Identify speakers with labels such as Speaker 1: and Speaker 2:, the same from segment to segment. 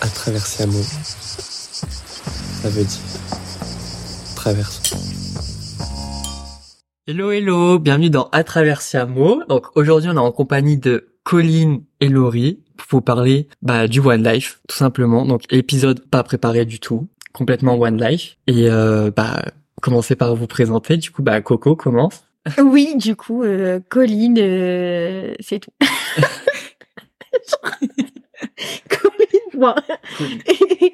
Speaker 1: à traverser un mot, ça veut dire traverse.
Speaker 2: Hello, hello, bienvenue dans À traverser un mot. Donc aujourd'hui, on est en compagnie de Colline et Laurie pour vous parler bah, du One Life, tout simplement. Donc épisode pas préparé du tout, complètement One Life. Et euh, bah commencez par vous présenter. Du coup, bah Coco commence.
Speaker 3: Oui, du coup, euh, Colline, euh, c'est tout. Colline, moi.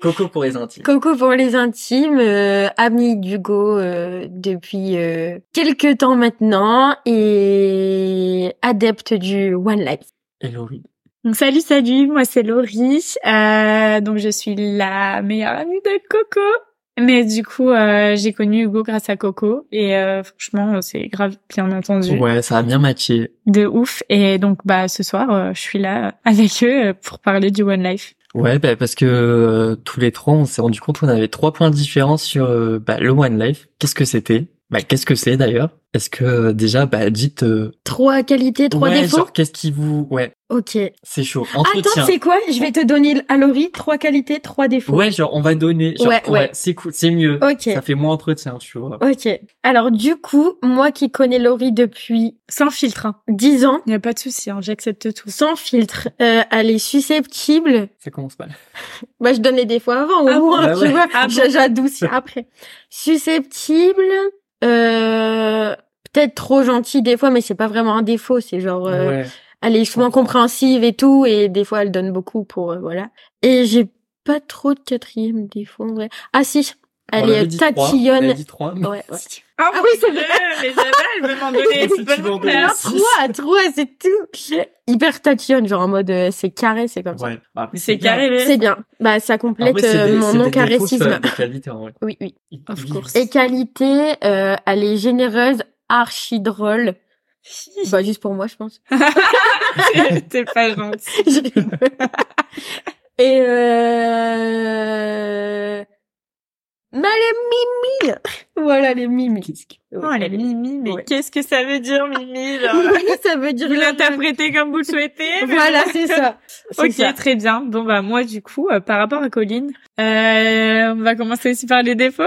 Speaker 2: Coco pour les intimes.
Speaker 3: Coco pour les intimes, euh, amie d'Hugo euh, depuis euh, quelques temps maintenant et adepte du One Life.
Speaker 2: Et Laurie.
Speaker 4: Donc, salut, salut, moi c'est Laurie. Euh, donc je suis la meilleure amie de Coco. Mais du coup, euh, j'ai connu Hugo grâce à Coco et euh, franchement, c'est grave bien entendu,
Speaker 2: Ouais, ça a bien matché.
Speaker 4: de ouf. Et donc bah ce soir, euh, je suis là avec eux euh, pour parler du One Life.
Speaker 2: Ouais, bah, parce que euh, tous les trois, on s'est rendu compte qu'on avait trois points différents sur euh, bah, le One Life. Qu'est-ce que c'était Bah qu'est-ce que c'est d'ailleurs Est-ce que euh, déjà, bah dites. euh,
Speaker 3: Trois qualités, trois
Speaker 2: ouais,
Speaker 3: défauts.
Speaker 2: genre qu'est-ce qui vous Ouais,
Speaker 3: Ok.
Speaker 2: c'est chaud.
Speaker 3: Attends,
Speaker 2: Entretien.
Speaker 3: c'est quoi Je vais te donner l- à Laurie trois qualités, trois défauts.
Speaker 2: Ouais, genre on va donner. Genre,
Speaker 3: Ouais,
Speaker 2: ouais,
Speaker 3: ouais.
Speaker 2: c'est cool, c'est mieux.
Speaker 3: Ok.
Speaker 2: Ça fait moins entretien, tu vois.
Speaker 3: Ok. Alors du coup, moi qui connais Laurie depuis
Speaker 4: Sans filtre, hein.
Speaker 3: 10 ans,
Speaker 4: Il y a pas de souci, hein, j'accepte tout.
Speaker 3: sans filtre, euh, elle est susceptible
Speaker 2: Ça commence mal.
Speaker 3: Bah, je donne les défauts avant, au
Speaker 4: Ah bon
Speaker 3: moins,
Speaker 2: Bah
Speaker 3: tu
Speaker 2: ouais.
Speaker 3: vois.
Speaker 4: Ah
Speaker 3: j'a- J'adoucis après. Susceptible, euh, peut-être trop gentille des fois, mais c'est pas vraiment un défaut. C'est genre, euh,
Speaker 2: ouais.
Speaker 3: elle est souvent compréhensive et tout, et des fois, elle donne beaucoup pour, euh, voilà. Et j'ai pas trop de quatrième défaut, en vrai. Ah si,
Speaker 2: On
Speaker 3: elle
Speaker 2: avait
Speaker 3: est
Speaker 2: dit trois, on avait
Speaker 3: tatillonne.
Speaker 2: dit trois, mais-
Speaker 3: Ouais, ouais.
Speaker 4: Ah
Speaker 3: oui, c'est vrai.
Speaker 4: Mais j'avais, elle veut m'en donner
Speaker 2: Si
Speaker 4: une
Speaker 2: tu m'en
Speaker 4: bonne
Speaker 2: donnes
Speaker 4: place.
Speaker 2: six.
Speaker 3: Trois, trois, c'est tout. Hyper tatillonne, genre en mode, euh, c'est carré, c'est comme ça.
Speaker 2: Ouais. Bah, après,
Speaker 4: C'est
Speaker 2: bien.
Speaker 4: carré, les-
Speaker 3: C'est bien. Bah, ça
Speaker 2: Après,
Speaker 3: complète
Speaker 2: c'est
Speaker 3: euh,
Speaker 2: des- c'est
Speaker 3: mon
Speaker 2: des défauts,
Speaker 3: non-charisme.
Speaker 2: ça, des qualités, en vrai.
Speaker 3: Oui, oui.
Speaker 4: Of
Speaker 2: hein, Il-
Speaker 4: course.
Speaker 3: Et qualité, euh, elle est généreuse, archi drôle. Bah juste pour moi, je pense.
Speaker 4: T'es pas gentil.
Speaker 3: Je rigole. Et euh... Mais elle est mimi Voilà, les mimi. Ouais,
Speaker 4: Oh, la Mimi, mais
Speaker 3: Ouais.
Speaker 4: qu'est-ce que ça veut dire, Mimi là
Speaker 3: Mimi, ça veut dire...
Speaker 4: Vous l'interprétez comme vous le souhaitez. mais-
Speaker 3: Voilà, c'est ça. C'est
Speaker 4: Ok,
Speaker 3: ça.
Speaker 4: très bien. Bon bah moi du coup, euh, par rapport à Colline, euh, on va commencer aussi par les défauts.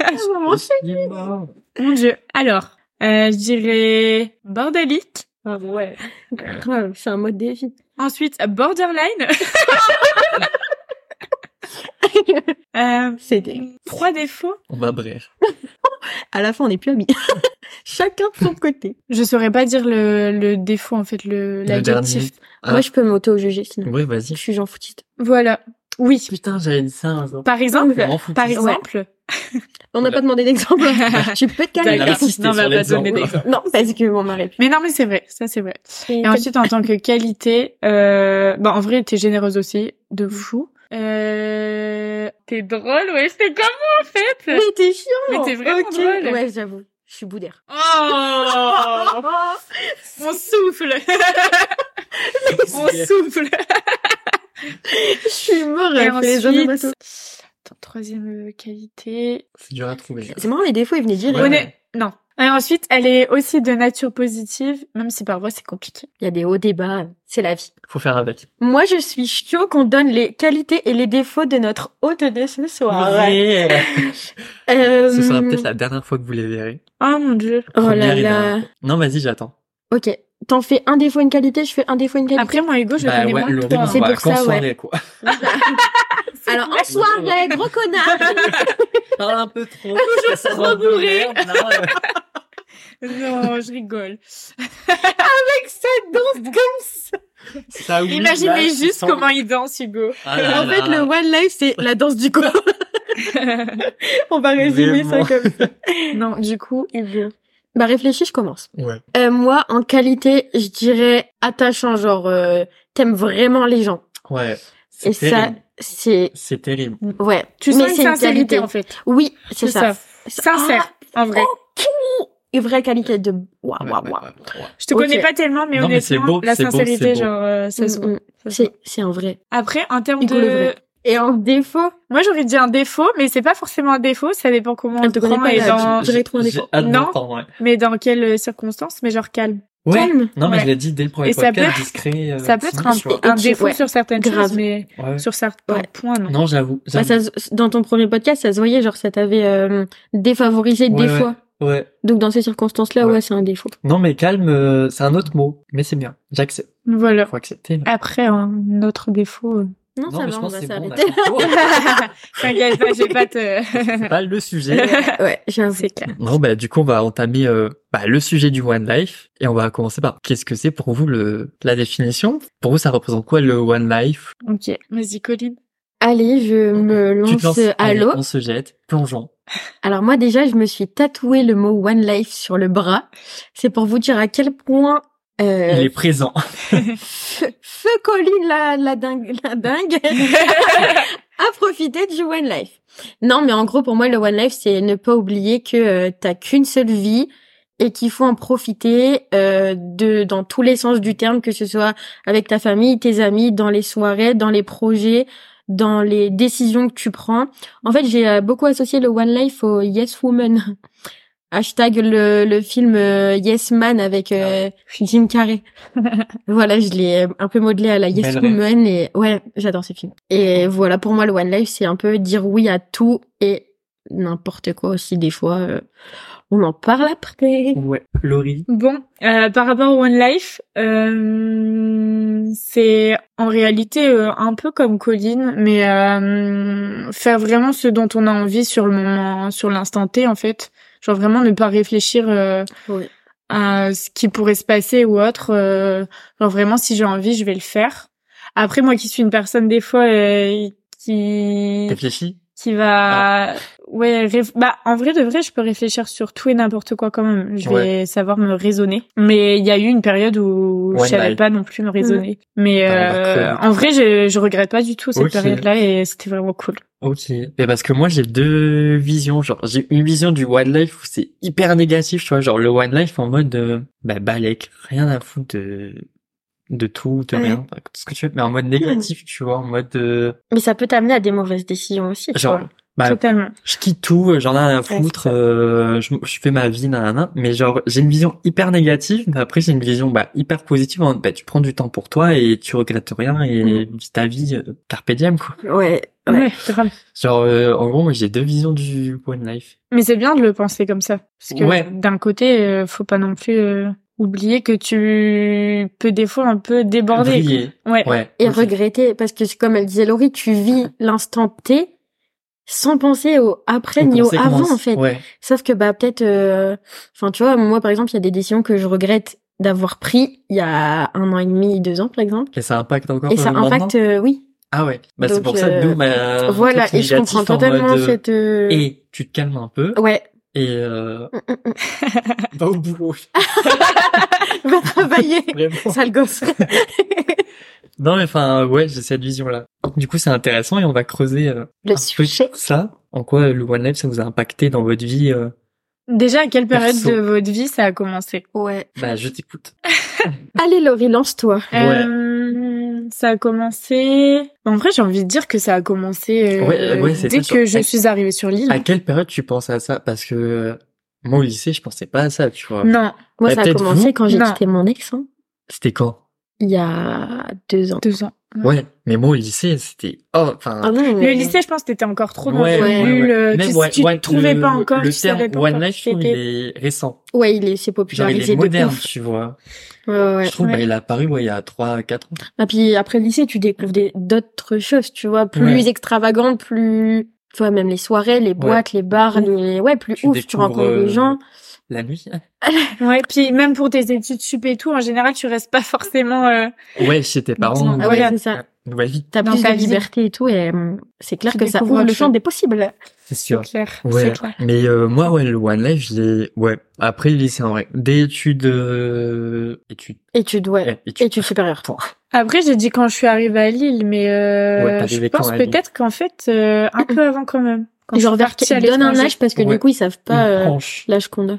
Speaker 3: Ah, Vraiment.
Speaker 2: Il est mort.
Speaker 4: Mon Dieu. Alors, euh, je dirais bordélique.
Speaker 3: Ah, ouais. Grave, c'est un mode de vie.
Speaker 4: Ensuite, borderline. Euh,
Speaker 3: c'est des...
Speaker 4: trois défauts.
Speaker 2: On va brère.
Speaker 3: À la fin, on n'est plus amis. Chacun de son côté.
Speaker 4: Je saurais pas dire le, le défaut en fait, le l'adjectif.
Speaker 2: Ah.
Speaker 3: Moi, je peux m'auto-juger sinon.
Speaker 2: Ouais,
Speaker 3: Je
Speaker 2: vas-y.
Speaker 3: suis Jean Foutiste.
Speaker 4: Voilà. Oui.
Speaker 2: Putain, j'avais dit ça un jour.
Speaker 4: Par exemple.
Speaker 2: Je m'en fous.
Speaker 4: Par exemple.
Speaker 3: On n'a
Speaker 2: Voilà.
Speaker 3: pas demandé d'exemple. tu peux te calmer.
Speaker 2: Elle a insisté
Speaker 4: Non, on
Speaker 2: sur
Speaker 4: va pas
Speaker 2: l'exemple.
Speaker 4: donner d'exemple.
Speaker 3: Non, parce que mon mari.
Speaker 4: Mais non, mais c'est vrai. Ça c'est vrai.
Speaker 3: Et
Speaker 4: Et ensuite, en tant que qualité, euh, bah, en vrai, t'es généreuse aussi, de fou. Mm. Euh... T'es drôle, ouais, c'est comment en fait
Speaker 3: Mais t'es chiant.
Speaker 4: euh, Mais t'es vraiment
Speaker 3: Ok.
Speaker 4: drôle.
Speaker 3: Ouais, j'avoue. Je suis boudère.
Speaker 4: Oh On souffle On souffle
Speaker 3: Je suis morte.
Speaker 4: Et
Speaker 3: elle fait les onomatopées.
Speaker 4: ensuite... Attends, troisième euh, qualité...
Speaker 2: C'est dur à trouver.
Speaker 3: C'est marrant, les défauts, ils venaient dire.
Speaker 2: Ouais.
Speaker 4: Honnête- Non. Et ensuite, elle est aussi de nature positive, même si parfois c'est compliqué.
Speaker 3: Il y a des hauts débats. C'est la vie.
Speaker 2: Faut faire avec.
Speaker 3: Moi, je suis chaud qu'on donne les qualités et les défauts de notre hôte de ce soir.
Speaker 2: Ouais.
Speaker 3: Euh,
Speaker 2: Ce sera peut-être la dernière fois que vous les verrez.
Speaker 4: Oh mon dieu
Speaker 3: Oh là
Speaker 2: première et
Speaker 3: là.
Speaker 2: dernière. Non, vas-y, j'attends.
Speaker 3: Ok. T'en fais un défaut, une qualité. Je fais un défaut, une qualité.
Speaker 4: Après, moi, Hugo, je
Speaker 2: Bah
Speaker 4: connais
Speaker 2: ouais,
Speaker 4: moins que
Speaker 2: le
Speaker 4: toi. hein.
Speaker 3: C'est
Speaker 2: on va
Speaker 3: pour ça,
Speaker 2: qu'en
Speaker 3: ouais.
Speaker 2: soirée, quoi.
Speaker 3: Alors, en soirée, gros connard.
Speaker 2: Parle un peu trop. Toujours
Speaker 4: trop bourré. Non, je rigole.
Speaker 3: Avec cette danse comme ça.
Speaker 2: Ça, oui, là,
Speaker 4: Imaginez
Speaker 2: je
Speaker 4: juste
Speaker 2: sens-
Speaker 4: comment il danse, Hugo.
Speaker 2: Ah là
Speaker 3: en fait,
Speaker 2: là.
Speaker 3: le one life, c'est la danse du corps. On va résumer
Speaker 2: Vraiment.
Speaker 3: ça comme ça.
Speaker 4: non, du coup, Hugo.
Speaker 3: Bah, réfléchis, je commence.
Speaker 2: Ouais.
Speaker 3: Euh, moi, en qualité, je dirais attachant, genre euh, t'aimes vraiment les gens.
Speaker 2: Ouais. C'est
Speaker 3: Et ça,
Speaker 2: terrible.
Speaker 3: c'est
Speaker 2: C'est terrible.
Speaker 3: ouais.
Speaker 4: Tu
Speaker 3: Mais
Speaker 4: sens
Speaker 3: c'est
Speaker 4: une
Speaker 3: une qualité.
Speaker 4: sincérité, en fait.
Speaker 3: Oui, c'est ça. Oh,
Speaker 4: Sincère, en vrai.
Speaker 3: Une vraie qualité de
Speaker 4: Ah,
Speaker 3: waouh waouh waouh.
Speaker 4: Je te
Speaker 3: Ok.
Speaker 4: connais pas tellement, mais
Speaker 2: Non, mais c'est
Speaker 4: honnêtement,
Speaker 2: beau,
Speaker 4: la
Speaker 2: c'est beau, c'est
Speaker 4: sincérité,
Speaker 2: beau.
Speaker 4: genre, euh, ça se voit.
Speaker 3: Mm, mm.
Speaker 4: Ça se voit.
Speaker 3: C'est c'est un vrai.
Speaker 4: Après, en termes
Speaker 3: Hugo le
Speaker 4: de...
Speaker 3: vrai. Et en défaut,
Speaker 4: Moi, j'aurais dit un défaut, mais c'est pas forcément un défaut, ça dépend comment on
Speaker 3: Elle
Speaker 4: te
Speaker 3: te connaît
Speaker 4: prend
Speaker 3: pas,
Speaker 4: et
Speaker 3: là,
Speaker 4: dans...
Speaker 3: J'aurais trouvé un
Speaker 2: J'ai-
Speaker 3: défaut.
Speaker 2: j'ai hâte
Speaker 4: Non.
Speaker 2: d'entendre, ouais.
Speaker 4: mais dans quelles euh, circonstances, mais genre calme.
Speaker 2: Ouais.
Speaker 3: calme.
Speaker 2: Non, mais
Speaker 4: Ouais.
Speaker 2: je l'ai dit dès le premier
Speaker 4: Et ça
Speaker 2: podcast,
Speaker 4: peut-
Speaker 2: discret. euh,
Speaker 4: Ça peut être un,
Speaker 2: silencieux.
Speaker 3: peu-
Speaker 4: un
Speaker 3: Et tu-
Speaker 4: défaut
Speaker 3: ouais,
Speaker 4: sur certaines
Speaker 3: grave.
Speaker 4: choses, mais
Speaker 2: Ouais.
Speaker 4: sur certains
Speaker 3: Ouais.
Speaker 4: points, non.
Speaker 2: Non, j'avoue.
Speaker 3: Bah,
Speaker 2: j'avoue.
Speaker 3: ça, se- dans ton premier podcast, ça se voyait, genre, ça t'avait euh, défavorisé
Speaker 2: Ouais,
Speaker 3: des
Speaker 2: ouais.
Speaker 3: fois.
Speaker 2: Ouais.
Speaker 3: Donc, dans ces circonstances-là,
Speaker 2: Ouais.
Speaker 3: ouais, c'est un défaut.
Speaker 2: Non, mais calme, euh, c'est un autre mot. Mais c'est bien. J'accepte.
Speaker 4: Voilà.
Speaker 2: Faut accepter. là.
Speaker 4: Après, un autre défaut. euh.
Speaker 3: Non, ça
Speaker 2: mais
Speaker 3: va,
Speaker 2: je
Speaker 3: on
Speaker 2: pense
Speaker 3: va
Speaker 2: que c'est bon, on a
Speaker 3: s'arrêter.
Speaker 2: fait le tour.
Speaker 4: T'inquiète pas, je vais pas te...
Speaker 2: C'est pas le sujet.
Speaker 3: ouais, j'avoue.
Speaker 4: C'est clair.
Speaker 2: Non, bah, du coup, on va entamer euh, bah, le sujet du One Life et on va commencer par qu'est-ce que c'est pour vous le, la définition Pour vous, ça représente quoi le One Life
Speaker 4: Ok. Vas-y, Colline.
Speaker 3: Allez, je me
Speaker 2: Tu te
Speaker 3: lance
Speaker 2: lances,
Speaker 3: à
Speaker 2: allez,
Speaker 3: l'eau.
Speaker 2: On se jette, plongeons.
Speaker 3: Alors moi déjà, je me suis tatoué le mot One Life sur le bras. C'est pour vous dire à quel point
Speaker 2: Il
Speaker 3: euh,
Speaker 2: est présent.
Speaker 3: feu, feu Colline la, la dingue, la dingue a profité du One Life. Non, mais en gros pour moi le One Life c'est ne pas oublier que euh, t'as qu'une seule vie et qu'il faut en profiter euh, de dans tous les sens du terme, que ce soit avec ta famille, tes amis, dans les soirées, dans les projets, dans les décisions que tu prends. En fait, j'ai euh, beaucoup associé le One Life au Yes Woman. Hashtag le, le film euh, Yes Man avec euh, Jim Carrey. voilà, je l'ai euh, un peu modelé à la Yes
Speaker 2: Belle rêve.
Speaker 3: Woman et ouais, j'adore ce film. Et voilà, pour moi, le One Life, c'est un peu dire oui à tout et n'importe quoi aussi des fois. euh, on en parle après.
Speaker 2: Ouais. Laurie.
Speaker 4: Bon, euh, par rapport au One Life, euh, c'est en réalité euh, un peu comme Colline, mais euh, faire vraiment ce dont on a envie sur le moment, sur l'instant T en fait. Genre vraiment ne pas réfléchir euh,
Speaker 3: Oui.
Speaker 4: à ce qui pourrait se passer ou autre. euh, genre vraiment, si j'ai envie, je vais le faire. Après, moi qui suis une personne des fois euh, qui
Speaker 2: Réfléchis.
Speaker 4: qui
Speaker 2: Ah.
Speaker 4: va ouais réf- bah en vrai de vrai je peux réfléchir sur tout et n'importe quoi quand même je vais savoir me raisonner mais il y a eu une période où
Speaker 2: Ouais,
Speaker 4: je savais
Speaker 2: ouais.
Speaker 4: pas non plus me raisonner mais
Speaker 2: Bah,
Speaker 4: euh,
Speaker 2: bah, cool.
Speaker 4: en vrai je je regrette pas du tout cette
Speaker 2: Ok.
Speaker 4: période là et c'était vraiment cool
Speaker 2: Ok. Mais parce que moi, j'ai deux visions. Genre, j'ai une vision du One Life où c'est hyper négatif, tu vois. Genre, le One Life en mode, euh, bah, balèque. Rien à foutre de, de tout, de
Speaker 3: Ouais. Hmm.
Speaker 2: rien. Tout ce que tu veux. Mais en mode négatif, tu vois. En mode, euh,
Speaker 3: Mais ça peut t'amener à des mauvaises décisions aussi. tu
Speaker 2: genre,
Speaker 3: vois.
Speaker 2: bah,
Speaker 4: totalement
Speaker 2: je quitte tout, euh, j'en ai rien à
Speaker 3: c'est
Speaker 2: foutre, euh, je, je fais ma vie, nanana. Mais genre, j'ai une vision hyper négative, mais après, j'ai une vision bah, hyper positive. En, bah, tu prends du temps pour toi et tu regrettes rien et
Speaker 3: Mm.
Speaker 2: vis ta vie, euh, carpe diem, quoi.
Speaker 3: Ouais.
Speaker 4: ouais,
Speaker 3: ouais.
Speaker 4: grave.
Speaker 2: Genre, euh, en gros, moi, j'ai deux visions du One Life.
Speaker 4: mais c'est bien de le penser comme ça parce que
Speaker 2: Ouais.
Speaker 4: d'un côté euh, faut pas non plus euh, oublier que tu peux des fois un peu déborder
Speaker 2: Briller.
Speaker 4: quoi. ouais
Speaker 2: Ouais.
Speaker 3: et
Speaker 2: ok. Ah.
Speaker 3: regretter parce que c'est comme elle disait Laurie, tu vis l'instant T sans penser au après
Speaker 2: Aux
Speaker 3: ni au
Speaker 2: conséquences.
Speaker 3: avant en fait.
Speaker 2: Ouais.
Speaker 3: Sauf que bah peut-être euh, enfin tu vois moi par exemple il y a des décisions que je regrette d'avoir pris il y a un an et demi, deux ans par exemple
Speaker 2: Et ça impacte encore
Speaker 3: et ça
Speaker 2: euh, maintenant
Speaker 3: impacte euh, oui.
Speaker 2: Ah ouais. Bah, c'est
Speaker 3: Donc,
Speaker 2: pour ça que nous,
Speaker 3: euh,
Speaker 2: bah, un
Speaker 3: voilà
Speaker 2: truc
Speaker 3: et je
Speaker 2: négatif
Speaker 3: comprends
Speaker 2: en mode,
Speaker 3: totalement
Speaker 2: euh,
Speaker 3: cette euh,
Speaker 2: Et tu te calmes un peu
Speaker 3: ouais,
Speaker 2: et euh,
Speaker 3: Mm, mm, mm.
Speaker 2: va au boulot.
Speaker 3: va travailler.
Speaker 2: Vraiment.
Speaker 3: Sale gosse.
Speaker 2: Non, mais enfin, ouais, j'ai cette vision-là. Du coup, c'est intéressant et on va creuser euh,
Speaker 3: Le
Speaker 2: un peu
Speaker 3: sujet.
Speaker 2: ça. En quoi euh, le One Life, ça vous a impacté dans votre vie euh,
Speaker 4: déjà à quelle période
Speaker 2: Perso.
Speaker 4: de votre vie ça a commencé
Speaker 3: Ouais.
Speaker 2: Bah, je t'écoute.
Speaker 3: Allez Laurie, lance-toi.
Speaker 2: Ouais.
Speaker 4: Euh, ça a commencé. En vrai, j'ai envie de dire que ça a commencé euh,
Speaker 2: Ouais, ouais, c'est Ah.
Speaker 4: dès
Speaker 2: ça,
Speaker 4: que
Speaker 2: sur-
Speaker 4: je suis arrivée sur l'île.
Speaker 2: À quelle période tu penses à ça Parce que euh, moi, au lycée, je pensais pas à ça, tu vois.
Speaker 4: Non,
Speaker 3: Moi
Speaker 2: Bah,
Speaker 3: ça a
Speaker 2: peut-être
Speaker 3: commencé
Speaker 2: vous
Speaker 3: quand j'ai
Speaker 4: Non.
Speaker 3: quitté mon ex hein,
Speaker 2: C'était quand
Speaker 3: il y a deux ans.
Speaker 4: deux ans.
Speaker 2: Ouais, mais moi, au lycée, c'était... Oh, enfin...
Speaker 3: Ah non,
Speaker 4: Le
Speaker 3: mais-
Speaker 4: lycée, je pense, t'étais encore trop dans
Speaker 2: ouais,
Speaker 4: ta
Speaker 2: ouais,
Speaker 4: bulle.
Speaker 2: ouais.
Speaker 4: euh,
Speaker 2: Même
Speaker 4: Tu,
Speaker 2: One-
Speaker 4: tu te
Speaker 2: One-
Speaker 4: trouvais
Speaker 2: le-
Speaker 4: pas encore.
Speaker 2: Le
Speaker 4: tu savais
Speaker 2: terme
Speaker 4: pas
Speaker 2: One
Speaker 4: encore
Speaker 2: Life, je
Speaker 4: qui
Speaker 2: trouve, il
Speaker 4: t'étais.
Speaker 2: est récent.
Speaker 3: Ouais, il est
Speaker 2: Genre,
Speaker 3: c'est
Speaker 2: il
Speaker 3: popularisé
Speaker 2: est
Speaker 3: de
Speaker 2: moderne,
Speaker 3: ouf.
Speaker 2: tu vois.
Speaker 3: Ouais, ouais, ouais.
Speaker 2: Je trouve,
Speaker 4: Ouais.
Speaker 2: bah, il est apparu, ouais, il y a 3-4 ans.
Speaker 3: Ah, puis après le lycée, tu découvres des- d'autres choses, tu vois, plus
Speaker 2: Ouais.
Speaker 3: extravagantes, plus tu vois même les soirées, les boîtes, les bars, les ouais, plus
Speaker 2: Tu
Speaker 3: ouf, tu
Speaker 2: découvres,
Speaker 3: rencontres
Speaker 2: euh,
Speaker 3: des gens.
Speaker 2: La nuit
Speaker 4: Ouais, puis même pour tes études sup et tout, en général, tu restes pas forcément. euh,
Speaker 2: Ouais, chez tes parents.
Speaker 4: Ah
Speaker 3: Ah ouais,
Speaker 4: voilà.
Speaker 3: c'est ça.
Speaker 2: Nouvelle vie,
Speaker 3: T'as
Speaker 4: Dans
Speaker 3: plus de
Speaker 4: ta vie.
Speaker 3: liberté et tout, et hum, c'est clair
Speaker 4: Tu
Speaker 3: que ça
Speaker 4: découvres
Speaker 3: ouvre le
Speaker 4: autre
Speaker 3: champ
Speaker 4: chose.
Speaker 3: des possibles.
Speaker 2: c'est sûr.
Speaker 4: clair.
Speaker 2: Ouais,
Speaker 4: C'est clair.
Speaker 2: mais euh, moi, ouais, le One Life, je l'ai... Ouais, après le lycée, en vrai. Des études... euh, Études.
Speaker 3: Et tu dois.
Speaker 2: Ouais, études.
Speaker 3: Et tu supérieur.
Speaker 4: Après, j'ai dit quand je suis arrivée à Lille, mais euh,
Speaker 2: Ouais,
Speaker 4: je
Speaker 2: t'arrivais quand
Speaker 4: pense
Speaker 2: à Lille
Speaker 4: peut-être qu'en fait, euh, un peu avant quand même. Quand je
Speaker 3: Genre
Speaker 4: suis
Speaker 3: vers
Speaker 4: partie à
Speaker 3: donne un
Speaker 4: l'étranger.
Speaker 3: âge parce que
Speaker 2: Ouais.
Speaker 3: du coup ils savent
Speaker 2: Une
Speaker 3: pas euh,
Speaker 2: branche.
Speaker 3: l'âge qu'on a.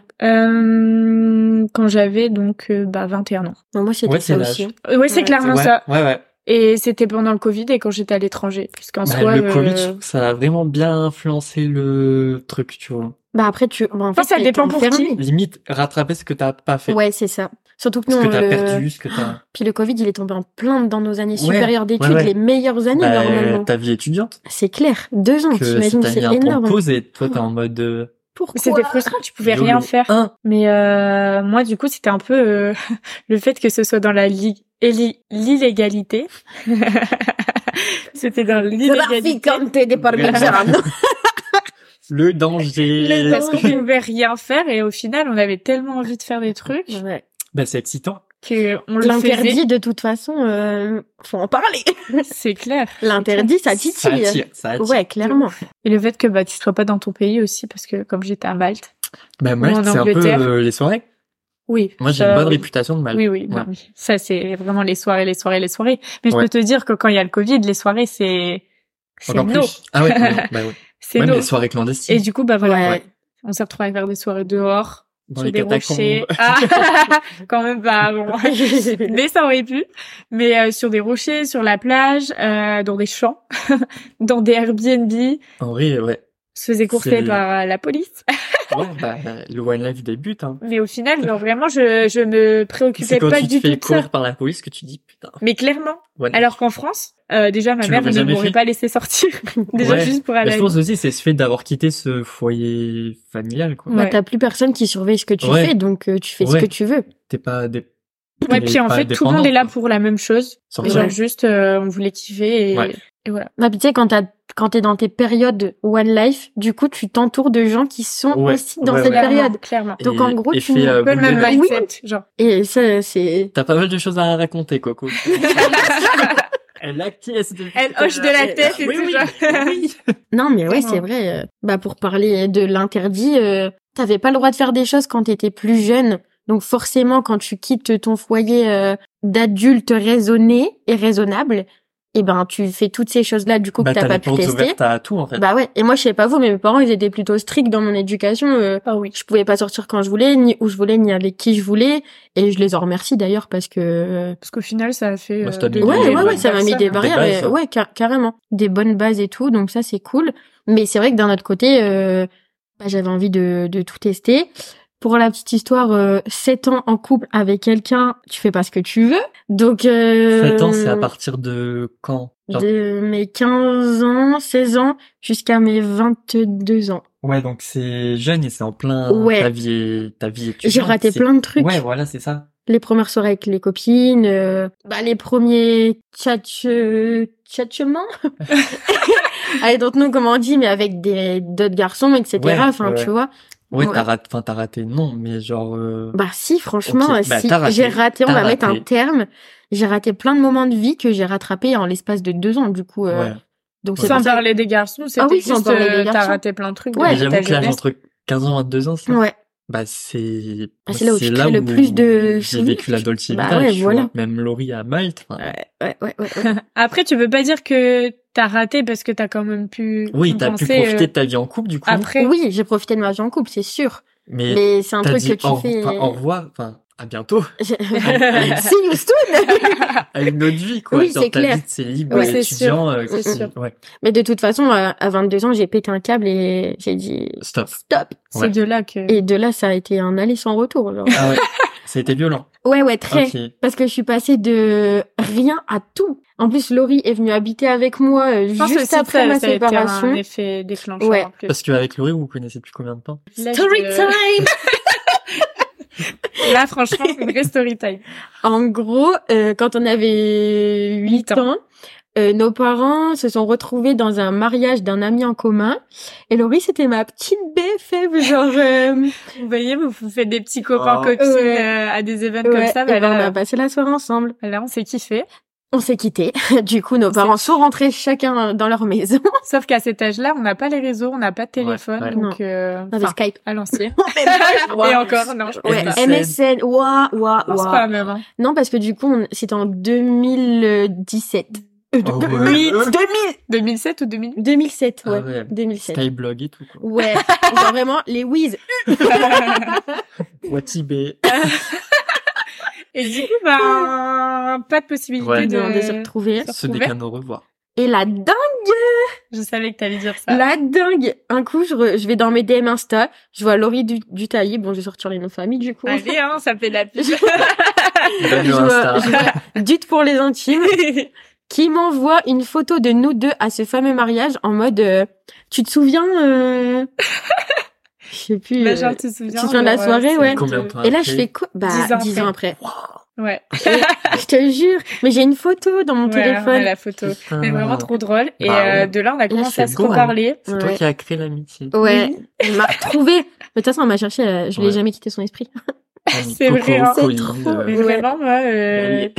Speaker 4: Euh, quand j'avais donc euh, bah 21 ans.
Speaker 3: Non, moi c'était
Speaker 2: Ouais, c'est
Speaker 3: ça
Speaker 2: l'âge.
Speaker 3: aussi. hein.
Speaker 4: Euh, Ouais, c'est
Speaker 3: Ouais.
Speaker 4: clairement
Speaker 2: ouais,
Speaker 4: ça.
Speaker 2: Ouais, ouais.
Speaker 4: Et c'était pendant le Covid et quand j'étais à l'étranger. Parce qu'en
Speaker 2: Bah,
Speaker 4: soi,
Speaker 2: le
Speaker 4: euh,
Speaker 2: Covid, je trouve que ça a vraiment bien influencé le truc, tu vois.
Speaker 3: Bah après tu. bah, en
Speaker 4: Enfin,
Speaker 3: fait,
Speaker 4: ça
Speaker 3: t'es
Speaker 4: dépend pour qui.
Speaker 3: enfermé.
Speaker 2: Limite, rattraper ce que t'as pas fait.
Speaker 3: Ouais, c'est ça. Surtout que
Speaker 2: Ce
Speaker 3: nous,
Speaker 2: que
Speaker 3: on
Speaker 2: t'as
Speaker 3: le-
Speaker 2: perdu, ce que t'as...
Speaker 3: puis le Covid, il est tombé en plein dans nos années
Speaker 2: Ouais,
Speaker 3: supérieures d'études,
Speaker 2: ouais, ouais.
Speaker 3: les meilleures années
Speaker 2: Bah,
Speaker 3: Ah, normalement.
Speaker 2: ta vie étudiante.
Speaker 3: C'est clair, deux ans,
Speaker 2: Que si
Speaker 3: t'imagines,
Speaker 2: t'as
Speaker 3: c'est
Speaker 2: mis un temps de
Speaker 3: énorme.
Speaker 2: pause et toi t'es en mode... euh,
Speaker 3: Pourquoi
Speaker 4: C'était frustrant, tu pouvais
Speaker 2: YOLO.
Speaker 4: rien faire.
Speaker 2: Un.
Speaker 4: Mais euh, moi, du coup, c'était un peu euh, le fait que ce soit dans la ligue et l'i- l'illégalité. c'était dans l'illégalité.
Speaker 3: Traficante de parmigiano.
Speaker 2: Le danger.
Speaker 3: Le danger.
Speaker 4: Parce qu'on pouvait rien faire et au final, on avait tellement envie de faire des trucs
Speaker 3: Ouais.
Speaker 2: Bah, c'est excitant.
Speaker 4: que on le faisait.
Speaker 3: L'interdit, de toute façon, euh, faut en parler.
Speaker 4: C'est clair.
Speaker 3: L'interdit, ça titille.
Speaker 2: Ça attire, ça attire.
Speaker 3: Ouais, clairement.
Speaker 4: Et le fait que bah tu sois pas dans ton pays aussi, parce que comme j'étais à Malte.
Speaker 2: Bah,
Speaker 4: Ou
Speaker 2: Malte,
Speaker 4: en
Speaker 2: c'est un peu
Speaker 4: Angleterre.
Speaker 2: euh, les soirées.
Speaker 4: Oui.
Speaker 2: Moi, j'ai
Speaker 4: ça,
Speaker 2: une bonne
Speaker 4: oui.
Speaker 2: réputation de Malte.
Speaker 4: Oui, bah oui, non,
Speaker 2: Ouais.
Speaker 4: mais ça c'est vraiment les soirées, les soirées, les soirées. Mais je
Speaker 2: Ouais.
Speaker 4: peux te dire que quand il y a le Covid, les soirées c'est c'est
Speaker 2: Encore
Speaker 4: no,
Speaker 2: plus. Ah ouais, ouais, bah ouais.
Speaker 4: c'est
Speaker 2: Même
Speaker 4: no.
Speaker 2: les soirées
Speaker 4: Et
Speaker 2: clandestines.
Speaker 4: du coup, bah voilà,
Speaker 3: Ouais.
Speaker 4: on s'est retrouvés à faire des soirées dehors,
Speaker 2: Dans
Speaker 4: sur
Speaker 2: les
Speaker 4: des
Speaker 2: catacombes.
Speaker 4: rochers. Ah, quand même pas. Bon. Mais ça aurait pu. Mais euh, sur des rochers, sur la plage, euh, dans des champs, dans des Airbnb, on
Speaker 2: En vrai, ouais.
Speaker 4: se faisait
Speaker 2: C'est-
Speaker 4: courser par euh, la police.
Speaker 2: Ouais, bah, bah, le One Life débute, hein.
Speaker 4: Mais au final, genre, vraiment, je je me
Speaker 2: C'est
Speaker 4: préoccupais
Speaker 2: quand
Speaker 4: pas
Speaker 2: tu te
Speaker 4: du tout
Speaker 2: fais
Speaker 4: de ça.
Speaker 2: courir par la police que tu dis, putain,
Speaker 4: Mais clairement,
Speaker 2: One Life.
Speaker 4: alors qu'en France, euh, déjà ma
Speaker 2: Tu
Speaker 4: mère
Speaker 2: l'aurais
Speaker 4: ne
Speaker 2: jamais
Speaker 4: m'aurait
Speaker 2: fait
Speaker 4: pas laissé sortir, déjà
Speaker 2: Ouais.
Speaker 4: juste pour
Speaker 2: Bah,
Speaker 4: aller.
Speaker 2: je pense aussi, c'est ce fait d'avoir quitté ce foyer familial, quoi.
Speaker 4: Ouais.
Speaker 3: Bah, t'as plus personne qui surveille ce que tu
Speaker 2: Ouais.
Speaker 3: fais, donc euh, tu fais ce
Speaker 2: Ouais.
Speaker 3: que tu veux.
Speaker 2: T'es pas des...
Speaker 4: Ouais, puis en fait, tout le monde est là pour la même chose. Genre juste, euh, on voulait kiffer et,
Speaker 2: Ouais.
Speaker 4: et voilà.
Speaker 3: Bah, puis tu sais, quand t'as quand t'es dans tes périodes one life, du coup, tu t'entoures de gens qui sont
Speaker 2: Ouais,
Speaker 3: aussi dans
Speaker 2: ouais,
Speaker 3: cette
Speaker 2: ouais.
Speaker 3: période.
Speaker 4: clairement.
Speaker 3: Donc, en gros, tu n'es
Speaker 4: Un peu le même
Speaker 3: Oui.
Speaker 4: mindset, genre.
Speaker 3: Et ça, c'est
Speaker 2: euh, T'as pas mal de choses à raconter, Coco. Elle acquiesce de...
Speaker 4: Elle hoche de la tête et
Speaker 2: oui,
Speaker 4: tout,
Speaker 2: oui,
Speaker 4: genre.
Speaker 2: oui.
Speaker 3: non, mais ouais,
Speaker 4: Clairement.
Speaker 3: c'est vrai. euh, Bah, pour parler de l'interdit, euh, t'avais pas le droit de faire des choses quand t'étais plus jeune. Donc, forcément, quand tu quittes ton foyer euh, d'adulte raisonné et raisonnable, et ben, tu fais toutes ces choses-là du coup
Speaker 2: Bah,
Speaker 3: que
Speaker 2: t'as
Speaker 3: t'as
Speaker 2: les
Speaker 3: pas pu
Speaker 2: portes
Speaker 3: tester.
Speaker 2: ouvertes à tout, en fait.
Speaker 3: Bah ouais. Et moi, je sais pas vous, mais mes parents, ils étaient plutôt stricts dans mon éducation. euh,
Speaker 4: Ah oui.
Speaker 3: je pouvais pas sortir quand je voulais, ni où je voulais, ni avec qui je voulais. Et je les en remercie d'ailleurs parce que euh,
Speaker 4: Parce qu'au final, ça a fait. euh,
Speaker 2: Bah, ça t'a mis
Speaker 4: deux
Speaker 2: des-
Speaker 3: ouais,
Speaker 2: des
Speaker 3: ouais, ouais,
Speaker 2: bonnes
Speaker 3: ça m'a mis des barrières.
Speaker 2: bases,
Speaker 3: et-
Speaker 2: ça.
Speaker 3: ouais, car- carrément. Des bonnes bases et tout, donc ça c'est cool. Mais c'est vrai que d'un autre côté, euh, bah, j'avais envie de, de tout tester. Pour la petite histoire, euh, 7 ans en couple avec quelqu'un, tu fais pas ce que tu veux. Donc... Euh,
Speaker 2: 7 ans, c'est à partir de quand Genre-
Speaker 3: De mes 15 ans, 16 ans, jusqu'à mes 22 ans.
Speaker 2: Ouais, donc c'est jeune et c'est en plein
Speaker 3: Ouais.
Speaker 2: ta vie, est- ta vie étudiante.
Speaker 3: J'ai raté
Speaker 2: c'est-
Speaker 3: plein de trucs.
Speaker 2: Ouais, voilà, c'est ça.
Speaker 3: les premières soirées avec les copines, euh, bah, les premiers euh, tchatche, tchatchements. I don't know comment on dit, mais avec des, d'autres garçons, etc.
Speaker 2: Ouais,
Speaker 3: enfin,
Speaker 2: ouais.
Speaker 3: tu vois.
Speaker 2: Ouais,
Speaker 3: Ouais.
Speaker 2: t'as raté, enfin, t'as raté, non, mais genre, euh,
Speaker 3: Bah, si, franchement,
Speaker 2: Ok,
Speaker 3: euh,
Speaker 2: bah,
Speaker 3: si.
Speaker 2: t'as raté,
Speaker 3: j'ai raté, on
Speaker 2: t'as
Speaker 3: va mettre un
Speaker 2: raté.
Speaker 3: terme. J'ai raté plein de moments de vie que j'ai rattrapés en l'espace de deux ans, du coup. euh,
Speaker 2: ouais.
Speaker 3: Donc, c'est
Speaker 4: Sans
Speaker 3: pour ça-
Speaker 4: parler des garçons, c'était
Speaker 3: Ah oui, sans
Speaker 4: juste,
Speaker 3: parler
Speaker 4: euh,
Speaker 3: des
Speaker 4: t'as
Speaker 3: garçons.
Speaker 4: raté plein de trucs.
Speaker 3: ouais,
Speaker 2: Mais
Speaker 4: de
Speaker 2: j'avoue
Speaker 4: ta
Speaker 2: que l'âge
Speaker 4: jeunesse.
Speaker 2: entre 15 ans et 22 ans, ça,
Speaker 3: Ouais.
Speaker 2: bah, c'est,
Speaker 3: Ah, c'est là où tu crées le plus de
Speaker 2: j'ai
Speaker 3: souvenirs.
Speaker 2: vécu la Dolce
Speaker 3: Bah
Speaker 2: Vita,
Speaker 3: ouais,
Speaker 2: tu
Speaker 3: voilà.
Speaker 2: vois. Même Laurie à Malte. enfin,
Speaker 3: Ouais, ouais, ouais, ouais.
Speaker 4: Après, tu veux pas dire que t'as raté parce que t'as quand même pu.
Speaker 2: Oui, t'as pu
Speaker 4: compenser,
Speaker 2: profiter
Speaker 4: euh,
Speaker 2: de ta vie en couple, du coup.
Speaker 4: Après.
Speaker 3: oui, j'ai profité de ma vie en couple, c'est sûr.
Speaker 2: mais
Speaker 3: Mais c'est un
Speaker 2: t'as
Speaker 3: truc
Speaker 2: dit
Speaker 3: que tu
Speaker 2: au,
Speaker 3: fais. euh,
Speaker 2: enfin, au revoir, enfin, à bientôt,
Speaker 3: See you soon!
Speaker 2: à une autre vie, quoi.
Speaker 3: Oui,
Speaker 2: Genre,
Speaker 3: c'est
Speaker 2: ta
Speaker 3: clair.
Speaker 2: vie de célibe,
Speaker 4: Ouais, c'est
Speaker 2: étudiant, euh,
Speaker 3: C'est
Speaker 2: qui-
Speaker 3: sûr.
Speaker 2: ouais.
Speaker 3: Mais de toute façon, à à 22 ans, j'ai pété un câble et j'ai dit
Speaker 2: Stop.
Speaker 3: stop.
Speaker 4: C'est
Speaker 2: Ouais.
Speaker 4: de là que.
Speaker 3: Et de là, ça a été un aller sans retour. genre.
Speaker 2: Ah ouais. Ça a été violent.
Speaker 3: Ouais, ouais, très.
Speaker 2: Ok.
Speaker 3: Parce que je suis passée de rien à tout. En plus, Laurie est venue habiter avec moi euh,
Speaker 4: Je pense que
Speaker 3: juste
Speaker 4: ça,
Speaker 3: après ma
Speaker 4: ça a été un
Speaker 3: séparation.
Speaker 4: effet déclencheur
Speaker 3: Ouais.
Speaker 4: en plus.
Speaker 2: Parce qu'avec Laurie, vous vous connaissez depuis combien de temps?
Speaker 4: L'âge
Speaker 3: Story
Speaker 4: de-
Speaker 3: time!
Speaker 4: Là, franchement, une vraie story time.
Speaker 3: En gros, euh, quand on avait 8
Speaker 4: ans.
Speaker 3: ans, euh, nos parents se sont retrouvés dans un mariage d'un ami en commun. Et Laurie, c'était ma petite BFF, genre... euh,
Speaker 4: Vous voyez, vous vous faites des petits copains
Speaker 2: Oh.
Speaker 4: copines
Speaker 3: Ouais.
Speaker 4: euh, à des événements comme
Speaker 3: ouais,
Speaker 4: ça.
Speaker 3: et
Speaker 4: Bah,
Speaker 3: ben, on
Speaker 4: là, bah,
Speaker 3: a passé la soirée ensemble.
Speaker 4: là, on s'est kiffé.
Speaker 3: On s'est quittés. Du coup, nos
Speaker 4: s'est-
Speaker 3: parents sont rentrés chacun dans leur maison.
Speaker 4: Sauf qu'à cet âge-là, on n'a pas les réseaux, on n'a pas de
Speaker 2: Ouais,
Speaker 4: téléphone,
Speaker 2: ouais.
Speaker 4: donc euh,
Speaker 3: On avait
Speaker 4: enfin,
Speaker 3: Skype.
Speaker 4: à l'ancienne. Et
Speaker 3: Ouais.
Speaker 4: encore, non. je pense
Speaker 3: Ouais,
Speaker 4: pas.
Speaker 2: MSN.
Speaker 3: MSN, ouah, ouah,
Speaker 4: Je pense
Speaker 3: ouah.
Speaker 4: pas même. hein.
Speaker 3: Non, parce que du coup, on- c'était en 2017. Euh,
Speaker 2: Oh,
Speaker 3: de-
Speaker 2: ouais.
Speaker 3: oui,
Speaker 2: Euh.
Speaker 3: 2000
Speaker 4: 2007 ou 2008
Speaker 3: 2007,
Speaker 2: Ah
Speaker 3: ouais.
Speaker 2: ouais.
Speaker 3: 2007.
Speaker 2: Skyblog et tout, quoi.
Speaker 3: Ouais, genre vraiment, les whiz.
Speaker 2: Watibé.
Speaker 4: Et du coup, ben, pas de possibilité
Speaker 2: Ouais.
Speaker 4: de...
Speaker 3: De, de se retrouver.
Speaker 2: Ce n'est
Speaker 4: Ouvert.
Speaker 2: qu'un au revoir.
Speaker 3: Et la dingue,
Speaker 4: Je savais que t'allais dire ça.
Speaker 3: la dingue. Un coup, je, re- je vais dans mes DM Insta, je vois Laurie du, du Taïb. Bon, je vais sortir les noms de famille, du coup.
Speaker 4: Allez, hein, ça fait de la pub.
Speaker 2: Donne
Speaker 3: Je
Speaker 2: le
Speaker 3: vois-
Speaker 2: Insta.
Speaker 3: je vois Dute pour les intimes qui m'envoie une photo de nous deux à ce fameux mariage en mode euh, tu te souviens euh... je sais plus
Speaker 4: Bah,
Speaker 3: euh,
Speaker 4: genre, tu te souviens
Speaker 3: tu te souviens de la soirée,
Speaker 4: c'est
Speaker 3: ouais.
Speaker 2: Combien de temps
Speaker 3: et là
Speaker 2: après
Speaker 3: je fais quoi bah
Speaker 4: Dix ans
Speaker 3: dix ans après
Speaker 4: Ouais.
Speaker 3: je te jure mais j'ai une photo dans mon
Speaker 4: Ouais, on a
Speaker 3: téléphone
Speaker 4: la photo.
Speaker 2: Putain.
Speaker 4: Mais vraiment trop drôle. Et
Speaker 2: Bah,
Speaker 4: euh,
Speaker 2: ouais.
Speaker 4: de là, on a commencé
Speaker 2: c'est
Speaker 4: à se
Speaker 2: beau, hein.
Speaker 4: reparler.
Speaker 2: C'est toi
Speaker 3: Ouais.
Speaker 2: qui as créé l'amitié.
Speaker 3: ouais elle m'a retrouvée mais de toute façon elle m'a cherché elle a- je l'ai
Speaker 2: Ouais.
Speaker 3: jamais quitté son esprit
Speaker 4: C'est
Speaker 2: Coco,
Speaker 4: vrai, hein.
Speaker 2: Colline,
Speaker 3: C'est trop
Speaker 2: euh, Bah
Speaker 4: Mais
Speaker 3: Ouais.
Speaker 4: vraiment, moi, euh,
Speaker 2: Daniel.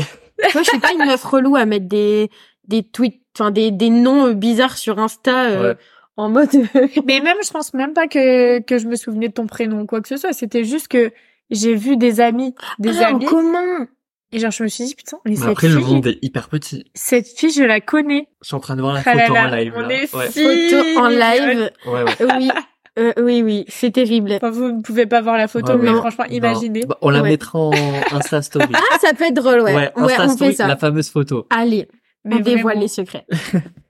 Speaker 3: Moi, je suis pas une meuf relou à mettre des des tweets, enfin des des noms euh, bizarres sur Insta euh,
Speaker 2: Ouais.
Speaker 3: en mode. euh,
Speaker 4: Mais même, je pense même pas que, que je me souvenais de ton prénom ou quoi que ce soit. C'était juste que j'ai vu des amis, des
Speaker 3: ah, en
Speaker 4: amis.
Speaker 3: commun.
Speaker 4: Et genre, je me suis dit, putain, mais
Speaker 2: Mais
Speaker 4: cette
Speaker 2: après,
Speaker 4: fille,
Speaker 2: le monde est hyper petit.
Speaker 4: cette fille, je la connais.
Speaker 2: Je suis en train de voir la
Speaker 4: Ah
Speaker 2: photo
Speaker 4: là
Speaker 2: en
Speaker 4: là,
Speaker 2: live.
Speaker 4: on
Speaker 2: là.
Speaker 4: est
Speaker 2: Ouais.
Speaker 3: Photo en
Speaker 4: si mignonne.
Speaker 3: live.
Speaker 2: ouais, ouais.
Speaker 3: Oui, euh, oui, oui, c'est terrible.
Speaker 4: Enfin, vous ne pouvez pas voir la photo,
Speaker 2: Ouais,
Speaker 4: mais
Speaker 2: ouais.
Speaker 4: franchement,
Speaker 2: Non.
Speaker 4: imaginez.
Speaker 2: Bah, on la
Speaker 3: Ouais.
Speaker 2: mettra en Insta Story.
Speaker 3: Ah, ça peut être drôle, ouais. Ouais,
Speaker 2: Insta
Speaker 3: on
Speaker 2: Story,
Speaker 3: fait ça.
Speaker 2: la fameuse photo.
Speaker 3: Allez,
Speaker 4: Mais
Speaker 3: on dévoile
Speaker 4: vraiment.
Speaker 3: les secrets.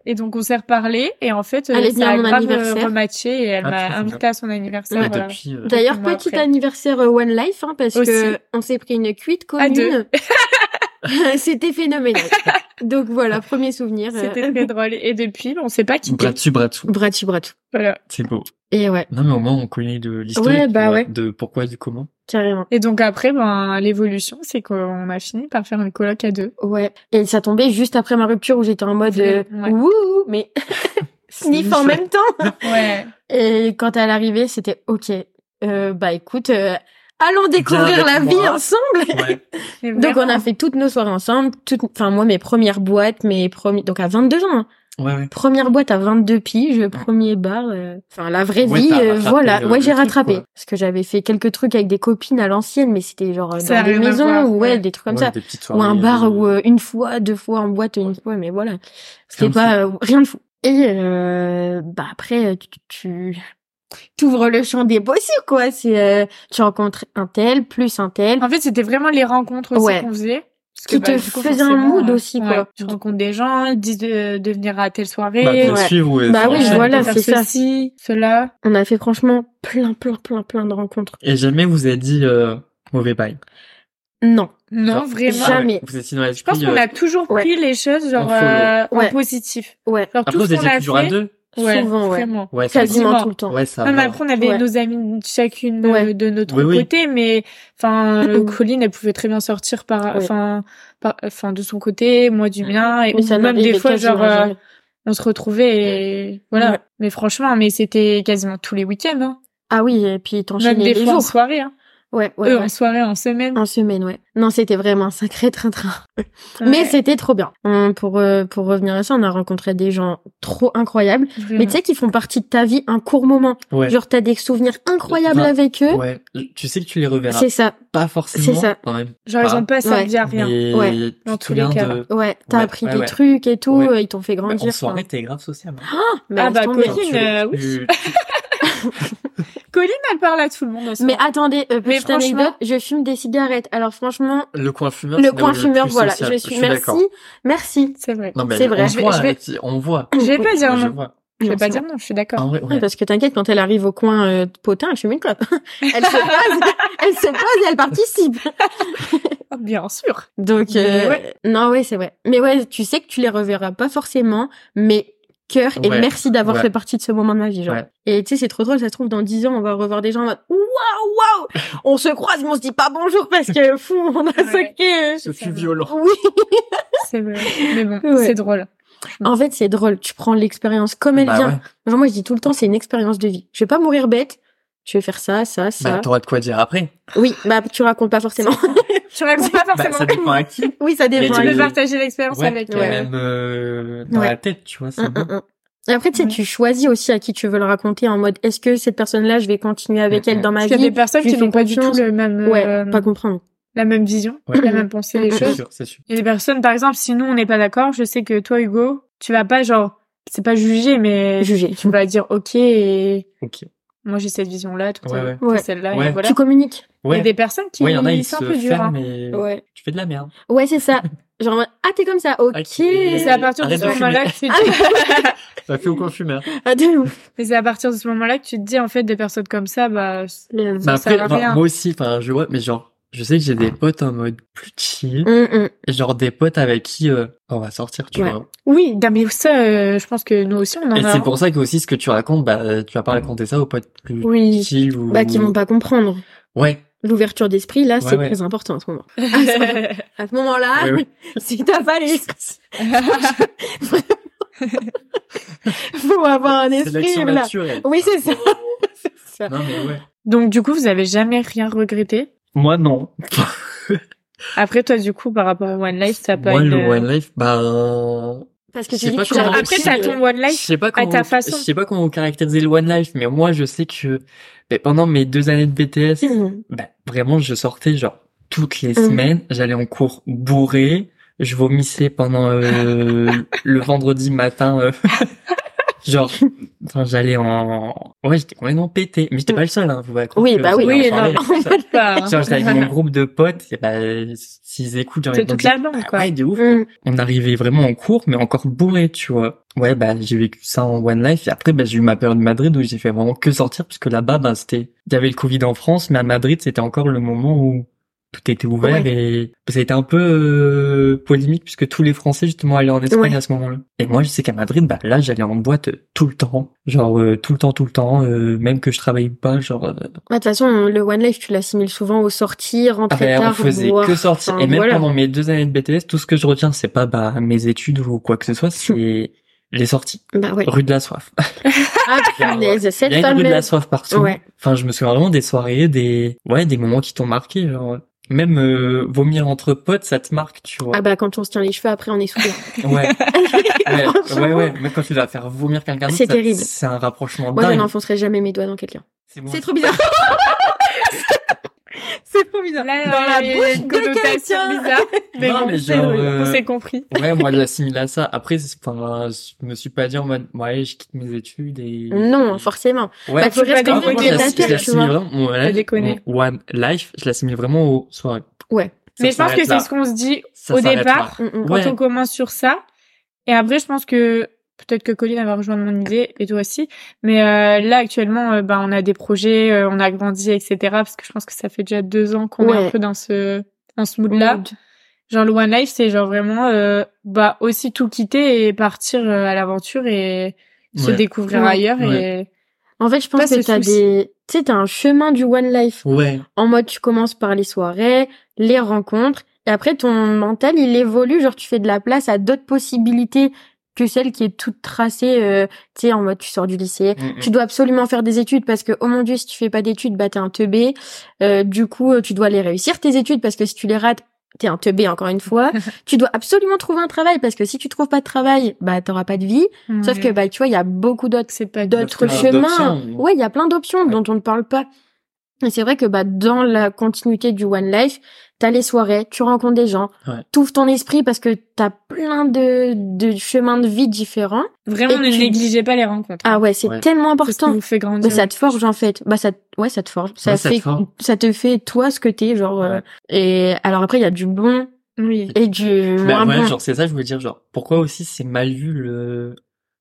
Speaker 4: Et donc, on s'est reparlé. Et en fait, euh,
Speaker 3: Elle est venue
Speaker 4: ça
Speaker 3: à
Speaker 4: a
Speaker 3: mon
Speaker 4: grave
Speaker 3: anniversaire.
Speaker 4: euh, rematché. Et elle
Speaker 2: Ah,
Speaker 4: m'a
Speaker 2: trop
Speaker 4: invité à son anniversaire.
Speaker 2: Mais
Speaker 4: voilà.
Speaker 2: depuis, euh,
Speaker 3: D'ailleurs,
Speaker 4: mois
Speaker 3: petit
Speaker 4: après.
Speaker 3: anniversaire euh, One Life, hein, parce
Speaker 4: Aussi.
Speaker 3: que on s'est pris une cuite
Speaker 4: À
Speaker 3: commune. C'était phénoménal. Donc voilà, premier souvenir. euh,
Speaker 4: C'était très drôle. Et depuis, on s'est pas quitté.
Speaker 2: bras dessus, bras dessous.
Speaker 3: Bras dessus, bras dessous.
Speaker 4: Voilà.
Speaker 2: C'est beau.
Speaker 3: Et ouais,
Speaker 2: Non, mais au moins, on connaît de l'histoire.
Speaker 3: Ouais, bah ouais.
Speaker 2: De pourquoi, du comment.
Speaker 3: carrément.
Speaker 4: Et donc après, ben, l'évolution, c'est qu'on a fini par faire une coloc à deux.
Speaker 3: Ouais. Et ça tombait juste après ma rupture où j'étais en mode euh,
Speaker 4: Ouais.
Speaker 3: wouh, mais sniff en même temps.
Speaker 4: Ouais.
Speaker 3: Et quand elle arrivait, c'était ok. Euh, bah écoute, euh, allons découvrir
Speaker 2: avec
Speaker 3: la
Speaker 2: moi.
Speaker 3: vie ensemble.
Speaker 2: Ouais.
Speaker 4: Mais
Speaker 3: Donc on
Speaker 4: vraiment.
Speaker 3: a fait toutes nos soirées ensemble, toutes, enfin moi mes premières boîtes, mes premiers, donc à 22 ans, hein.
Speaker 2: Ouais, ouais.
Speaker 3: première boîte à 22 piges, premier bar, euh, enfin la vraie
Speaker 2: Ouais,
Speaker 3: vie,
Speaker 2: t'as
Speaker 3: euh,
Speaker 2: rattrapé
Speaker 3: voilà,
Speaker 2: le-
Speaker 3: ouais
Speaker 2: le
Speaker 3: j'ai
Speaker 2: truc,
Speaker 3: rattrapé,
Speaker 2: quoi.
Speaker 3: parce que j'avais fait quelques trucs avec des copines à l'ancienne, mais c'était genre euh,
Speaker 4: Ça a
Speaker 3: dans des
Speaker 4: rien à
Speaker 3: maisons
Speaker 4: voir,
Speaker 3: ou ouais
Speaker 4: ouais.
Speaker 3: des trucs comme
Speaker 2: Ouais,
Speaker 3: ça,
Speaker 2: des petites
Speaker 3: ou un
Speaker 2: soirées,
Speaker 3: bar
Speaker 2: euh,
Speaker 3: où euh, une fois, deux fois en boîte, une fois, mais voilà. C'était
Speaker 2: de
Speaker 3: pas euh, rien de fou. Et euh, bah après, euh, tu, tu t'ouvres le champ des possibles quoi. C'est euh, tu rencontres un tel plus un tel.
Speaker 4: En fait, c'était vraiment les rencontres aussi
Speaker 3: Ouais.
Speaker 4: qu'on faisait. Parce bah,
Speaker 3: Qui te
Speaker 4: du coup,
Speaker 3: faisaient un
Speaker 4: forcément,
Speaker 3: mood
Speaker 4: euh,
Speaker 3: aussi,
Speaker 4: ouais,
Speaker 3: quoi.
Speaker 4: Tu rencontres des gens, ils te disent de, de venir à telle soirée. euh,
Speaker 2: Bah, de
Speaker 3: ouais.
Speaker 2: suivre, ouais.
Speaker 3: Bah oui,
Speaker 2: Ouais.
Speaker 4: de
Speaker 3: voilà,
Speaker 4: faire
Speaker 3: c'est ça.
Speaker 4: Ceci, cela.
Speaker 3: On a fait franchement plein, plein, plein, plein de rencontres.
Speaker 2: Et jamais vous avez dit, euh, mauvais bail.
Speaker 3: Non,
Speaker 4: Non,
Speaker 2: Genre,
Speaker 4: vraiment.
Speaker 3: jamais.
Speaker 2: ouais. Vous étiez dans
Speaker 4: Je pense
Speaker 2: l'esprit.
Speaker 4: qu'on
Speaker 2: euh,
Speaker 4: a toujours
Speaker 3: ouais.
Speaker 4: pris les choses genre
Speaker 2: En follow.
Speaker 4: euh, en
Speaker 3: Ouais.
Speaker 4: positif.
Speaker 3: ouais,
Speaker 4: Genre
Speaker 2: Après,
Speaker 4: tout
Speaker 2: vous
Speaker 4: ce qu'on
Speaker 2: étiez
Speaker 4: a
Speaker 2: toujours à
Speaker 4: fait.
Speaker 2: deux.
Speaker 4: Ouais,
Speaker 3: Souvent, ouais.
Speaker 4: vraiment.
Speaker 2: Ouais, ça
Speaker 3: quasiment
Speaker 4: quasiment.
Speaker 3: tout le temps.
Speaker 2: Ouais, ça
Speaker 4: Non, mais
Speaker 2: va.
Speaker 4: après, on avait
Speaker 3: Ouais.
Speaker 4: nos amis chacune euh,
Speaker 3: Ouais.
Speaker 4: de notre
Speaker 2: Oui, oui.
Speaker 4: côté, mais enfin, euh,
Speaker 3: Mhm.
Speaker 4: Colline, elle pouvait très bien sortir par,
Speaker 3: Ouais.
Speaker 4: enfin, par- enfin, de son côté, moi
Speaker 2: Mm.
Speaker 4: du mien, et
Speaker 3: Mais ça
Speaker 4: ou même des
Speaker 3: n'arrivait
Speaker 4: fois,
Speaker 3: quasiment
Speaker 4: genre, euh,
Speaker 3: jamais.
Speaker 4: on se retrouvait et voilà.
Speaker 3: Ouais.
Speaker 4: Mais franchement, mais c'était quasiment tous les week-ends, hein.
Speaker 3: Ah oui, et puis
Speaker 4: même
Speaker 3: t'enchaînais
Speaker 4: des
Speaker 3: les
Speaker 4: fois en
Speaker 3: jours.
Speaker 4: soirée, hein.
Speaker 3: Ouais, ouais,
Speaker 4: Euh,
Speaker 3: ouais.
Speaker 4: en soirée, en semaine.
Speaker 3: En semaine, ouais. Non, c'était vraiment un sacré train-train.
Speaker 4: Ouais,
Speaker 3: Ah, Mais c'était trop bien. On- pour, euh, pour revenir à ça, on a rencontré des gens trop incroyables.
Speaker 4: vraiment.
Speaker 3: Mais tu sais qu'ils font partie de ta vie un court moment.
Speaker 2: Ouais.
Speaker 3: Genre, t'as des souvenirs incroyables
Speaker 2: Bah,
Speaker 3: avec eux.
Speaker 2: Ouais. Tu sais que tu les reverras
Speaker 3: C'est ça.
Speaker 2: pas forcément.
Speaker 3: c'est ça.
Speaker 2: Quand même.
Speaker 4: genre ils ont pas servi à rien.
Speaker 2: Ah, Mais
Speaker 3: Ouais.
Speaker 2: tu
Speaker 4: Dans
Speaker 2: te
Speaker 4: tous les
Speaker 2: souviens
Speaker 4: cas.
Speaker 2: de.
Speaker 3: Ouais, t'as
Speaker 2: Ouais,
Speaker 3: appris
Speaker 2: ouais,
Speaker 3: des
Speaker 2: ouais.
Speaker 3: trucs et tout,
Speaker 2: Ouais.
Speaker 3: euh, ils t'ont fait
Speaker 2: En
Speaker 3: grandir.
Speaker 2: soirée,
Speaker 3: enfin.
Speaker 2: t'es grave sociable.
Speaker 3: Mais
Speaker 4: Ah
Speaker 3: laisse
Speaker 4: bah,
Speaker 3: tomber.
Speaker 4: Colline, euh, oui.
Speaker 2: tu-
Speaker 4: Colline, elle parle à tout le monde. en
Speaker 3: Mais
Speaker 4: soirée.
Speaker 3: attendez, euh,
Speaker 4: Mais
Speaker 3: petite
Speaker 4: franchement-
Speaker 3: anecdote, je fume des cigarettes. Alors franchement,
Speaker 2: Le coin fumeur.
Speaker 3: le
Speaker 2: c'est là
Speaker 3: coin
Speaker 2: où
Speaker 3: fumeur,
Speaker 2: plus
Speaker 3: voilà,
Speaker 2: social.
Speaker 3: je suis,
Speaker 2: d'accord.
Speaker 3: merci, merci.
Speaker 4: c'est vrai.
Speaker 2: Non, mais
Speaker 3: C'est vrai.
Speaker 2: on
Speaker 4: Je vais-
Speaker 2: voit,
Speaker 4: je vais-
Speaker 2: Alexis, on voit.
Speaker 4: Je vais pas dire
Speaker 2: Moi, je
Speaker 4: non.
Speaker 2: vois.
Speaker 4: Je vais
Speaker 3: Non,
Speaker 4: pas
Speaker 3: c'est
Speaker 4: dire non. Je suis d'accord.
Speaker 2: En vrai,
Speaker 3: Ouais,
Speaker 2: ouais.
Speaker 3: parce que t'inquiète, quand elle arrive au coin euh, de potin, elle fume une clope. elle se pose, elle se pose et elle participe.
Speaker 4: Ah, Bien sûr.
Speaker 3: Donc
Speaker 4: Mais
Speaker 3: euh,
Speaker 4: ouais.
Speaker 3: non ouais c'est vrai. Mais ouais tu sais que tu les reverras pas forcément mais cœur et
Speaker 2: Ouais.
Speaker 3: merci d'avoir
Speaker 2: Ouais.
Speaker 3: fait partie de ce moment de ma vie genre.
Speaker 2: Ouais.
Speaker 3: Et tu sais c'est trop drôle ça se trouve dans 10 ans on va revoir des gens en mode waouh waouh on se croise mais on se dit pas bonjour parce que fou on a
Speaker 4: Ouais.
Speaker 3: saqué.
Speaker 2: Ce fut violent.
Speaker 3: Oui.
Speaker 4: C'est vrai. Mais bon,
Speaker 3: Ouais.
Speaker 4: c'est drôle.
Speaker 3: En fait c'est drôle tu prends l'expérience comme elle
Speaker 2: Bah
Speaker 3: vient.
Speaker 2: ouais.
Speaker 3: Genre moi je dis tout le temps c'est une expérience de vie. Je vais pas mourir bête. Je vais faire ça ça ça.
Speaker 2: Bah, t'auras de quoi dire après.
Speaker 3: oui bah tu racontes pas forcément.
Speaker 4: Tu réponds pas
Speaker 2: Bah,
Speaker 4: forcément.
Speaker 2: ça dépend à qui.
Speaker 3: oui ça
Speaker 2: Mais
Speaker 3: dépend.
Speaker 4: tu
Speaker 2: Ouais.
Speaker 4: peux partager l'expérience
Speaker 2: Ouais,
Speaker 4: avec
Speaker 2: et
Speaker 3: ouais.
Speaker 4: euh,
Speaker 2: même euh, dans
Speaker 3: Ouais. Mm,
Speaker 2: la tête, tu vois, c'est
Speaker 3: Un,
Speaker 2: bon.
Speaker 3: un, un. Et après, tu sais,
Speaker 4: Ouais.
Speaker 3: tu choisis aussi à qui tu veux le raconter en mode est-ce que cette personne-là, je vais continuer avec
Speaker 2: Mm,
Speaker 3: elle dans ma
Speaker 4: Parce qu'il y
Speaker 3: vie
Speaker 4: a des personnes
Speaker 3: tu
Speaker 4: qui
Speaker 3: fais
Speaker 4: n'ont pas du tout
Speaker 3: confiance.
Speaker 4: le même,
Speaker 3: Ouais,
Speaker 4: euh,
Speaker 3: pas comprendre.
Speaker 4: la même vision,
Speaker 2: Ouais.
Speaker 4: la même pensée des
Speaker 3: Mm,
Speaker 2: C'est
Speaker 4: choses.
Speaker 2: sûr, c'est sûr.
Speaker 4: Il y a des personnes, par exemple, si nous on n'est pas d'accord, je sais que toi Hugo, tu vas pas genre, c'est pas juger, mais
Speaker 3: Juger.
Speaker 4: euh, tu vas dire ok, et
Speaker 2: Ok.
Speaker 4: moi j'ai cette vision-là, toi
Speaker 2: Ouais,
Speaker 4: t'as-
Speaker 2: ouais.
Speaker 4: t'as
Speaker 3: Ouais.
Speaker 4: celle-là,
Speaker 2: Ouais.
Speaker 4: et voilà.
Speaker 3: Tu communiques.
Speaker 4: Il y a
Speaker 2: Ouais.
Speaker 4: des personnes qui
Speaker 2: Ouais, il y en a, ils
Speaker 4: sont
Speaker 2: se
Speaker 4: un peu dures. hein.
Speaker 2: ferment et
Speaker 3: Ouais.
Speaker 2: tu fais de la merde.
Speaker 3: Ouais, c'est ça. Genre, en mode, ah, t'es comme ça, ok.
Speaker 2: Ok.
Speaker 4: Et
Speaker 2: C'est
Speaker 4: c'est à partir de
Speaker 2: Arrête
Speaker 4: ce
Speaker 2: de fumer.
Speaker 4: moment-là que tu te
Speaker 2: Ça fait Bah, au coin fumeur.
Speaker 3: Ah, de ouf.
Speaker 4: mais c'est à partir de ce moment-là que tu te dis en fait des personnes comme ça bah
Speaker 3: Le-
Speaker 2: Bah
Speaker 4: Ça
Speaker 2: après,
Speaker 4: sert à
Speaker 2: enfin,
Speaker 4: rien.
Speaker 2: moi aussi, enfin, je vois, mais genre, je sais que j'ai des potes en mode plus chill,
Speaker 3: Hum, hum.
Speaker 2: genre des potes avec qui euh, on va sortir, tu
Speaker 4: Ouais. mm.
Speaker 2: vois.
Speaker 4: Oui, non, mais ça, euh, je pense que nous aussi, on en
Speaker 2: Et
Speaker 4: a.
Speaker 2: c'est pour ça que aussi ce que tu racontes, bah tu vas pas raconter ça aux potes plus
Speaker 4: Oui.
Speaker 2: chill ou
Speaker 3: Bah, qui vont pas comprendre.
Speaker 2: Ouais.
Speaker 3: L'ouverture d'esprit, là,
Speaker 2: Ouais,
Speaker 3: c'est
Speaker 2: ouais.
Speaker 3: très important en ce moment. À ce- à ce moment-là,
Speaker 2: Ouais, ouais.
Speaker 3: si t'as pas les... Faut avoir un esprit,
Speaker 2: Sélection
Speaker 3: là.
Speaker 2: naturelle.
Speaker 3: Oui, c'est ça. C'est ça.
Speaker 2: Non mais ouais.
Speaker 4: Donc du coup, vous avez jamais rien regretté.
Speaker 2: Moi non.
Speaker 4: Après toi, du coup, par rapport au One Life, ça peut
Speaker 2: Moi
Speaker 4: être.
Speaker 2: le
Speaker 4: euh,
Speaker 2: One Life, bah euh,
Speaker 3: Parce que
Speaker 2: Je
Speaker 3: tu
Speaker 2: sais
Speaker 3: dis
Speaker 2: pas
Speaker 3: que tu
Speaker 2: comment
Speaker 3: l'as
Speaker 2: on
Speaker 4: Après,
Speaker 3: réussi,
Speaker 4: t'as
Speaker 2: Impossible.
Speaker 4: ton One
Speaker 2: je
Speaker 4: Life.
Speaker 2: sais pas
Speaker 4: ta
Speaker 2: comment vous-
Speaker 4: façon.
Speaker 2: je sais pas comment vous caractérisez le One Life, mais moi je sais que ben, pendant mes deux années de BTS,
Speaker 4: Mm.
Speaker 3: euh,
Speaker 2: ben, vraiment je sortais genre toutes les
Speaker 3: Mhm.
Speaker 2: semaines, j'allais en cours bourré, je vomissais pendant euh, le vendredi matin. euh, Genre, enfin, j'allais en... Ouais, j'étais complètement pété. Mais j'étais pas le seul, hein, vous racontez.
Speaker 3: Oui, bah oui,
Speaker 4: Mm. oui, Pas, hein.
Speaker 2: Genre, j'étais avec mon groupe de potes, et bah, s'ils écoutent, genre,
Speaker 4: T'es
Speaker 2: ils vont
Speaker 4: toute
Speaker 2: dire,
Speaker 4: la bande,
Speaker 2: Ah
Speaker 4: quoi.
Speaker 2: ouais, de ouf.
Speaker 3: hum.
Speaker 2: On arrivait vraiment en cours, mais encore bourré, tu vois. Ouais, bah, j'ai vécu ça en One Life, et après, bah, j'ai eu ma période de Madrid où j'ai fait vraiment que sortir, parce que là-bas, bah, c'était, il y avait le Covid en France, mais à Madrid, c'était encore le moment où tout était ouvert, et bah, ça a été un peu euh, polémique, puisque tous les Français, justement, allaient en Espagne
Speaker 3: Ouais.
Speaker 2: à ce moment-là. Et moi, je sais qu'à Madrid, bah, là, j'allais en boîte euh, tout le temps. Genre, euh, tout le temps, tout le temps, euh, même que je travaillais pas, genre, euh,
Speaker 3: Ouais, Bah, De toute façon, le One Life, tu l'assimiles souvent au sortir,
Speaker 2: Ah
Speaker 3: rentrer
Speaker 2: ben, on
Speaker 3: tard,
Speaker 2: faisait
Speaker 3: boire.
Speaker 2: que sortir.
Speaker 3: enfin,
Speaker 2: Et même
Speaker 3: voilà.
Speaker 2: pendant mes deux années de BTS, tout ce que je retiens, c'est pas bah, mes études ou quoi que ce soit, c'est les sorties.
Speaker 3: Bah ouais.
Speaker 2: Rue de la soif.
Speaker 3: Ah,
Speaker 2: Bien,
Speaker 3: punaise,
Speaker 2: Il y
Speaker 3: cette
Speaker 2: a une rue de la
Speaker 3: fameuse...
Speaker 2: soif partout.
Speaker 3: Ouais.
Speaker 2: Enfin, je me souviens vraiment des soirées, des ouais, des moments qui t'ont marqué. Genre, même euh, vomir entre potes, ça te marque, tu vois.
Speaker 3: Ah bah, quand on se tient les cheveux, après, on est saoulés.
Speaker 2: Ouais, ouais,
Speaker 3: Franchement.
Speaker 2: ouais, ouais. Même quand tu dois faire vomir quelqu'un, d'autre,
Speaker 3: C'est
Speaker 2: ça-
Speaker 3: terrible.
Speaker 2: C'est un rapprochement
Speaker 3: Moi, je
Speaker 2: dingue.
Speaker 3: n'enfoncerai jamais mes doigts dans quelqu'un.
Speaker 2: C'est bon.
Speaker 3: C'est trop bizarre. C'est trop bizarre.
Speaker 4: Là, euh,
Speaker 3: Dans la
Speaker 4: il y a
Speaker 3: bouche
Speaker 4: une
Speaker 3: de
Speaker 4: connotation
Speaker 3: quelqu'un.
Speaker 4: bizarre. Mais
Speaker 2: Non,
Speaker 4: bon,
Speaker 2: mais
Speaker 4: c'est
Speaker 2: genre,
Speaker 4: vrai,
Speaker 2: euh,
Speaker 4: on s'est compris.
Speaker 2: Ouais, moi, je l'assimile à ça. Après, c'est- enfin, je me suis pas dit en mode, ouais, je quitte mes études et.
Speaker 3: Non, forcément.
Speaker 2: Ouais.
Speaker 3: Bah, tu
Speaker 4: faut pas
Speaker 3: restes
Speaker 4: Comme
Speaker 2: Ah,
Speaker 3: quand
Speaker 4: déconner.
Speaker 2: moi,
Speaker 3: même
Speaker 2: je l'assi-
Speaker 4: des
Speaker 2: je
Speaker 3: locataire, tu
Speaker 2: l'assimile
Speaker 3: vois.
Speaker 2: vraiment, mon One Life,
Speaker 4: déconner.
Speaker 2: mon One Life, je l'assimile vraiment aux soirées.
Speaker 3: Ouais.
Speaker 2: Ça
Speaker 4: Mais je pense
Speaker 2: s'arrête
Speaker 4: que c'est
Speaker 2: là.
Speaker 4: ce qu'on se dit
Speaker 2: Ça
Speaker 4: au
Speaker 2: s'arrête
Speaker 4: départ.
Speaker 3: Mm, mm.
Speaker 4: quand
Speaker 2: Ouais.
Speaker 4: on commence sur ça. Et après, je pense que peut-être que Colline va rejoindre mon idée et toi aussi. Mais euh, là, actuellement, euh, bah, on a des projets, euh, on a grandi, etc. Parce que je pense que ça fait déjà deux ans qu'on est
Speaker 3: Ouais.
Speaker 4: un peu dans ce dans ce mood-là. Genre le One Life, c'est genre vraiment euh, bah aussi tout quitter et partir euh, à l'aventure et se
Speaker 2: Ouais.
Speaker 4: découvrir
Speaker 3: Ouais.
Speaker 4: ailleurs.
Speaker 2: Ouais.
Speaker 3: En fait, je
Speaker 4: Pas
Speaker 3: pense que
Speaker 4: ce
Speaker 3: t'as
Speaker 4: souci.
Speaker 3: des, tu sais, t'as un chemin du one life.
Speaker 2: Ouais.
Speaker 3: En mode, tu commences par les soirées, les rencontres, et après, ton mental, il évolue, genre, tu fais de la place à d'autres possibilités que celle qui est toute tracée, euh, tu sais, en mode, tu sors du lycée,
Speaker 2: Mm, mm.
Speaker 3: tu dois absolument faire des études parce que oh mon dieu si tu fais pas d'études bah t'es un teubé Euh, du coup euh, tu dois les réussir tes études parce que si tu les rates t'es un teubé encore une fois tu dois absolument trouver un travail parce que si tu trouves pas de travail bah t'auras pas de vie
Speaker 4: Et...
Speaker 3: sauf que bah tu vois il y a beaucoup d'autres
Speaker 4: c'est pas
Speaker 3: d'autres
Speaker 2: plein
Speaker 3: chemins
Speaker 2: d'options.
Speaker 3: ouais il y a plein d'options dont on ne parle pas et c'est vrai que bah dans la continuité du one life t'as les soirées tu rencontres des gens
Speaker 2: Ouais.
Speaker 3: t'ouvres ton esprit parce que t'as plein de de chemins de vie différents
Speaker 4: vraiment
Speaker 3: Et
Speaker 4: ne
Speaker 3: tu-
Speaker 4: négligez pas les rencontres.
Speaker 3: ah ouais c'est
Speaker 2: Ouais.
Speaker 3: tellement
Speaker 4: C'est ce qui
Speaker 3: important
Speaker 4: vous fait grandir.
Speaker 3: bah, ça te forge en fait. Bah ça, te- ouais, ça te forge. Ça
Speaker 2: Ouais, ça te
Speaker 3: fait,
Speaker 2: forge.
Speaker 3: ça te fait toi ce que t'es, genre. euh,
Speaker 2: Ouais.
Speaker 3: Et alors après, il y a du bon
Speaker 4: Oui.
Speaker 3: et du
Speaker 2: Bah,
Speaker 3: moins
Speaker 2: ouais,
Speaker 3: bon.
Speaker 2: genre, c'est ça, je voulais dire, genre, pourquoi aussi c'est mal vu le,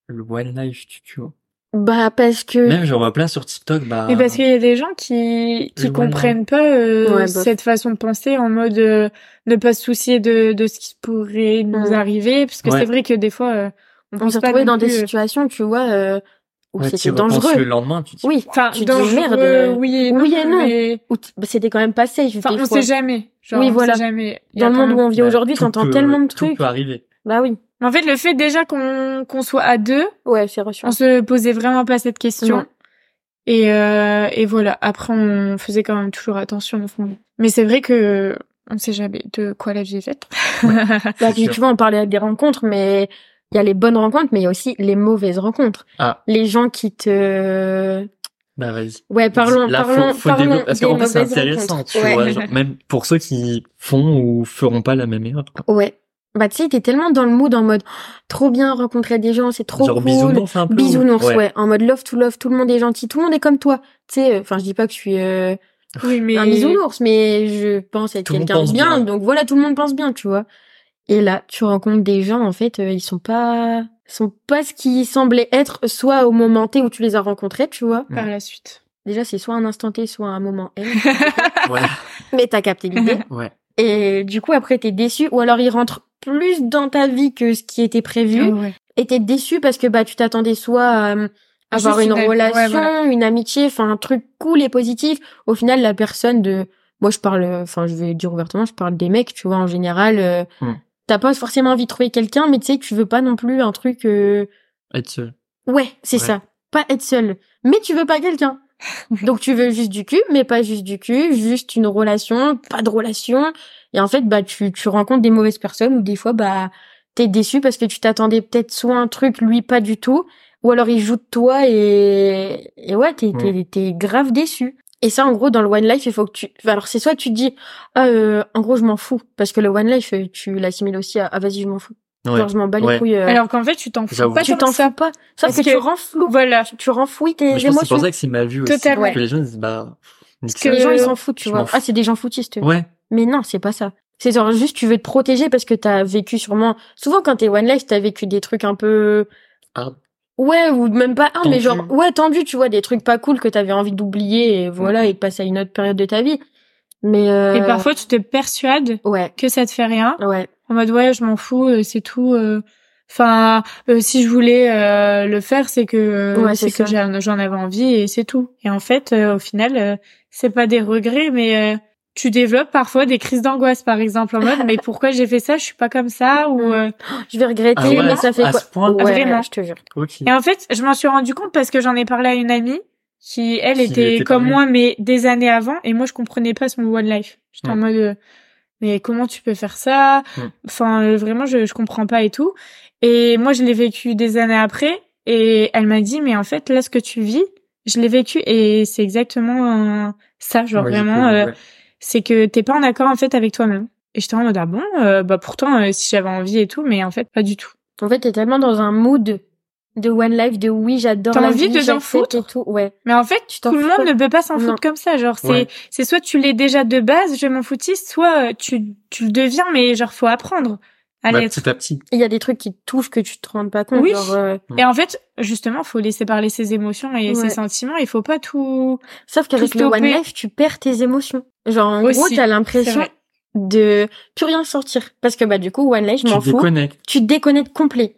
Speaker 2: le One Life, tu, tu vois.
Speaker 3: Bah parce que
Speaker 2: Même, j'en vois plein sur TikTok, bah.
Speaker 4: Mais parce qu'il y a des gens qui qui
Speaker 2: Le one
Speaker 4: comprennent pas euh,
Speaker 3: Ouais, bof.
Speaker 4: cette façon de penser en mode euh, ne pas se soucier de de ce qui pourrait nous
Speaker 3: Mm.
Speaker 4: arriver parce que
Speaker 2: Ouais.
Speaker 4: c'est vrai que des fois euh, on
Speaker 3: on
Speaker 4: pense
Speaker 3: s'est
Speaker 4: pas
Speaker 3: retrouvé
Speaker 4: non
Speaker 3: dans des
Speaker 4: plus, euh,
Speaker 3: situations, tu vois, euh, où
Speaker 2: ouais, t'y
Speaker 3: c'était
Speaker 2: repenses le
Speaker 3: dangereux.
Speaker 2: lendemain, tu dis.
Speaker 3: Oui.
Speaker 4: Enfin,
Speaker 3: tu te dis,
Speaker 4: dangereux,
Speaker 3: merde. euh,
Speaker 4: oui et non.
Speaker 3: Oui et non.
Speaker 4: mais-
Speaker 3: Où t- bah, c'était quand même pas safe.
Speaker 4: Enfin,
Speaker 3: des
Speaker 4: on
Speaker 3: fois.
Speaker 4: sait jamais. Genre,
Speaker 3: Oui,
Speaker 4: on
Speaker 3: voilà.
Speaker 4: sait jamais. Il y a
Speaker 3: Dans le
Speaker 4: quand
Speaker 3: monde
Speaker 4: même-
Speaker 3: où on vit
Speaker 2: Bah,
Speaker 3: aujourd'hui,
Speaker 2: tout
Speaker 3: t'entends
Speaker 2: peut-
Speaker 3: tellement de
Speaker 2: Tout
Speaker 3: trucs.
Speaker 2: peut arriver.
Speaker 3: Bah oui.
Speaker 4: Mais En fait, le fait déjà qu'on qu'on soit à deux,
Speaker 3: Ouais, c'est
Speaker 4: on
Speaker 3: rassurant.
Speaker 4: se posait vraiment pas cette question.
Speaker 3: Non.
Speaker 4: Et, euh, et voilà. Après, on faisait quand même toujours attention au fond. Mais c'est vrai que on sait jamais de quoi la vie est faite. Ah,
Speaker 3: Bah,
Speaker 2: C'est
Speaker 3: puis,
Speaker 2: sûr.
Speaker 3: tu vois, on parlait des rencontres, mais il y a les bonnes rencontres, mais il y a aussi les mauvaises rencontres.
Speaker 2: Ah.
Speaker 3: Les gens qui te.
Speaker 2: Bah, vas-y.
Speaker 3: Ouais, parlons,
Speaker 2: Là,
Speaker 3: parlons,
Speaker 2: faut, faut
Speaker 3: parlons
Speaker 2: développer, parce
Speaker 3: des
Speaker 2: qu'en fait, c'est
Speaker 3: mauvaises
Speaker 2: intéressant,
Speaker 3: rencontres.
Speaker 2: tu
Speaker 3: Ouais.
Speaker 2: vois, genre, même pour ceux qui font ou feront pas la même erreur, quoi.
Speaker 3: Ouais. Bah, tu sais, t'es tellement dans le mood en mode trop bien rencontrer des gens, c'est trop
Speaker 2: Genre,
Speaker 3: cool.
Speaker 2: bisounours, un peu. ou-
Speaker 3: Bisounours, ouais. En mode love to love, tout le monde est gentil, tout le monde est comme toi. Tu sais, enfin, je dis pas que je suis euh,
Speaker 4: oui, mais
Speaker 3: un bisounours, mais je pense être
Speaker 2: Tout le monde
Speaker 3: quelqu'un de
Speaker 2: pense
Speaker 3: bien,
Speaker 2: bien.
Speaker 3: Donc voilà, tout le monde pense bien, tu vois. Et là, tu rencontres des gens, en fait, euh, ils sont pas, ils sont pas ce qu'ils semblaient être, soit au moment T où tu les as rencontrés, tu vois.
Speaker 4: par la suite.
Speaker 3: Déjà, c'est soit un instant T, soit un moment L. Ah
Speaker 2: Ouais,
Speaker 3: mais t'as capté l'idée.
Speaker 2: ouais.
Speaker 3: Et du coup, après, t'es déçu. Ou alors, il rentre plus dans ta vie que ce qui était prévu.
Speaker 4: Ouais.
Speaker 3: Et t'es déçu parce que bah tu t'attendais soit à euh, avoir
Speaker 4: Juste
Speaker 3: une
Speaker 4: une ami- ouais,
Speaker 3: relation,
Speaker 4: voilà.
Speaker 3: une amitié, enfin un truc cool et positif. Au final, la personne de... Moi, je parle... euh, Enfin, je vais le dire ouvertement, je parle des mecs, tu vois, en général. euh,
Speaker 2: Hmm.
Speaker 3: T'as pas forcément envie de trouver quelqu'un, mais tu sais, tu veux pas non plus un truc... euh,
Speaker 2: Être seul.
Speaker 3: Ouais, c'est
Speaker 2: Ouais.
Speaker 3: ça. Pas être seul. Mais tu veux pas quelqu'un. Donc tu veux juste du cul, mais pas juste du cul, juste une relation, pas de relation. Et en fait, bah tu, tu rencontres des mauvaises personnes ou des fois bah t'es déçu parce que tu t'attendais peut-être soit un truc, lui pas du tout, ou alors il joue de toi et, et ouais, t'es, t'es, t'es grave déçu. Et ça, en gros, dans le One Life, il faut que tu... enfin, Alors, c'est soit tu te dis, Ah, euh, en gros, je m'en fous, parce que le One Life, euh, tu l'assimiles aussi à, ah, vas-y, je m'en fous.
Speaker 2: Ouais.
Speaker 3: Genre, je m'en bats les
Speaker 2: Ouais.
Speaker 3: couilles. euh,
Speaker 4: Alors qu'en fait, tu t'en fous
Speaker 2: J'avoue.
Speaker 4: pas
Speaker 3: tu
Speaker 4: tant
Speaker 3: t'en
Speaker 4: que ça.
Speaker 3: fous pas. Sauf
Speaker 4: Parce
Speaker 3: que, tu
Speaker 4: que-
Speaker 3: renfloues
Speaker 4: Voilà.
Speaker 3: Euh, tu renfouis tes
Speaker 2: Mais je pense que c'est
Speaker 3: émotions.
Speaker 2: pour ça que c'est mal vu aussi.
Speaker 4: Totalement.
Speaker 2: Que les gens disent, bah, nique
Speaker 4: Parce
Speaker 3: les
Speaker 4: que-
Speaker 3: gens, ils
Speaker 4: Euh,
Speaker 3: s'en foutent, tu
Speaker 2: je
Speaker 3: vois.
Speaker 2: m'en fous.
Speaker 3: Ah, c'est des gens foutistes.
Speaker 2: ça. Ouais.
Speaker 3: Mais non, c'est pas ça. C'est genre juste, tu veux te protéger parce que t'as vécu sûrement... Souvent, quand t'es One Life, t'as vécu des trucs un peu...
Speaker 2: Hard.
Speaker 3: Ouais, ou même pas un,
Speaker 2: Tendu.
Speaker 3: mais genre... Ouais, tendu, tu vois, des trucs pas cool que t'avais envie d'oublier et voilà, et de passer à une autre période de ta vie. Mais... Euh...
Speaker 4: Et parfois, tu te persuades
Speaker 3: Ouais,
Speaker 4: que ça te fait rien.
Speaker 3: ouais.
Speaker 4: En mode, ouais, je m'en fous, euh, c'est tout. euh. Enfin, euh, si je voulais euh, le faire, c'est que euh,
Speaker 3: Ouais,
Speaker 4: c'est
Speaker 3: c'est
Speaker 4: que j'en j'en avais envie et c'est tout. Et en fait, euh, au final, euh, c'est pas des regrets, mais euh, tu développes parfois des crises d'angoisse, par exemple, en mode, mais pourquoi j'ai fait ça Je suis pas comme ça
Speaker 3: Mm.
Speaker 4: ou. euh,
Speaker 3: Je vais regretter,
Speaker 2: Ah ouais,
Speaker 3: mais ça fait
Speaker 2: à
Speaker 3: quoi
Speaker 2: ce point
Speaker 3: Ouais,
Speaker 4: Vraiment.
Speaker 3: je te jure.
Speaker 2: Ok.
Speaker 4: Et en fait, je m'en suis rendu compte parce que j'en ai parlé à une amie qui, elle,
Speaker 2: Qui
Speaker 4: était,
Speaker 2: était
Speaker 4: comme
Speaker 2: pareil.
Speaker 4: moi, mais des années avant. Et moi, je comprenais pas son one life. J'étais en
Speaker 2: Mm.
Speaker 4: mode, euh, mais comment tu peux faire ça
Speaker 2: Mm.
Speaker 4: Enfin, euh, vraiment, je, je comprends pas et tout. Et moi, je l'ai vécu des années après. Et elle m'a dit, mais en fait, là, ce que tu vis, je l'ai vécu. Et c'est exactement euh, ça, genre
Speaker 2: Ouais,
Speaker 4: vraiment.
Speaker 2: j'ai
Speaker 4: euh,
Speaker 2: connu, ouais.
Speaker 4: c'est que t'es pas en accord, en fait, avec toi-même. Et j'étais en mode, ah bon Euh, Bah pourtant, euh, si j'avais envie et tout, mais en fait, pas du tout.
Speaker 3: En fait, t'es tellement dans un mood de One Life, de oui, j'adore
Speaker 4: T'as
Speaker 3: la vie,
Speaker 4: envie de t'en
Speaker 3: j'accepte et tout. Ouais.
Speaker 4: Mais en fait,
Speaker 3: Tu t'en
Speaker 4: tout le
Speaker 3: fous
Speaker 4: monde
Speaker 3: pas.
Speaker 4: ne peut pas s'en
Speaker 3: Non.
Speaker 4: foutre comme ça. Genre, c'est
Speaker 2: Ouais.
Speaker 4: c'est soit tu l'es déjà de base, je m'en foutiste, soit euh, tu, tu le deviens, mais genre, faut apprendre à
Speaker 2: Bah,
Speaker 4: l'être.
Speaker 2: petit à petit.
Speaker 3: Il y a des trucs qui te touchent que tu te rends pas compte.
Speaker 4: Oui.
Speaker 3: Genre, euh,
Speaker 4: Et en fait, justement, faut laisser parler ses émotions et ses
Speaker 3: Ouais.
Speaker 4: sentiments. Il faut pas tout...
Speaker 3: Sauf qu'avec
Speaker 4: Tout
Speaker 3: le One
Speaker 4: stopper.
Speaker 3: Life, tu perds tes émotions. Genre, en gros,
Speaker 4: Aussi,
Speaker 3: t'as
Speaker 4: c'est
Speaker 3: l'impression
Speaker 4: vrai.
Speaker 3: de plus rien sortir. Parce que, bah, du coup, One Life, je
Speaker 2: tu
Speaker 3: m'en
Speaker 2: te
Speaker 3: fous.
Speaker 2: déconnectes.
Speaker 3: Tu te déconnectes complet.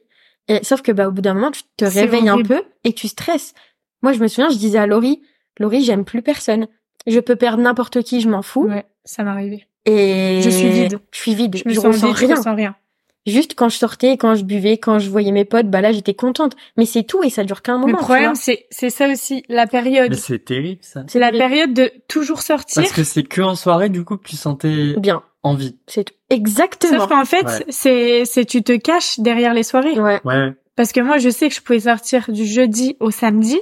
Speaker 3: Et, sauf que, bah, au bout d'un moment, tu te
Speaker 4: C'est
Speaker 3: réveilles un
Speaker 4: horrible.
Speaker 3: peu et tu stresses. Moi, je me souviens, je disais à Laurie, Laurie, j'aime plus personne. Je peux perdre n'importe qui, je m'en fous.
Speaker 4: Ouais, ça m'est arrivé.
Speaker 3: Et
Speaker 4: Je suis vide.
Speaker 3: Je suis vide.
Speaker 4: Je
Speaker 3: Je,
Speaker 4: me sens
Speaker 3: ressens
Speaker 4: vide, je
Speaker 3: rien.
Speaker 4: ressens rien.
Speaker 3: Juste quand je sortais, quand je buvais, quand je voyais mes potes, bah là, j'étais contente. Mais c'est tout et ça dure qu'un moment.
Speaker 4: Le
Speaker 3: tu
Speaker 4: problème,
Speaker 3: vois.
Speaker 4: c'est c'est ça aussi, la période.
Speaker 2: Mais c'est terrible, ça.
Speaker 3: c'est
Speaker 4: La
Speaker 3: la
Speaker 4: période de toujours sortir.
Speaker 2: Parce que c'est que en soirée, du coup, que tu sentais
Speaker 3: Bien,
Speaker 2: envie.
Speaker 3: c'est tout. Exactement.
Speaker 4: Sauf qu'en fait,
Speaker 2: Ouais.
Speaker 4: c'est c'est tu te caches derrière les soirées.
Speaker 3: Ouais.
Speaker 2: Ouais.
Speaker 4: Parce que moi, je sais que je pouvais sortir du jeudi au samedi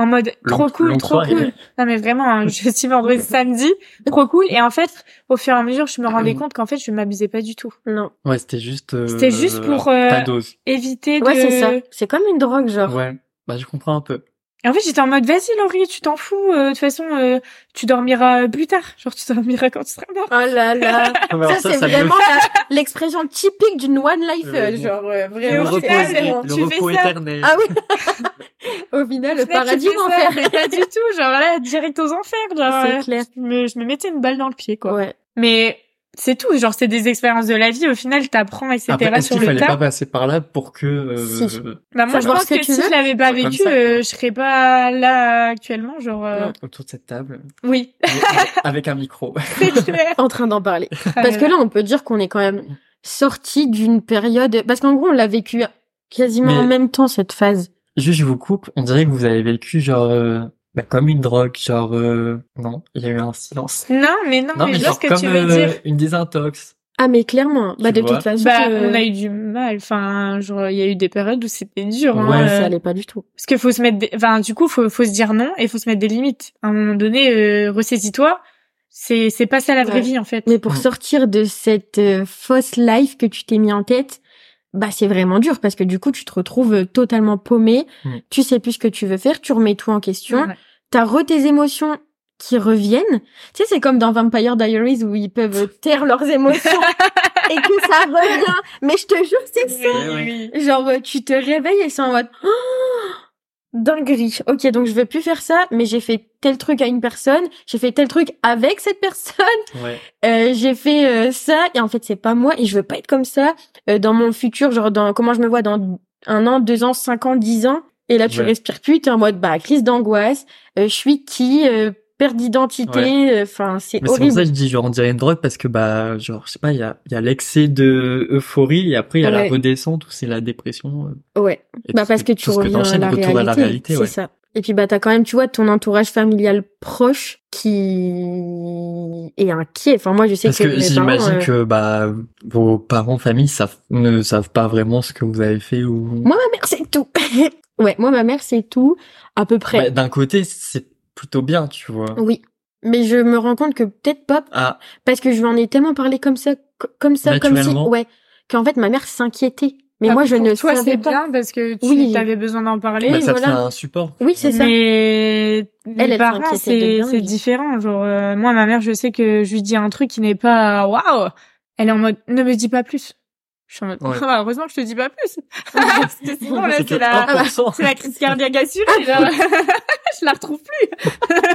Speaker 4: en mode trop
Speaker 2: Longue-
Speaker 4: cool,
Speaker 2: longue
Speaker 4: trop
Speaker 2: soirée.
Speaker 4: cool. Non mais vraiment, hein, jeudi, vendredi, samedi, trop cool. Et en fait, au fur et à mesure, je me rendais compte qu'en fait, je m'abusais pas du tout.
Speaker 3: Non.
Speaker 2: Ouais, c'était juste. euh,
Speaker 4: C'était juste pour, euh,
Speaker 2: Ta dose.
Speaker 4: Éviter
Speaker 3: Ouais,
Speaker 4: de.
Speaker 3: c'est ça. C'est comme une drogue, genre.
Speaker 2: Ouais. Bah, je comprends un peu.
Speaker 4: Et en fait, j'étais en mode vas-y, Laurie, tu t'en fous. euh, De toute façon, euh, tu dormiras plus tard. Genre, tu dormiras quand tu seras mort.
Speaker 3: Oh là là.
Speaker 2: Ah, Alors
Speaker 3: ça, c'est
Speaker 2: me-
Speaker 3: vraiment la- l'expression typique d'une one life, euh,
Speaker 2: Ouais,
Speaker 3: genre, euh,
Speaker 4: Et
Speaker 2: le
Speaker 4: au
Speaker 3: vraiment.
Speaker 2: repos,
Speaker 4: final,
Speaker 3: c'est vraiment-
Speaker 2: le
Speaker 4: tu
Speaker 2: repos
Speaker 4: fais ça.
Speaker 2: éternel.
Speaker 3: Ah oui. Au final, le
Speaker 4: Au final,
Speaker 3: paradis, Ah
Speaker 4: tu fais ça,
Speaker 3: l'enfer.
Speaker 4: mais Pas du tout. Genre là, direct aux enfers. Genre,
Speaker 3: C'est
Speaker 4: euh,
Speaker 3: clair.
Speaker 4: Je me, je me mettais une balle dans le pied, quoi.
Speaker 3: Ouais.
Speaker 4: Mais c'est tout. Genre, c'est des expériences de la vie. Au final, t'apprends, etc.
Speaker 2: Après, est-ce
Speaker 4: sur
Speaker 2: qu'il
Speaker 4: le
Speaker 2: fallait
Speaker 4: tas.
Speaker 2: pas passer par là pour que euh,
Speaker 3: Si.
Speaker 4: Bah moi, je
Speaker 3: Savoir
Speaker 4: pense
Speaker 3: ce
Speaker 4: que,
Speaker 3: que tu
Speaker 4: si
Speaker 3: veux.
Speaker 4: je l'avais pas
Speaker 2: Ouais, comme
Speaker 4: vécu,
Speaker 2: ça,
Speaker 4: euh,
Speaker 2: quoi.
Speaker 4: je serais pas là actuellement, genre. euh,
Speaker 3: Non.
Speaker 2: autour de cette table
Speaker 4: Oui,
Speaker 2: avec un micro.
Speaker 4: c'est clair.
Speaker 3: En train d'en parler.
Speaker 4: Euh,
Speaker 3: Parce que Ah là, on peut dire qu'on est quand même sorti d'une période, parce qu'en gros, on l'a vécu quasiment
Speaker 2: Mais-
Speaker 3: en même temps, cette phase.
Speaker 2: Juste, je vous coupe. On dirait que vous avez vécu genre euh, bah, comme une drogue, genre euh, non, il y a eu un silence.
Speaker 4: Non, mais non, mais, je vois
Speaker 2: genre
Speaker 4: ce que
Speaker 2: comme
Speaker 4: tu veux
Speaker 2: euh,
Speaker 4: dire.
Speaker 2: une désintox.
Speaker 3: Ah, mais clairement. Bah,
Speaker 2: Tu
Speaker 3: de
Speaker 2: vois.
Speaker 3: toute façon.
Speaker 4: Bah,
Speaker 3: euh,
Speaker 4: on a eu du mal. Enfin, genre, il y a eu des périodes où c'était dur. hein,
Speaker 2: Ouais.
Speaker 4: euh,
Speaker 3: ça allait pas du tout.
Speaker 4: parce qu'il faut se mettre. Des... Enfin, du coup, faut, faut se dire non et faut se mettre des limites. À un moment donné, euh, ressaisis-toi. C'est, c'est pas ça la vraie
Speaker 3: Ouais.
Speaker 4: vie en fait.
Speaker 3: Mais pour
Speaker 2: Mm.
Speaker 3: sortir de cette euh, fausse life que tu t'es mis en tête, bah c'est vraiment dur parce que du coup tu te retrouves euh, totalement paumé,
Speaker 2: Mm.
Speaker 3: tu sais plus ce que tu veux faire, tu remets tout en question,
Speaker 4: Ouais.
Speaker 3: t'as re tes émotions qui reviennent. Tu sais c'est comme dans Vampire Diaries où ils peuvent euh, taire leurs émotions et que ça revient. Mais je te jure c'est ça.
Speaker 2: Ouais, ouais.
Speaker 3: Genre euh, tu te réveilles et c'est en mode Oh Dinguerie. Ok, donc je vais plus faire ça, mais j'ai fait tel truc à une personne, j'ai fait tel truc avec cette personne,
Speaker 1: Ouais.
Speaker 3: euh, j'ai fait euh, ça, et en fait c'est pas moi, et je veux pas être comme ça euh, dans mon futur, genre dans comment je me vois dans un an, deux ans, cinq ans, dix ans, et là tu
Speaker 1: Ouais.
Speaker 3: respires plus, t'es en mode bah crise d'angoisse, euh, je suis qui, euh, perte d'identité, euh, enfin c'est
Speaker 2: Mais c'est pour
Speaker 3: horrible.
Speaker 2: ça que je dis genre on dirait une drogue parce que bah genre je sais pas il y a il y a l'excès de euphorie et après il y a
Speaker 3: Ouais.
Speaker 2: la redescente où c'est la dépression. euh,
Speaker 3: Ouais.
Speaker 2: et
Speaker 3: Bah
Speaker 2: tout-
Speaker 3: parce que tu
Speaker 2: tout ce
Speaker 3: reviens à
Speaker 2: t'enchaînes,
Speaker 3: la
Speaker 2: retour
Speaker 3: réalité,
Speaker 2: à la réalité.
Speaker 3: c'est
Speaker 2: Ouais.
Speaker 3: ça. Et puis bah t'as quand même tu vois ton entourage familial proche qui est inquiet. Enfin moi je sais
Speaker 2: Parce
Speaker 3: que,
Speaker 2: que
Speaker 3: mes parents,
Speaker 2: j'imagine
Speaker 3: euh,
Speaker 2: que bah vos parents famille savent ne savent pas vraiment ce que vous avez fait ou.
Speaker 3: moi ma mère c'est tout. ouais moi ma mère c'est tout à peu
Speaker 2: Bah,
Speaker 3: près.
Speaker 2: D'un côté c'est plutôt bien tu vois.
Speaker 3: Oui. Mais je me rends compte que peut-être pas
Speaker 2: Ah
Speaker 3: parce que je lui en ai tellement parlé comme ça co- comme ça comme si
Speaker 2: Naturellement.
Speaker 3: ouais qu'en fait ma mère s'inquiétait. Mais moi je ne
Speaker 4: Ah, Toi,
Speaker 3: savais
Speaker 4: c'est
Speaker 3: pas.
Speaker 4: bien parce que tu
Speaker 3: Oui.
Speaker 4: avais besoin d'en parler.
Speaker 3: Oui,
Speaker 2: bah, ça te
Speaker 3: voilà.
Speaker 2: fait un support.
Speaker 3: Oui, c'est ça.
Speaker 4: Mais
Speaker 3: Elle,
Speaker 4: les
Speaker 3: elle
Speaker 4: parents,
Speaker 3: s'inquiétait de
Speaker 4: c'est
Speaker 3: dingue.
Speaker 4: c'est différent. Genre, euh, moi, ma mère, je sais que je lui dis un truc qui n'est pas waouh. Elle est en mode ne me dis pas plus. Je suis en mode
Speaker 2: Ouais.
Speaker 4: Ah, heureusement que je te dis pas plus. Parce que sinon Oh là,
Speaker 2: C'est que
Speaker 4: c'est la
Speaker 2: 1%.
Speaker 4: c'est la crise cardiaque assurée.
Speaker 3: Ah,
Speaker 4: genre. je la retrouve plus.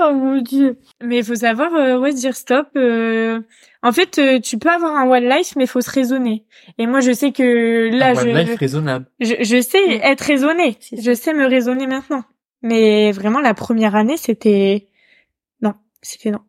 Speaker 3: Oh mon dieu.
Speaker 4: mais il faut savoir euh, ouais dire stop. euh, En fait, euh, tu peux avoir un wildlife, mais faut se raisonner. Et moi, je sais que là,
Speaker 2: Un
Speaker 4: je,
Speaker 2: one life raisonnable.
Speaker 4: je, je sais
Speaker 3: Mm.
Speaker 4: être raisonnée.
Speaker 3: C'est ça.
Speaker 4: Je sais me raisonner maintenant. Mais vraiment, la première année, c'était... Non, c'était non.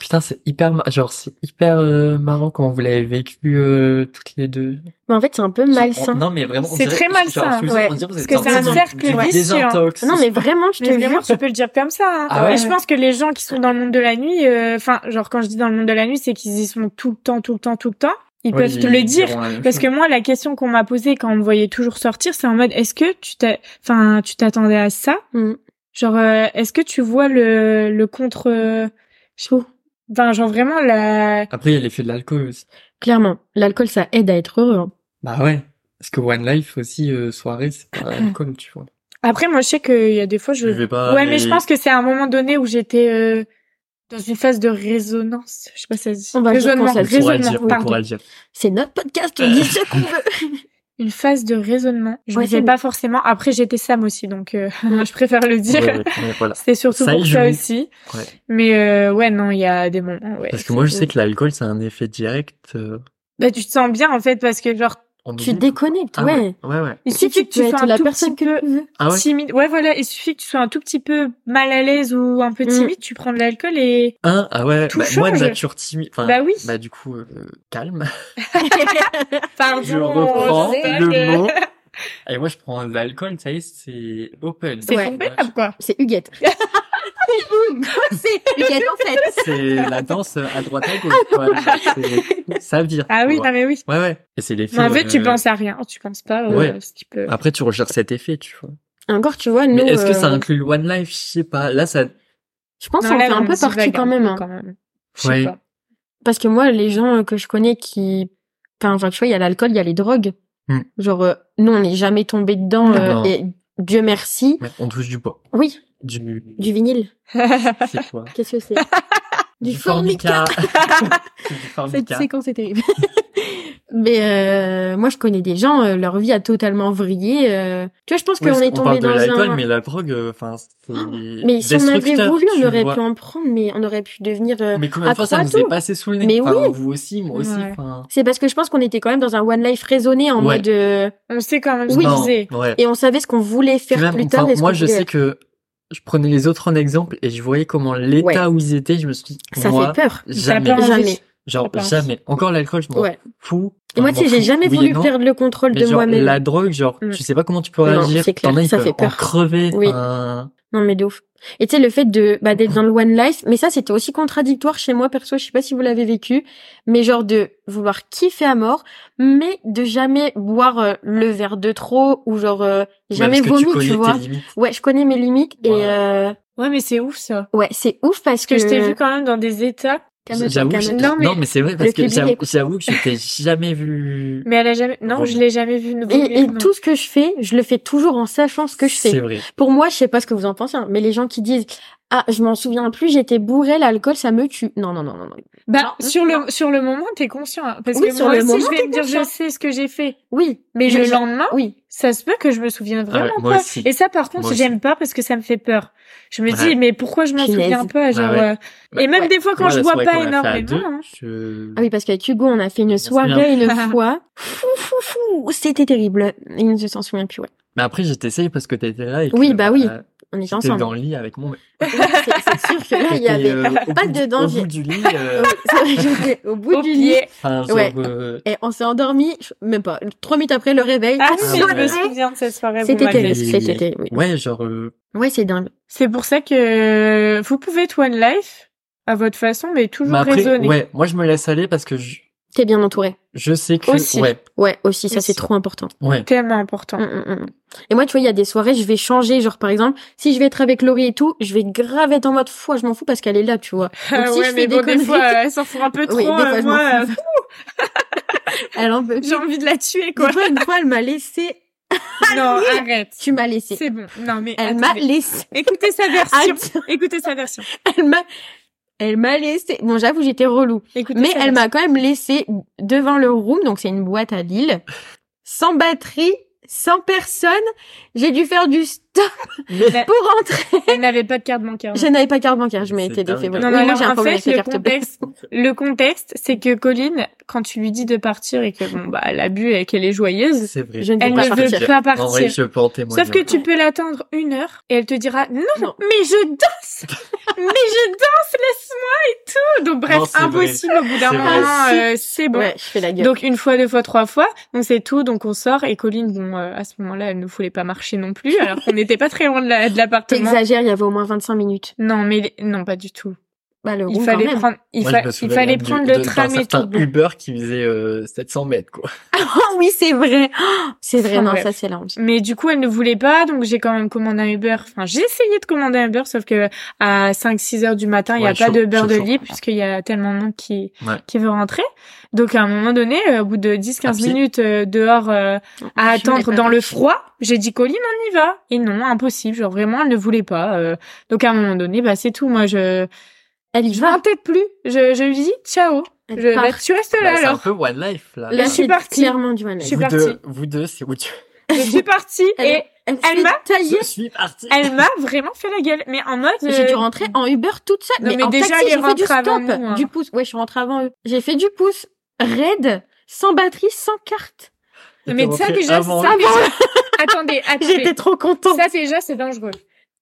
Speaker 2: Putain, c'est hyper, mar- genre, c'est hyper euh, marrant comment vous l'avez vécu euh, toutes les deux.
Speaker 3: Mais en fait c'est un peu
Speaker 2: On-
Speaker 3: malsain.
Speaker 2: Non, mais vraiment, on
Speaker 4: C'est
Speaker 2: dirait-
Speaker 4: très malsain,
Speaker 2: genre, je vous-
Speaker 3: ouais.
Speaker 2: on dirait que vous
Speaker 4: Parce
Speaker 2: êtes
Speaker 4: que
Speaker 2: sortis
Speaker 3: c'est un
Speaker 2: du-
Speaker 4: cercle
Speaker 2: du
Speaker 4: vicieux. hein.
Speaker 2: désintox.
Speaker 3: Non mais vraiment je
Speaker 4: Mais
Speaker 3: te
Speaker 4: vraiment,
Speaker 3: jure.
Speaker 4: tu peux le dire comme ça. hein.
Speaker 2: Ah ouais
Speaker 4: Et je pense que les gens qui sont dans le monde de la nuit... euh, Enfin, genre, quand je dis dans le monde de la nuit, c'est qu'ils y sont tout le temps, tout le temps, tout le temps. Ils
Speaker 2: Ouais,
Speaker 4: peuvent te le
Speaker 2: ils
Speaker 4: dire.
Speaker 2: diront la même
Speaker 4: Parce
Speaker 2: chose.
Speaker 4: que moi, la question qu'on m'a posée quand on me voyait toujours sortir, c'est en mode, est-ce que tu t'as, enfin, tu t'attendais à ça?
Speaker 3: Mm.
Speaker 4: Genre, euh, est-ce que tu vois le, le contre, euh, je sais pas. Enfin, genre vraiment la,
Speaker 2: Après, il y a l'effet de l'alcool aussi.
Speaker 3: Clairement l'alcool ça aide à être heureux. hein.
Speaker 2: Bah ouais. Parce que One Life aussi, euh, soirée, c'est pas l'alcool, tu vois.
Speaker 4: après, moi, je sais qu'il y a des fois, je,
Speaker 2: Je vais pas.
Speaker 4: ouais, mais je pense que c'est à un moment donné où j'étais, euh, dans une phase de résonance. Je sais pas si ça se dit.
Speaker 3: On va dire
Speaker 4: raisonnement,
Speaker 3: qu'on s'appelle-
Speaker 2: On pourra le
Speaker 4: raisonnement,
Speaker 2: dire, on
Speaker 4: pardon.
Speaker 2: pourra le dire.
Speaker 3: C'est notre podcast, on dit ce qu'on veut.
Speaker 4: Une phase de raisonnement. Je
Speaker 3: Ouais,
Speaker 4: ne sais
Speaker 3: c'est-
Speaker 4: pas forcément. Après, j'étais Sam aussi, donc, euh, je préfère le dire.
Speaker 2: Ouais, ouais, ouais, voilà.
Speaker 4: C'était surtout
Speaker 2: Ça y
Speaker 4: pour ça
Speaker 2: joue.
Speaker 4: aussi.
Speaker 2: Ouais.
Speaker 4: Mais euh, ouais, non, il y a des moments. Ouais.
Speaker 2: Parce que moi, je sais que l'alcool, c'est un effet direct. euh,
Speaker 4: Bah, tu te sens bien en fait parce que genre
Speaker 2: on
Speaker 3: Tu
Speaker 2: oublie.
Speaker 3: déconnectes,
Speaker 2: Ah
Speaker 3: ouais.
Speaker 2: Ouais, ouais.
Speaker 4: il
Speaker 3: Si
Speaker 4: suffit
Speaker 3: tu
Speaker 4: que tu
Speaker 3: peux
Speaker 4: sois
Speaker 3: être
Speaker 4: un
Speaker 3: la
Speaker 4: tout
Speaker 3: personne
Speaker 4: petit
Speaker 3: que
Speaker 4: peu
Speaker 3: tu veux.
Speaker 2: Ah ouais.
Speaker 4: timide. Ouais, voilà, il suffit que tu sois un tout petit peu mal à l'aise ou un peu
Speaker 3: Mm.
Speaker 4: timide, tu prends de l'alcool et
Speaker 2: Hein? Ah ouais.
Speaker 4: Tout
Speaker 2: Bah, moi, de
Speaker 4: change.
Speaker 2: nature timide. Enfin,
Speaker 4: bah oui.
Speaker 2: bah, du coup, euh, calme.
Speaker 4: Pardon.
Speaker 2: Je
Speaker 3: Oh,
Speaker 2: reprends
Speaker 4: c'est-
Speaker 2: le mot. Et moi, je prends de l'alcool, ça y est, c'est open.
Speaker 4: C'est
Speaker 3: Ouais.
Speaker 4: compatible quoi.
Speaker 3: C'est Huguette. c'est Huguette en fait.
Speaker 2: C'est la danse à droite à gauche.
Speaker 3: Ah
Speaker 2: Voilà. C'est- Ça veut dire.
Speaker 4: Ah oui,
Speaker 2: tu vois.
Speaker 4: non mais oui.
Speaker 2: Ouais, ouais. Et c'est l'effet.
Speaker 4: Mais en fait, tu
Speaker 2: euh,
Speaker 4: penses à rien, tu penses pas euh,
Speaker 2: Ouais. Ah.
Speaker 4: ce qui peut.
Speaker 2: Après, tu recherches cet effet, tu vois.
Speaker 3: Encore, tu vois, nous.
Speaker 2: Mais est-ce que ça
Speaker 3: euh,
Speaker 2: inclut le One Life Je sais pas. Là, ça.
Speaker 3: Je pense
Speaker 4: Non,
Speaker 3: qu'on
Speaker 4: là,
Speaker 3: fait un
Speaker 4: on
Speaker 3: peu
Speaker 4: divague
Speaker 3: partie
Speaker 4: un
Speaker 3: quand même.
Speaker 4: peu,
Speaker 3: hein.
Speaker 4: quand même. Je sais
Speaker 2: Ouais.
Speaker 4: pas.
Speaker 3: Parce que moi, les gens euh, que je connais qui. Enfin, enfin, tu vois, il y a l'alcool, il y a les drogues.
Speaker 2: Hmm.
Speaker 3: Genre, euh, nous, on n'est jamais tombé dedans. euh,
Speaker 2: Non.
Speaker 3: et Dieu merci.
Speaker 2: Mais On touche du bois.
Speaker 3: Oui,
Speaker 2: Du.
Speaker 3: du vinyle.
Speaker 2: C'est quoi
Speaker 3: Qu'est-ce que c'est Du formica.
Speaker 2: du
Speaker 3: Cette
Speaker 2: formica.
Speaker 3: séquence est terrible. Mais euh, moi, je connais des gens, euh, leur vie a totalement vrillé. euh. Tu vois, je pense
Speaker 2: Oui,
Speaker 3: qu'on est
Speaker 2: on parle
Speaker 3: tombé
Speaker 2: de
Speaker 3: dans
Speaker 2: l'alcool,
Speaker 3: un...
Speaker 2: mais la drogue, euh, enfin, c'est
Speaker 3: Mais si on avait
Speaker 2: destructeur,
Speaker 3: voulu, on
Speaker 2: tu
Speaker 3: aurait
Speaker 2: vois. Mm.
Speaker 3: pu en prendre, mais on aurait pu devenir... euh,
Speaker 2: Mais combien de fois ça nous
Speaker 3: accro à
Speaker 2: est
Speaker 3: tout.
Speaker 2: passé sous le nez
Speaker 3: Mais
Speaker 2: Enfin,
Speaker 3: oui.
Speaker 2: vous aussi, moi aussi.
Speaker 4: Ouais.
Speaker 2: Enfin,
Speaker 3: C'est parce que je pense qu'on était quand même dans un one life raisonné en
Speaker 2: Ouais.
Speaker 3: mode euh,
Speaker 4: On sait quand même ce
Speaker 3: Oui.
Speaker 4: qu'on
Speaker 2: non,
Speaker 4: faisait.
Speaker 2: ouais.
Speaker 3: et on savait ce qu'on voulait faire
Speaker 2: Puis même,
Speaker 3: plus tard.
Speaker 2: enfin,
Speaker 3: et ce
Speaker 2: moi,
Speaker 3: qu'on
Speaker 2: je
Speaker 3: voulait
Speaker 2: sais que je prenais les autres en exemple et je voyais comment l'état où ils étaient. Je me suis dit,
Speaker 3: être. ça
Speaker 2: moi,
Speaker 3: fait peur.
Speaker 2: jamais,
Speaker 4: Ça fait envie.
Speaker 3: Jamais.
Speaker 2: genre
Speaker 4: ça fait
Speaker 2: jamais. Encore l'alcool, je m'en
Speaker 3: Ouais.
Speaker 2: fous.
Speaker 3: Et moi,
Speaker 2: Enfin,
Speaker 3: tu sais,
Speaker 2: je m'en fous,
Speaker 3: j'ai jamais
Speaker 2: oui et
Speaker 3: voulu
Speaker 2: non.
Speaker 3: perdre le contrôle
Speaker 2: Mais
Speaker 3: de
Speaker 2: genre,
Speaker 3: moi-même.
Speaker 2: La drogue, genre,
Speaker 4: Mm.
Speaker 2: tu sais pas comment tu peux
Speaker 3: Non,
Speaker 2: réagir.
Speaker 3: c'est clair,
Speaker 2: T'en as, ils
Speaker 3: ça
Speaker 2: peuvent
Speaker 3: fait
Speaker 2: en
Speaker 3: peur.
Speaker 2: crever.
Speaker 3: Oui.
Speaker 2: enfin,
Speaker 3: Non, mais de ouf. Et tu sais, le fait de bah, d'être dans le one life, mais ça, c'était aussi contradictoire chez moi, perso, je sais pas si vous l'avez vécu, mais genre de vouloir kiffer à mort, mais de jamais boire euh, le verre de trop ou genre euh,
Speaker 2: ouais,
Speaker 3: jamais
Speaker 2: parce que
Speaker 3: vomi,
Speaker 2: tu
Speaker 3: tu,
Speaker 2: connais
Speaker 3: vois.
Speaker 2: tes limites.
Speaker 3: Ouais, je connais mes limites et
Speaker 2: Ouais.
Speaker 3: euh,
Speaker 4: Ouais, mais c'est ouf ça.
Speaker 3: ouais, c'est ouf parce
Speaker 4: Parce que je t'ai vu quand même dans des états.
Speaker 2: J'avoue, que-
Speaker 4: calme-toi. Non, mais
Speaker 2: non, mais c'est vrai, parce que
Speaker 3: public
Speaker 2: j'avoue
Speaker 3: écoute.
Speaker 2: j'avoue que je t'ai jamais vu.
Speaker 4: Mais elle a jamais. Non,
Speaker 2: Ouais.
Speaker 4: je l'ai jamais vu.
Speaker 3: Et, et
Speaker 4: Non.
Speaker 3: tout ce que je fais, je le fais toujours en sachant ce que je fais.
Speaker 2: C'est vrai.
Speaker 3: Pour moi, je sais pas ce que vous en pensez, hein, mais les gens qui disent Ah, je m'en souviens plus, j'étais bourrée, l'alcool, ça me tue. Non, non, non, non, non.
Speaker 4: Bah, sur le, sur le moment, t'es conscient. hein, Parce
Speaker 3: Oui,
Speaker 4: que
Speaker 3: sur
Speaker 4: moi
Speaker 3: le
Speaker 4: aussi,
Speaker 3: moment,
Speaker 4: je vais
Speaker 3: t'es
Speaker 4: me dire, je
Speaker 3: conscient.
Speaker 4: sais ce que j'ai fait.
Speaker 3: Oui,
Speaker 4: Mais
Speaker 3: je-
Speaker 4: le
Speaker 3: je-
Speaker 4: lendemain,
Speaker 3: oui.
Speaker 4: ça se peut que je me souvienne
Speaker 2: Ah ouais,
Speaker 4: vraiment
Speaker 2: moi
Speaker 4: pas.
Speaker 2: aussi.
Speaker 4: Et ça, par contre,
Speaker 2: Moi
Speaker 4: j'aime pas parce que ça me fait peur. Je me
Speaker 2: Ouais.
Speaker 4: dis, mais pourquoi je m'en
Speaker 3: Punaise.
Speaker 4: souviens pas, genre,
Speaker 2: Ouais, ouais.
Speaker 4: euh, Et même des fois, quand
Speaker 2: Moi,
Speaker 4: je
Speaker 2: la
Speaker 4: bois
Speaker 2: soirée
Speaker 4: pas
Speaker 2: qu'on a fait à deux,
Speaker 4: énormément, hein.
Speaker 2: je-
Speaker 3: Ah oui, parce qu'avec Hugo, on a fait une
Speaker 2: se
Speaker 3: soirée une fois. Fou, fou, fou. C'était terrible. Il ne s'en souvient plus, ouais.
Speaker 2: Mais après, je t'essaye parce que t'étais là et que,
Speaker 3: Oui, bah oui,
Speaker 2: euh,
Speaker 3: On était
Speaker 2: j'étais
Speaker 3: ensemble.
Speaker 2: dans le lit avec mon mec.
Speaker 3: C'est c'est sûr que là, il y
Speaker 2: Et,
Speaker 3: avait
Speaker 2: euh, au
Speaker 3: pas
Speaker 2: bout
Speaker 3: de
Speaker 2: du-
Speaker 3: danger.
Speaker 2: Au bout du lit,
Speaker 3: Oui,
Speaker 2: euh,
Speaker 3: c'est vrai, j'étais au bout
Speaker 4: Au
Speaker 3: du lit.
Speaker 4: pied.
Speaker 2: enfin, genre,
Speaker 3: Ouais.
Speaker 2: euh,
Speaker 3: Et on s'est endormi, je- même pas, trois minutes après le réveil.
Speaker 4: Ah,
Speaker 3: Bonne
Speaker 4: si, je me
Speaker 2: ouais.
Speaker 3: soirée.
Speaker 4: souviens de cette soirée. vous
Speaker 3: C'était
Speaker 4: m'avez
Speaker 3: terrible,
Speaker 4: dit.
Speaker 2: dit.
Speaker 3: c'était terrible. oui.
Speaker 2: ouais, genre, euh,
Speaker 3: Ouais, c'est dingue.
Speaker 4: C'est pour ça que vous pouvez être One Life à votre façon, mais toujours
Speaker 2: mais après,
Speaker 4: raisonner.
Speaker 2: ouais, moi, je me laisse aller parce que je,
Speaker 3: T'es bien entouré.
Speaker 2: je sais que,
Speaker 4: Aussi.
Speaker 2: ouais,
Speaker 3: Ouais, aussi, ça
Speaker 4: Aussi.
Speaker 3: c'est trop important.
Speaker 2: ouais.
Speaker 4: Tellement important.
Speaker 3: Mm, mm, mm. Et moi, tu vois, il y a des soirées, je vais changer. Genre, par exemple, si je vais être avec Laurie et tout, je vais grave être en mode foi, je m'en fous parce qu'elle est là, tu vois.
Speaker 4: Ah
Speaker 3: Donc, si
Speaker 4: ouais,
Speaker 3: je fais
Speaker 4: mais
Speaker 3: des
Speaker 4: bon, des
Speaker 3: conneries-
Speaker 4: fois, euh, elle s'en fout un peu trop.
Speaker 3: Oui, des fois,
Speaker 4: euh,
Speaker 3: je m'en
Speaker 4: moi, euh,
Speaker 3: Elle en peut.
Speaker 4: j'ai envie de la tuer, quoi.
Speaker 3: Des fois, une fois, elle m'a laissé.
Speaker 4: non, arrête.
Speaker 3: Tu m'as laissé.
Speaker 4: C'est bon. Non, mais
Speaker 3: Elle m'a
Speaker 4: attendez.
Speaker 3: laissé.
Speaker 4: écoutez sa version.
Speaker 3: Attends,
Speaker 4: Écoutez sa version.
Speaker 3: Elle m'a. Elle m'a laissé. Bon, j'avoue, j'étais relou.
Speaker 4: Écoutez
Speaker 3: Mais
Speaker 4: sa
Speaker 3: elle
Speaker 4: version.
Speaker 3: m'a quand même laissé devant le room, donc c'est une boîte à Lille, sans batterie, sans personne. J'ai dû faire du stop
Speaker 4: Mais-
Speaker 3: pour entrer.
Speaker 4: Elle n'avais pas de carte bancaire.
Speaker 3: Je n'avais pas carte bancaire, je m'étais
Speaker 2: C'est dingue.
Speaker 3: défait.
Speaker 4: Ah Non,
Speaker 3: oui, moi
Speaker 4: mais alors,
Speaker 3: j'ai un
Speaker 4: en
Speaker 3: problème
Speaker 4: fait,
Speaker 3: avec les
Speaker 4: le
Speaker 3: cartes bancaires.
Speaker 4: contexte, le contexte, c'est que Colline, quand tu lui dis de partir et que bon, bah, elle a bu et qu'elle est joyeuse,
Speaker 2: C'est vrai.
Speaker 3: Je ne
Speaker 4: elle
Speaker 3: veux pas
Speaker 4: ne
Speaker 3: partir.
Speaker 4: veut pas partir.
Speaker 2: En vrai, je peux en témoigner.
Speaker 4: Sauf que tu peux l'attendre une heure et elle te dira non,
Speaker 3: Non.
Speaker 4: mais je danse, mais je danse, laisse-moi et tout. Donc bref,
Speaker 2: Non, c'est
Speaker 4: impossible au bout d'un
Speaker 2: C'est
Speaker 4: moment,
Speaker 3: vrai.
Speaker 4: euh, c'est bon.
Speaker 3: Ouais, je fais la gueule.
Speaker 4: Donc une fois, deux fois, trois fois, donc c'est tout. Donc on sort et Colline, bon, euh, à ce moment-là, elle ne voulait pas marcher non plus, alors qu'on n'était pas très loin de la- de l'appartement.
Speaker 3: T'exagères, il y avait au moins 25 minutes.
Speaker 4: non, mais non, pas du tout.
Speaker 3: Bah, le
Speaker 4: Il
Speaker 3: room,
Speaker 4: fallait
Speaker 3: quand même.
Speaker 4: prendre, il,
Speaker 2: Moi,
Speaker 4: fa-
Speaker 2: je me
Speaker 4: il
Speaker 2: souviens
Speaker 4: fallait
Speaker 2: du-
Speaker 4: prendre
Speaker 2: de-
Speaker 4: le tram
Speaker 2: d'un
Speaker 4: et tout.
Speaker 2: certain
Speaker 4: Bon.
Speaker 2: Uber qui faisait euh, 700 mètres, quoi.
Speaker 3: Oh oui, c'est vrai. Oh, c'est vrai,
Speaker 4: Enfin,
Speaker 3: non,
Speaker 4: bref.
Speaker 3: ça c'est la honte.
Speaker 4: Mais du coup, elle ne voulait pas, donc j'ai quand même commandé un Uber. Enfin, j'ai essayé de commander un Uber, sauf que à 5-6 heures du matin, il y
Speaker 2: Ouais,
Speaker 4: a pas
Speaker 2: chaud,
Speaker 4: de beurre
Speaker 2: chaud,
Speaker 4: de
Speaker 2: chaud.
Speaker 4: lit, puisqu'il y a tellement de monde qui,
Speaker 2: Ouais.
Speaker 4: qui veut rentrer. Donc à un moment donné, euh, au bout de 10-15
Speaker 2: pied.
Speaker 4: minutes euh, dehors euh, à
Speaker 3: Je n'ai
Speaker 4: attendre
Speaker 3: pas
Speaker 4: dans le
Speaker 3: marché.
Speaker 4: froid, j'ai dit Colline, on y va. Et non, impossible. Genre vraiment, elle ne voulait pas. euh. Donc à un moment donné, bah c'est tout. Moi, je
Speaker 3: Elle y
Speaker 4: je m'en
Speaker 3: va.
Speaker 4: peut-être plus. Je, je lui dis ciao.
Speaker 3: Elle
Speaker 4: Je,
Speaker 3: part.
Speaker 4: bah, tu
Speaker 3: Oh
Speaker 4: restes là
Speaker 2: Bah, c'est un
Speaker 4: alors.
Speaker 2: peu One Life, là.
Speaker 3: Là,
Speaker 4: je suis
Speaker 3: c'est
Speaker 4: partie.
Speaker 3: clairement du mal.
Speaker 4: Je suis
Speaker 2: vous
Speaker 4: partie.
Speaker 2: deux, vous deux, c'est où tu...
Speaker 4: Je suis partie
Speaker 3: Elle-
Speaker 4: et elle
Speaker 3: s'est
Speaker 4: m'a-
Speaker 3: taillée.
Speaker 2: Je suis parti.
Speaker 4: elle m'a vraiment fait la gueule. Mais en mode.
Speaker 3: J'ai dû
Speaker 4: euh,
Speaker 3: rentrer en Uber toute seule.
Speaker 4: Non, mais
Speaker 3: en
Speaker 4: déjà,
Speaker 3: taxi,
Speaker 4: elle est
Speaker 3: j'ai fait du
Speaker 4: rentrée
Speaker 3: stop.
Speaker 4: avant nous, hein.
Speaker 3: Du pouce. Ouais, je suis rentrée avant eux. J'ai fait du pouce. Raid. Sans batterie, sans carte. Ah,
Speaker 2: Et
Speaker 4: Mais
Speaker 2: t'es
Speaker 4: ça
Speaker 2: rentré
Speaker 4: déjà,
Speaker 2: avant Ah,
Speaker 4: ça
Speaker 2: le-
Speaker 4: déjà. attendez,
Speaker 3: J'étais
Speaker 4: attendez.
Speaker 3: trop contente.
Speaker 4: Ah, Ça déjà, c'est dangereux.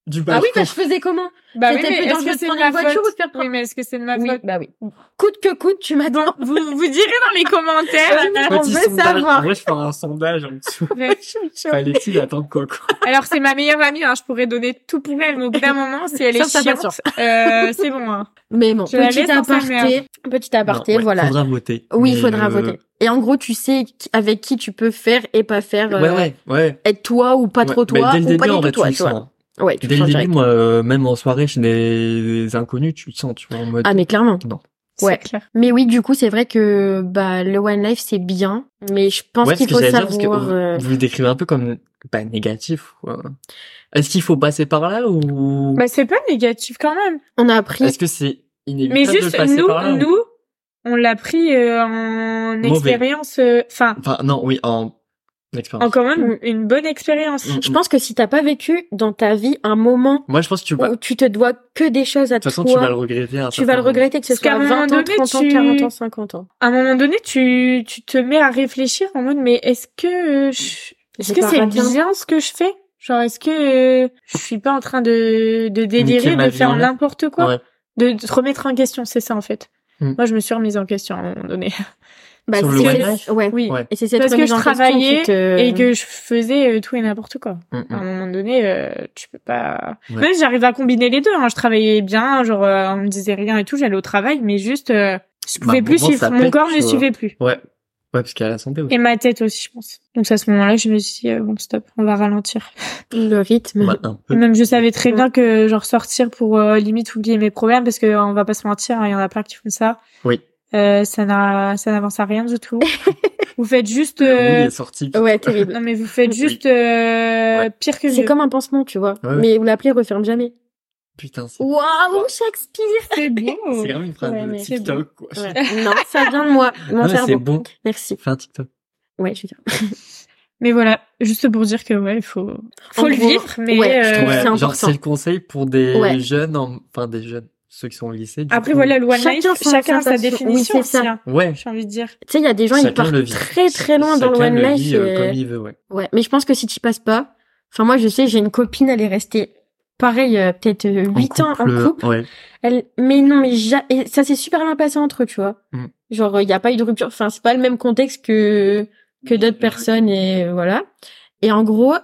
Speaker 2: Du
Speaker 3: Ah
Speaker 2: balcon.
Speaker 3: oui, bah, je faisais comment
Speaker 4: Bah oui,
Speaker 3: C'était
Speaker 4: mais
Speaker 3: plus
Speaker 4: est-ce
Speaker 3: dangereux
Speaker 4: que
Speaker 3: de
Speaker 4: c'est de
Speaker 3: prendre
Speaker 4: ma
Speaker 3: une voiture ou de
Speaker 4: faute
Speaker 3: faire prendre-
Speaker 4: Oui, mais est-ce que c'est de ma
Speaker 3: Oui,
Speaker 4: faute
Speaker 3: bah oui. Coûte que coûte, tu m'as
Speaker 4: Bon, vous vous direz dans les commentaires.
Speaker 3: on
Speaker 2: Petit
Speaker 3: veut
Speaker 2: sondage.
Speaker 3: savoir.
Speaker 2: En vrai, je ferai un sondage en dessous.
Speaker 4: Bref.
Speaker 2: Fallait-il attendre Coco
Speaker 4: Alors c'est ma meilleure amie, hein, je pourrais donner tout pour elle, mais au bout d'un moment, si elle est
Speaker 3: Sauf sa
Speaker 4: chiante,
Speaker 3: patience.
Speaker 4: euh, c'est bon. Hein.
Speaker 3: Mais bon,
Speaker 4: Je la laisse
Speaker 3: petit
Speaker 4: dans sa merde.
Speaker 3: aparté, petit aparté,
Speaker 2: Non, ouais,
Speaker 3: voilà.
Speaker 2: Faudra voter.
Speaker 3: Oui, il
Speaker 2: Mais,
Speaker 3: faudra
Speaker 2: euh,
Speaker 3: voter. Et en gros, tu sais qui- avec qui tu peux faire et pas faire. euh,
Speaker 2: Ouais, ouais, ouais.
Speaker 3: Être toi ou pas trop
Speaker 2: Ouais, mais
Speaker 3: toi
Speaker 2: dès le
Speaker 3: ou
Speaker 2: début,
Speaker 3: pas
Speaker 2: en
Speaker 3: du
Speaker 2: vrai,
Speaker 3: tout
Speaker 2: tu
Speaker 3: toi,
Speaker 2: le
Speaker 3: tu
Speaker 2: sens.
Speaker 3: vois. Ouais, tu
Speaker 2: Dès le
Speaker 3: changes
Speaker 2: début,
Speaker 3: direct.
Speaker 2: moi, euh, même en soirée, chez des, des inconnus, tu le sens, tu vois, en mode.
Speaker 3: Ah mais clairement.
Speaker 4: C'est
Speaker 3: Ouais.
Speaker 4: clair.
Speaker 3: Mais oui, du coup, c'est vrai que bah le one life c'est bien, mais je pense
Speaker 2: Ouais, ce
Speaker 3: qu'il
Speaker 2: que
Speaker 3: faut
Speaker 2: j'allais dire,
Speaker 3: savoir.
Speaker 2: parce que vous-
Speaker 3: euh,
Speaker 2: vous, le décrivez un peu comme pas négatif. quoi. Est-ce qu'il faut passer par là ou
Speaker 4: Bah c'est pas négatif quand même.
Speaker 3: On a appris.
Speaker 2: est-ce que c'est inévitable
Speaker 4: Mais
Speaker 2: de
Speaker 4: juste
Speaker 2: passer
Speaker 4: nous,
Speaker 2: par là ou-
Speaker 4: nous, on l'a pris euh, en
Speaker 2: Mauvais.
Speaker 4: expérience, euh, enfin
Speaker 2: Enfin, non, oui, en
Speaker 4: en
Speaker 2: expérience.
Speaker 4: quand même une bonne expérience.
Speaker 2: Mm,
Speaker 3: Je
Speaker 2: mm.
Speaker 3: pense que si t'as pas vécu dans ta vie un moment
Speaker 2: Moi, je pense que tu vas.
Speaker 3: où
Speaker 2: De
Speaker 3: tu te dois que des choses à
Speaker 2: Bah, toute façon,
Speaker 3: toi,
Speaker 2: tu vas le regretter. à un
Speaker 3: tu vas le
Speaker 2: certain moment.
Speaker 3: regretter que ce
Speaker 4: Parce qu'à
Speaker 3: soit
Speaker 4: un
Speaker 3: à
Speaker 4: moment
Speaker 3: 20 ans,
Speaker 4: donné,
Speaker 3: 30 ans,
Speaker 4: tu-
Speaker 3: 40 ans, 50 ans.
Speaker 4: à un moment donné, tu, tu te mets à réfléchir en mode, mais est-ce que euh, je- est-ce
Speaker 3: J'ai
Speaker 4: que
Speaker 3: pas
Speaker 4: c'est
Speaker 3: raté un-
Speaker 4: bien ce que je fais Genre, est-ce que euh, je suis pas en train de, de délirer,
Speaker 2: Niquer ma
Speaker 4: de
Speaker 2: vie
Speaker 4: faire
Speaker 2: en l'air.
Speaker 4: n'importe quoi
Speaker 2: Ouais.
Speaker 4: de, de te remettre en question, c'est ça en fait.
Speaker 2: Hmm.
Speaker 4: Moi, je me suis remise en question à un moment donné.
Speaker 3: Bah,
Speaker 2: Sur le
Speaker 3: c'est-
Speaker 2: one life
Speaker 3: ouais.
Speaker 4: Oui.
Speaker 2: Ouais. Euh.
Speaker 3: Et c'est cette
Speaker 4: Parce que
Speaker 3: remise
Speaker 4: je
Speaker 3: en question
Speaker 4: travaillais
Speaker 3: qui te-
Speaker 4: Et que je faisais euh, tout et n'importe quoi.
Speaker 2: Mm,
Speaker 4: À
Speaker 2: mm.
Speaker 4: un moment donné, euh, tu peux pas.
Speaker 2: Ouais.
Speaker 4: Même j'arrivais à combiner les deux. hein. Je travaillais bien, genre euh, on me disait rien et tout. J'allais au travail, mais juste, euh, je
Speaker 2: Bah,
Speaker 4: pouvais
Speaker 2: à un
Speaker 4: plus
Speaker 2: moment,
Speaker 4: suivre.
Speaker 2: ça
Speaker 4: Mon
Speaker 2: pète,
Speaker 4: corps
Speaker 2: tu
Speaker 4: ne
Speaker 2: vois.
Speaker 4: suivait plus.
Speaker 2: Ouais. Ouais, parce qu'il y a la santé aussi.
Speaker 4: Et ma tête aussi, je pense. Donc à ce moment-là, je me suis dit, euh, bon, stop, on va ralentir.
Speaker 3: le rythme.
Speaker 2: Bah, un
Speaker 4: Et
Speaker 2: peu.
Speaker 4: même je savais très bien que, genre, sortir pour euh, limite oublier mes problèmes, parce que euh, on va pas se mentir, hein, il y en a plein qui font ça.
Speaker 2: Oui.
Speaker 4: Euh, ça n'a- ça n'avance à rien du tout. vous faites juste...
Speaker 2: Oui,
Speaker 4: euh,
Speaker 2: il est sorti.
Speaker 3: Ouais, terrible.
Speaker 4: Non, mais vous faites
Speaker 2: Oui.
Speaker 4: juste euh,
Speaker 2: Ouais.
Speaker 4: pire que
Speaker 3: C'est
Speaker 4: je.
Speaker 3: comme un pansement, tu vois.
Speaker 2: Ouais, ouais.
Speaker 3: Mais vous l'appelez referme jamais.
Speaker 2: Putain, c'est
Speaker 3: Waouh, Shakespeare
Speaker 4: C'est beau.
Speaker 2: c'est quand même une phrase
Speaker 3: Ouais, mais
Speaker 2: de
Speaker 3: c'est
Speaker 2: TikTok, quoi.
Speaker 3: Ouais. Non, ça vient de moi, mon
Speaker 2: Non, mais c'est
Speaker 3: cerveau.
Speaker 2: bon.
Speaker 3: Merci.
Speaker 2: Fais un TikTok.
Speaker 3: Euh, Ouais, je veux dire.
Speaker 4: Mais voilà, juste pour dire que ouais, il faut, faut
Speaker 3: En
Speaker 4: le
Speaker 3: gros,
Speaker 4: vivre, mais
Speaker 3: ouais,
Speaker 4: euh,
Speaker 3: je trouve ça
Speaker 2: ouais,
Speaker 3: important.
Speaker 2: genre, c'est le conseil pour des
Speaker 3: Ouais.
Speaker 2: jeunes, en- enfin, des jeunes, ceux qui sont au lycée. du
Speaker 4: après
Speaker 2: coup.
Speaker 4: voilà, le one
Speaker 3: Chacun
Speaker 4: life,
Speaker 3: son-
Speaker 4: chacun
Speaker 3: sa
Speaker 4: a sa
Speaker 3: façon.
Speaker 4: définition
Speaker 3: Oui, c'est
Speaker 4: aussi,
Speaker 3: ça.
Speaker 4: hein,
Speaker 2: Ouais.
Speaker 4: j'ai envie de dire.
Speaker 3: Tu sais, il y a des gens, ils
Speaker 2: Chacun
Speaker 3: partent
Speaker 2: le vit.
Speaker 3: très très loin dans le
Speaker 2: Chacun
Speaker 3: one
Speaker 2: le
Speaker 3: life.
Speaker 2: vit, euh,
Speaker 3: et-
Speaker 2: comme il veut, ouais.
Speaker 3: Ouais, mais je pense que si tu passes pas, enfin moi je sais, j'ai une copine, elle est restée pareil euh, peut-être euh,
Speaker 2: En
Speaker 3: huit ans en
Speaker 2: couple,
Speaker 3: couple.
Speaker 2: Ouais.
Speaker 3: Elle mais non mais ja- et ça s'est super bien passé entre eux, tu vois.
Speaker 2: Mm.
Speaker 3: Genre il n'y a pas eu de rupture, enfin c'est pas le même contexte que que d'autres personnes et euh, voilà. Et en gros,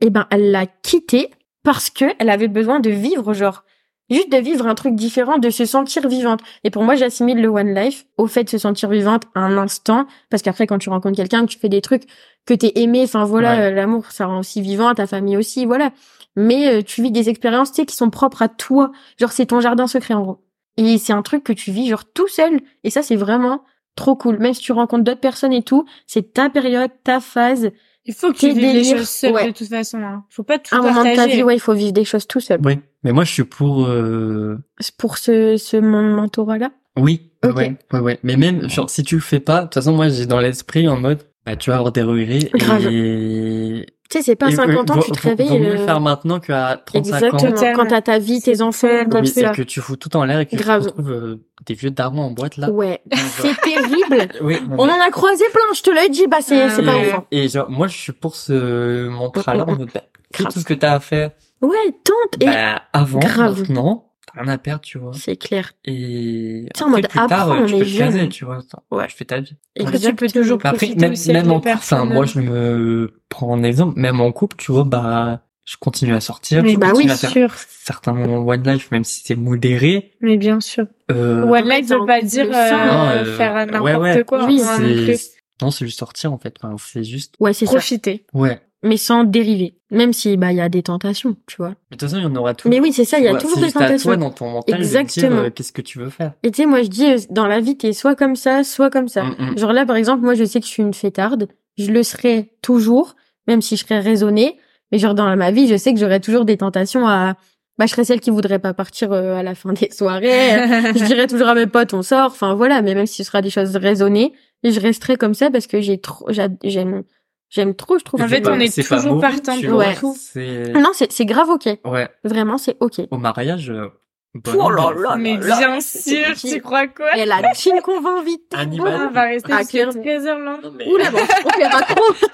Speaker 3: eh ben elle l'a quitté parce que elle avait besoin de vivre genre juste de vivre un truc différent, de se sentir vivante. Et pour moi, j'assimile le one life au fait de se sentir vivante un instant parce qu'après quand tu rencontres quelqu'un, que tu fais des trucs que t'es aimé, enfin voilà,
Speaker 2: Ouais.
Speaker 3: euh, l'amour ça rend aussi vivant, ta famille aussi, voilà. Mais euh, tu vis des expériences, tu sais, qui sont propres à toi. Genre c'est ton jardin secret en gros. Et c'est un truc que tu vis genre tout seul. Et ça c'est vraiment trop cool. Même si tu rencontres d'autres personnes et tout, c'est ta période, ta phase.
Speaker 4: Il faut que
Speaker 3: Tes
Speaker 4: tu vives les
Speaker 3: délires,
Speaker 4: choses seules
Speaker 3: ouais.
Speaker 4: de toute façon. Hein. Faut pas tout
Speaker 3: À un moment de ta
Speaker 4: partager.
Speaker 3: vie, ouais, il faut vivre des choses tout seul.
Speaker 2: Ouais. Mais moi, je suis pour, euh,
Speaker 3: C'est Pour ce ce mon- mentorat-là.
Speaker 2: Oui,
Speaker 3: Ok.
Speaker 2: ouais, ouais, ouais. Mais même, genre, si tu le fais pas, de toute façon, moi, j'ai dans l'esprit en mode, bah, tu vas avoir des regrets.
Speaker 3: Grave.
Speaker 2: Et...
Speaker 3: Tu sais, c'est pas
Speaker 2: et
Speaker 3: 50 ans,
Speaker 2: vaut-
Speaker 3: tu te
Speaker 2: vaut-
Speaker 3: réveilles.
Speaker 2: Vaut mieux le
Speaker 3: euh,
Speaker 2: faire maintenant qu'à 35 ans.
Speaker 3: Exactement.
Speaker 4: Totalement.
Speaker 3: Quand t'as ta vie, tes enfants,
Speaker 4: Oui,
Speaker 3: tout
Speaker 2: Oui,
Speaker 3: ça.
Speaker 2: c'est que tu fous tout en l'air et que
Speaker 3: Grave.
Speaker 2: tu retrouves euh, des vieux darons en boîte, là.
Speaker 3: Ouais,
Speaker 2: Genre-
Speaker 3: c'est terrible.
Speaker 2: Oui.
Speaker 3: On en a croisé plein, je te l'ai dit. Bah c'est
Speaker 4: Ah
Speaker 3: c'est
Speaker 4: ouais.
Speaker 3: pas
Speaker 2: et,
Speaker 3: ouf.
Speaker 2: et genre, moi, je suis pour ce mantra-là en mode, bah, fais
Speaker 3: Grave.
Speaker 2: tout ce que t'as à faire,
Speaker 3: Ouais, tente et
Speaker 2: bah, avant,
Speaker 3: grave.
Speaker 2: maintenant, t'as rien à perdre, tu vois.
Speaker 3: c'est clair.
Speaker 2: Et
Speaker 3: Tiens, en
Speaker 2: après,
Speaker 3: mode,
Speaker 2: plus tard,
Speaker 3: apprends,
Speaker 2: tu
Speaker 3: on
Speaker 2: peux
Speaker 3: est
Speaker 2: te caser,
Speaker 3: jeune.
Speaker 2: tu vois. Attends,
Speaker 3: Ouais.
Speaker 2: Je fais ta vie.
Speaker 4: Après, tu peux
Speaker 3: Exactement.
Speaker 4: toujours
Speaker 2: Bah Après,
Speaker 4: profiter
Speaker 2: même,
Speaker 4: aussi
Speaker 2: même
Speaker 4: de
Speaker 2: en couple, enfin,
Speaker 4: personnes.
Speaker 2: moi, je me prends en exemple, même en couple, tu vois, bah, je continue à sortir,
Speaker 4: Mais
Speaker 2: je
Speaker 3: bah
Speaker 2: continue
Speaker 3: oui,
Speaker 2: à faire
Speaker 4: sûr,
Speaker 2: certains moments de one life, même si c'est modéré,
Speaker 4: mais bien sûr.
Speaker 2: euh,
Speaker 4: One life
Speaker 3: ça
Speaker 4: veut pas
Speaker 3: inclut
Speaker 4: dire
Speaker 3: le
Speaker 4: euh,
Speaker 3: sang.
Speaker 2: Non, euh,
Speaker 4: faire
Speaker 2: ouais,
Speaker 4: n'importe
Speaker 2: ouais.
Speaker 4: quoi.
Speaker 3: Oui,
Speaker 4: hein, non
Speaker 2: c'est,
Speaker 4: plus.
Speaker 2: non, c'est juste sortir, en fait, enfin, c'est juste,
Speaker 3: Ouais, c'est ça.
Speaker 4: Profiter.
Speaker 2: ouais.
Speaker 3: Mais sans dériver. Même si bah il y a des tentations, tu vois.
Speaker 2: Mais de toute façon, il y en aura tout.
Speaker 3: Mais oui, c'est ça. Il y a
Speaker 2: Ouais,
Speaker 3: toujours
Speaker 2: c'est
Speaker 3: des
Speaker 2: juste à toi
Speaker 3: tentations.
Speaker 2: dans ton mental de dire,
Speaker 3: Exactement.
Speaker 2: euh, qu'est-ce que tu veux faire.
Speaker 3: Et tu sais, moi je dis euh, dans la vie t'es soit comme ça, soit comme ça.
Speaker 2: Mm, mm.
Speaker 3: Genre là, par exemple, moi, je sais que je suis une fêtarde. Je le serai toujours, même si je serais raisonnée. Mais genre, dans ma vie, je sais que j'aurais toujours des tentations à... Bah, je serais celle qui voudrait pas partir euh, à la fin des soirées. je dirais toujours à mes potes, on sort. Enfin, voilà. Mais même si ce sera des choses raisonnées, je resterai comme ça parce que j'ai trop... j'a- J'aime... J'aime trop, je trouve.
Speaker 4: En
Speaker 2: C'est
Speaker 4: fait,
Speaker 2: pas-
Speaker 4: on est
Speaker 2: c'est pas
Speaker 4: toujours
Speaker 2: beau,
Speaker 4: partant
Speaker 2: tu
Speaker 4: pour
Speaker 2: vois,
Speaker 4: tout.
Speaker 2: C'est,
Speaker 3: Non, c'est c'est grave OK.
Speaker 2: ouais,
Speaker 3: Vraiment, c'est OK.
Speaker 2: au mariage, euh, bonne
Speaker 3: Oh là
Speaker 2: ambiance.
Speaker 3: là.
Speaker 4: Mais bien sûr, tu crois quoi
Speaker 3: Et la team qu'on va inviter.
Speaker 2: Animal.
Speaker 4: On va rester
Speaker 3: Ah,
Speaker 4: jusqu'à
Speaker 3: clairement.
Speaker 4: 13h lundi.
Speaker 2: Mais-
Speaker 3: Ouh là, bon, on verra trop.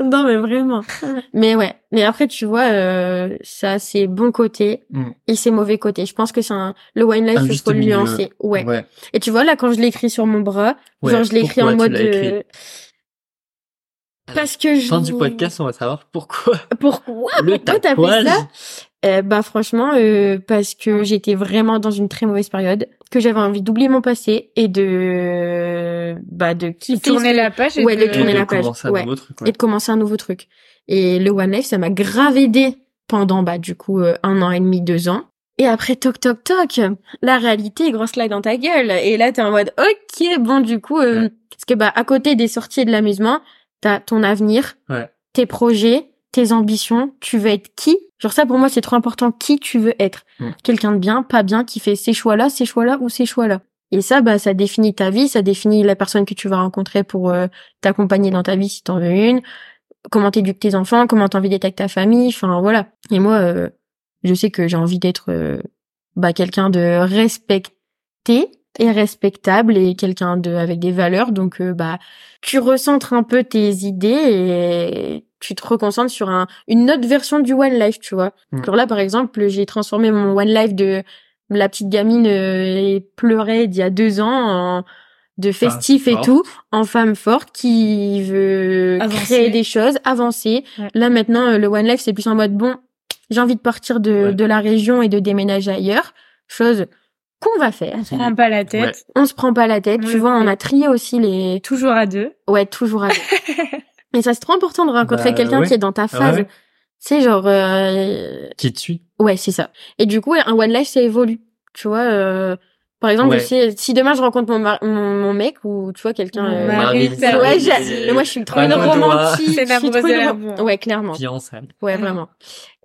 Speaker 3: non, mais vraiment. Mais ouais. Mais après, tu vois, euh, ça, a ses bons côtés
Speaker 2: Mm.
Speaker 3: et ses mauvais côtés. Je pense que c'est un, le wine life,
Speaker 2: Un
Speaker 3: il
Speaker 2: juste
Speaker 3: faut le
Speaker 2: milieu.
Speaker 3: nuancer. Ouais.
Speaker 2: Ouais.
Speaker 3: Et tu vois, là, quand je l'écris sur mon bras,
Speaker 2: Ouais,
Speaker 3: genre, je l'écris
Speaker 2: pourquoi
Speaker 3: en
Speaker 2: tu
Speaker 3: mode,
Speaker 2: l'as écrit
Speaker 3: euh, parce que je...
Speaker 2: Fin du podcast, on va savoir pourquoi.
Speaker 3: Pourquoi?
Speaker 2: le
Speaker 3: pourquoi t'as
Speaker 2: tatouage.
Speaker 3: fait ça Euh, bah franchement, euh, parce que j'étais vraiment dans une très mauvaise période, que j'avais envie d'oublier mon passé et de bah de kiffer
Speaker 4: Tourner
Speaker 3: ce-
Speaker 4: la page et
Speaker 3: Ouais, de
Speaker 4: de-
Speaker 3: tourner
Speaker 2: Et de
Speaker 3: la page,
Speaker 2: commencer un
Speaker 3: ouais.
Speaker 2: nouveau truc,
Speaker 3: et de commencer un nouveau truc. Et le One Life, ça m'a grave aidé pendant bah du coup euh, un an et demi, deux ans. Et après toc toc toc, la réalité grosse là dans ta gueule. Et là t'es en mode ok bon du coup euh,
Speaker 2: Ouais.
Speaker 3: parce que bah à côté des sorties et de l'amusement, t'as ton avenir,
Speaker 2: Ouais.
Speaker 3: tes projets, tes ambitions. Tu veux être qui Genre ça pour moi c'est trop important. Qui tu veux être
Speaker 2: Mm.
Speaker 3: Quelqu'un de bien, pas bien, qui fait ces choix là, ces choix là ou ces choix là. Et ça bah ça définit ta vie, ça définit la personne que tu vas rencontrer pour euh, t'accompagner dans ta vie si t'en veux une, comment t'éduques tes enfants, comment t'as envie d'être avec ta famille, enfin voilà. Et moi, euh, je sais que j'ai envie d'être euh, bah, quelqu'un de respecté et respectable et quelqu'un de avec des valeurs. Donc euh, bah tu recentres un peu tes idées et tu te reconcentres sur un, une autre version du one life, tu vois.
Speaker 2: Mm.
Speaker 3: Genre là par exemple, j'ai transformé mon one life de la petite gamine euh, et pleurait d'il y a deux ans en de festif et
Speaker 2: forte.
Speaker 3: tout en femme forte qui veut
Speaker 4: Avancer.
Speaker 3: créer des choses, avancer.
Speaker 4: Ouais.
Speaker 3: Là maintenant, euh, le One Life, c'est plus en mode bon, j'ai envie de partir de,
Speaker 2: Ouais.
Speaker 3: de la région et de déménager ailleurs. Chose qu'on va faire.
Speaker 4: On prend pas la tête.
Speaker 3: On se prend pas la tête.
Speaker 4: On
Speaker 3: tu
Speaker 4: le
Speaker 3: vois, on
Speaker 4: fait.
Speaker 3: a trié aussi les.
Speaker 4: Toujours à deux.
Speaker 3: Ouais, toujours à deux. Mais ça, c'est trop important de rencontrer
Speaker 2: Bah,
Speaker 3: quelqu'un
Speaker 2: ouais.
Speaker 3: qui est dans ta phase.
Speaker 2: ouais.
Speaker 3: Tu sais, genre. euh,
Speaker 2: Qui te suit
Speaker 3: Ouais, c'est ça. Et du coup, un One Life, ça évolue. Tu vois, euh, Par exemple,
Speaker 2: Ouais.
Speaker 3: je sais, si demain je rencontre mon, mar- mon, mon mec ou tu vois quelqu'un,
Speaker 4: Mon
Speaker 3: euh,
Speaker 4: mari.
Speaker 3: ouais,
Speaker 4: Ouais,
Speaker 3: ouais,
Speaker 4: j'ai-
Speaker 3: j'ai- moi je suis trop
Speaker 2: Ouais,
Speaker 3: une
Speaker 2: moi, je vois.
Speaker 3: romantique, je
Speaker 4: C'est
Speaker 3: suis
Speaker 4: l'amoureuse
Speaker 3: trop
Speaker 4: de
Speaker 3: une rom-
Speaker 4: l'amour.
Speaker 3: Ouais, clairement.
Speaker 2: Fiançailles.
Speaker 3: Ouais,
Speaker 4: Mm.
Speaker 3: vraiment.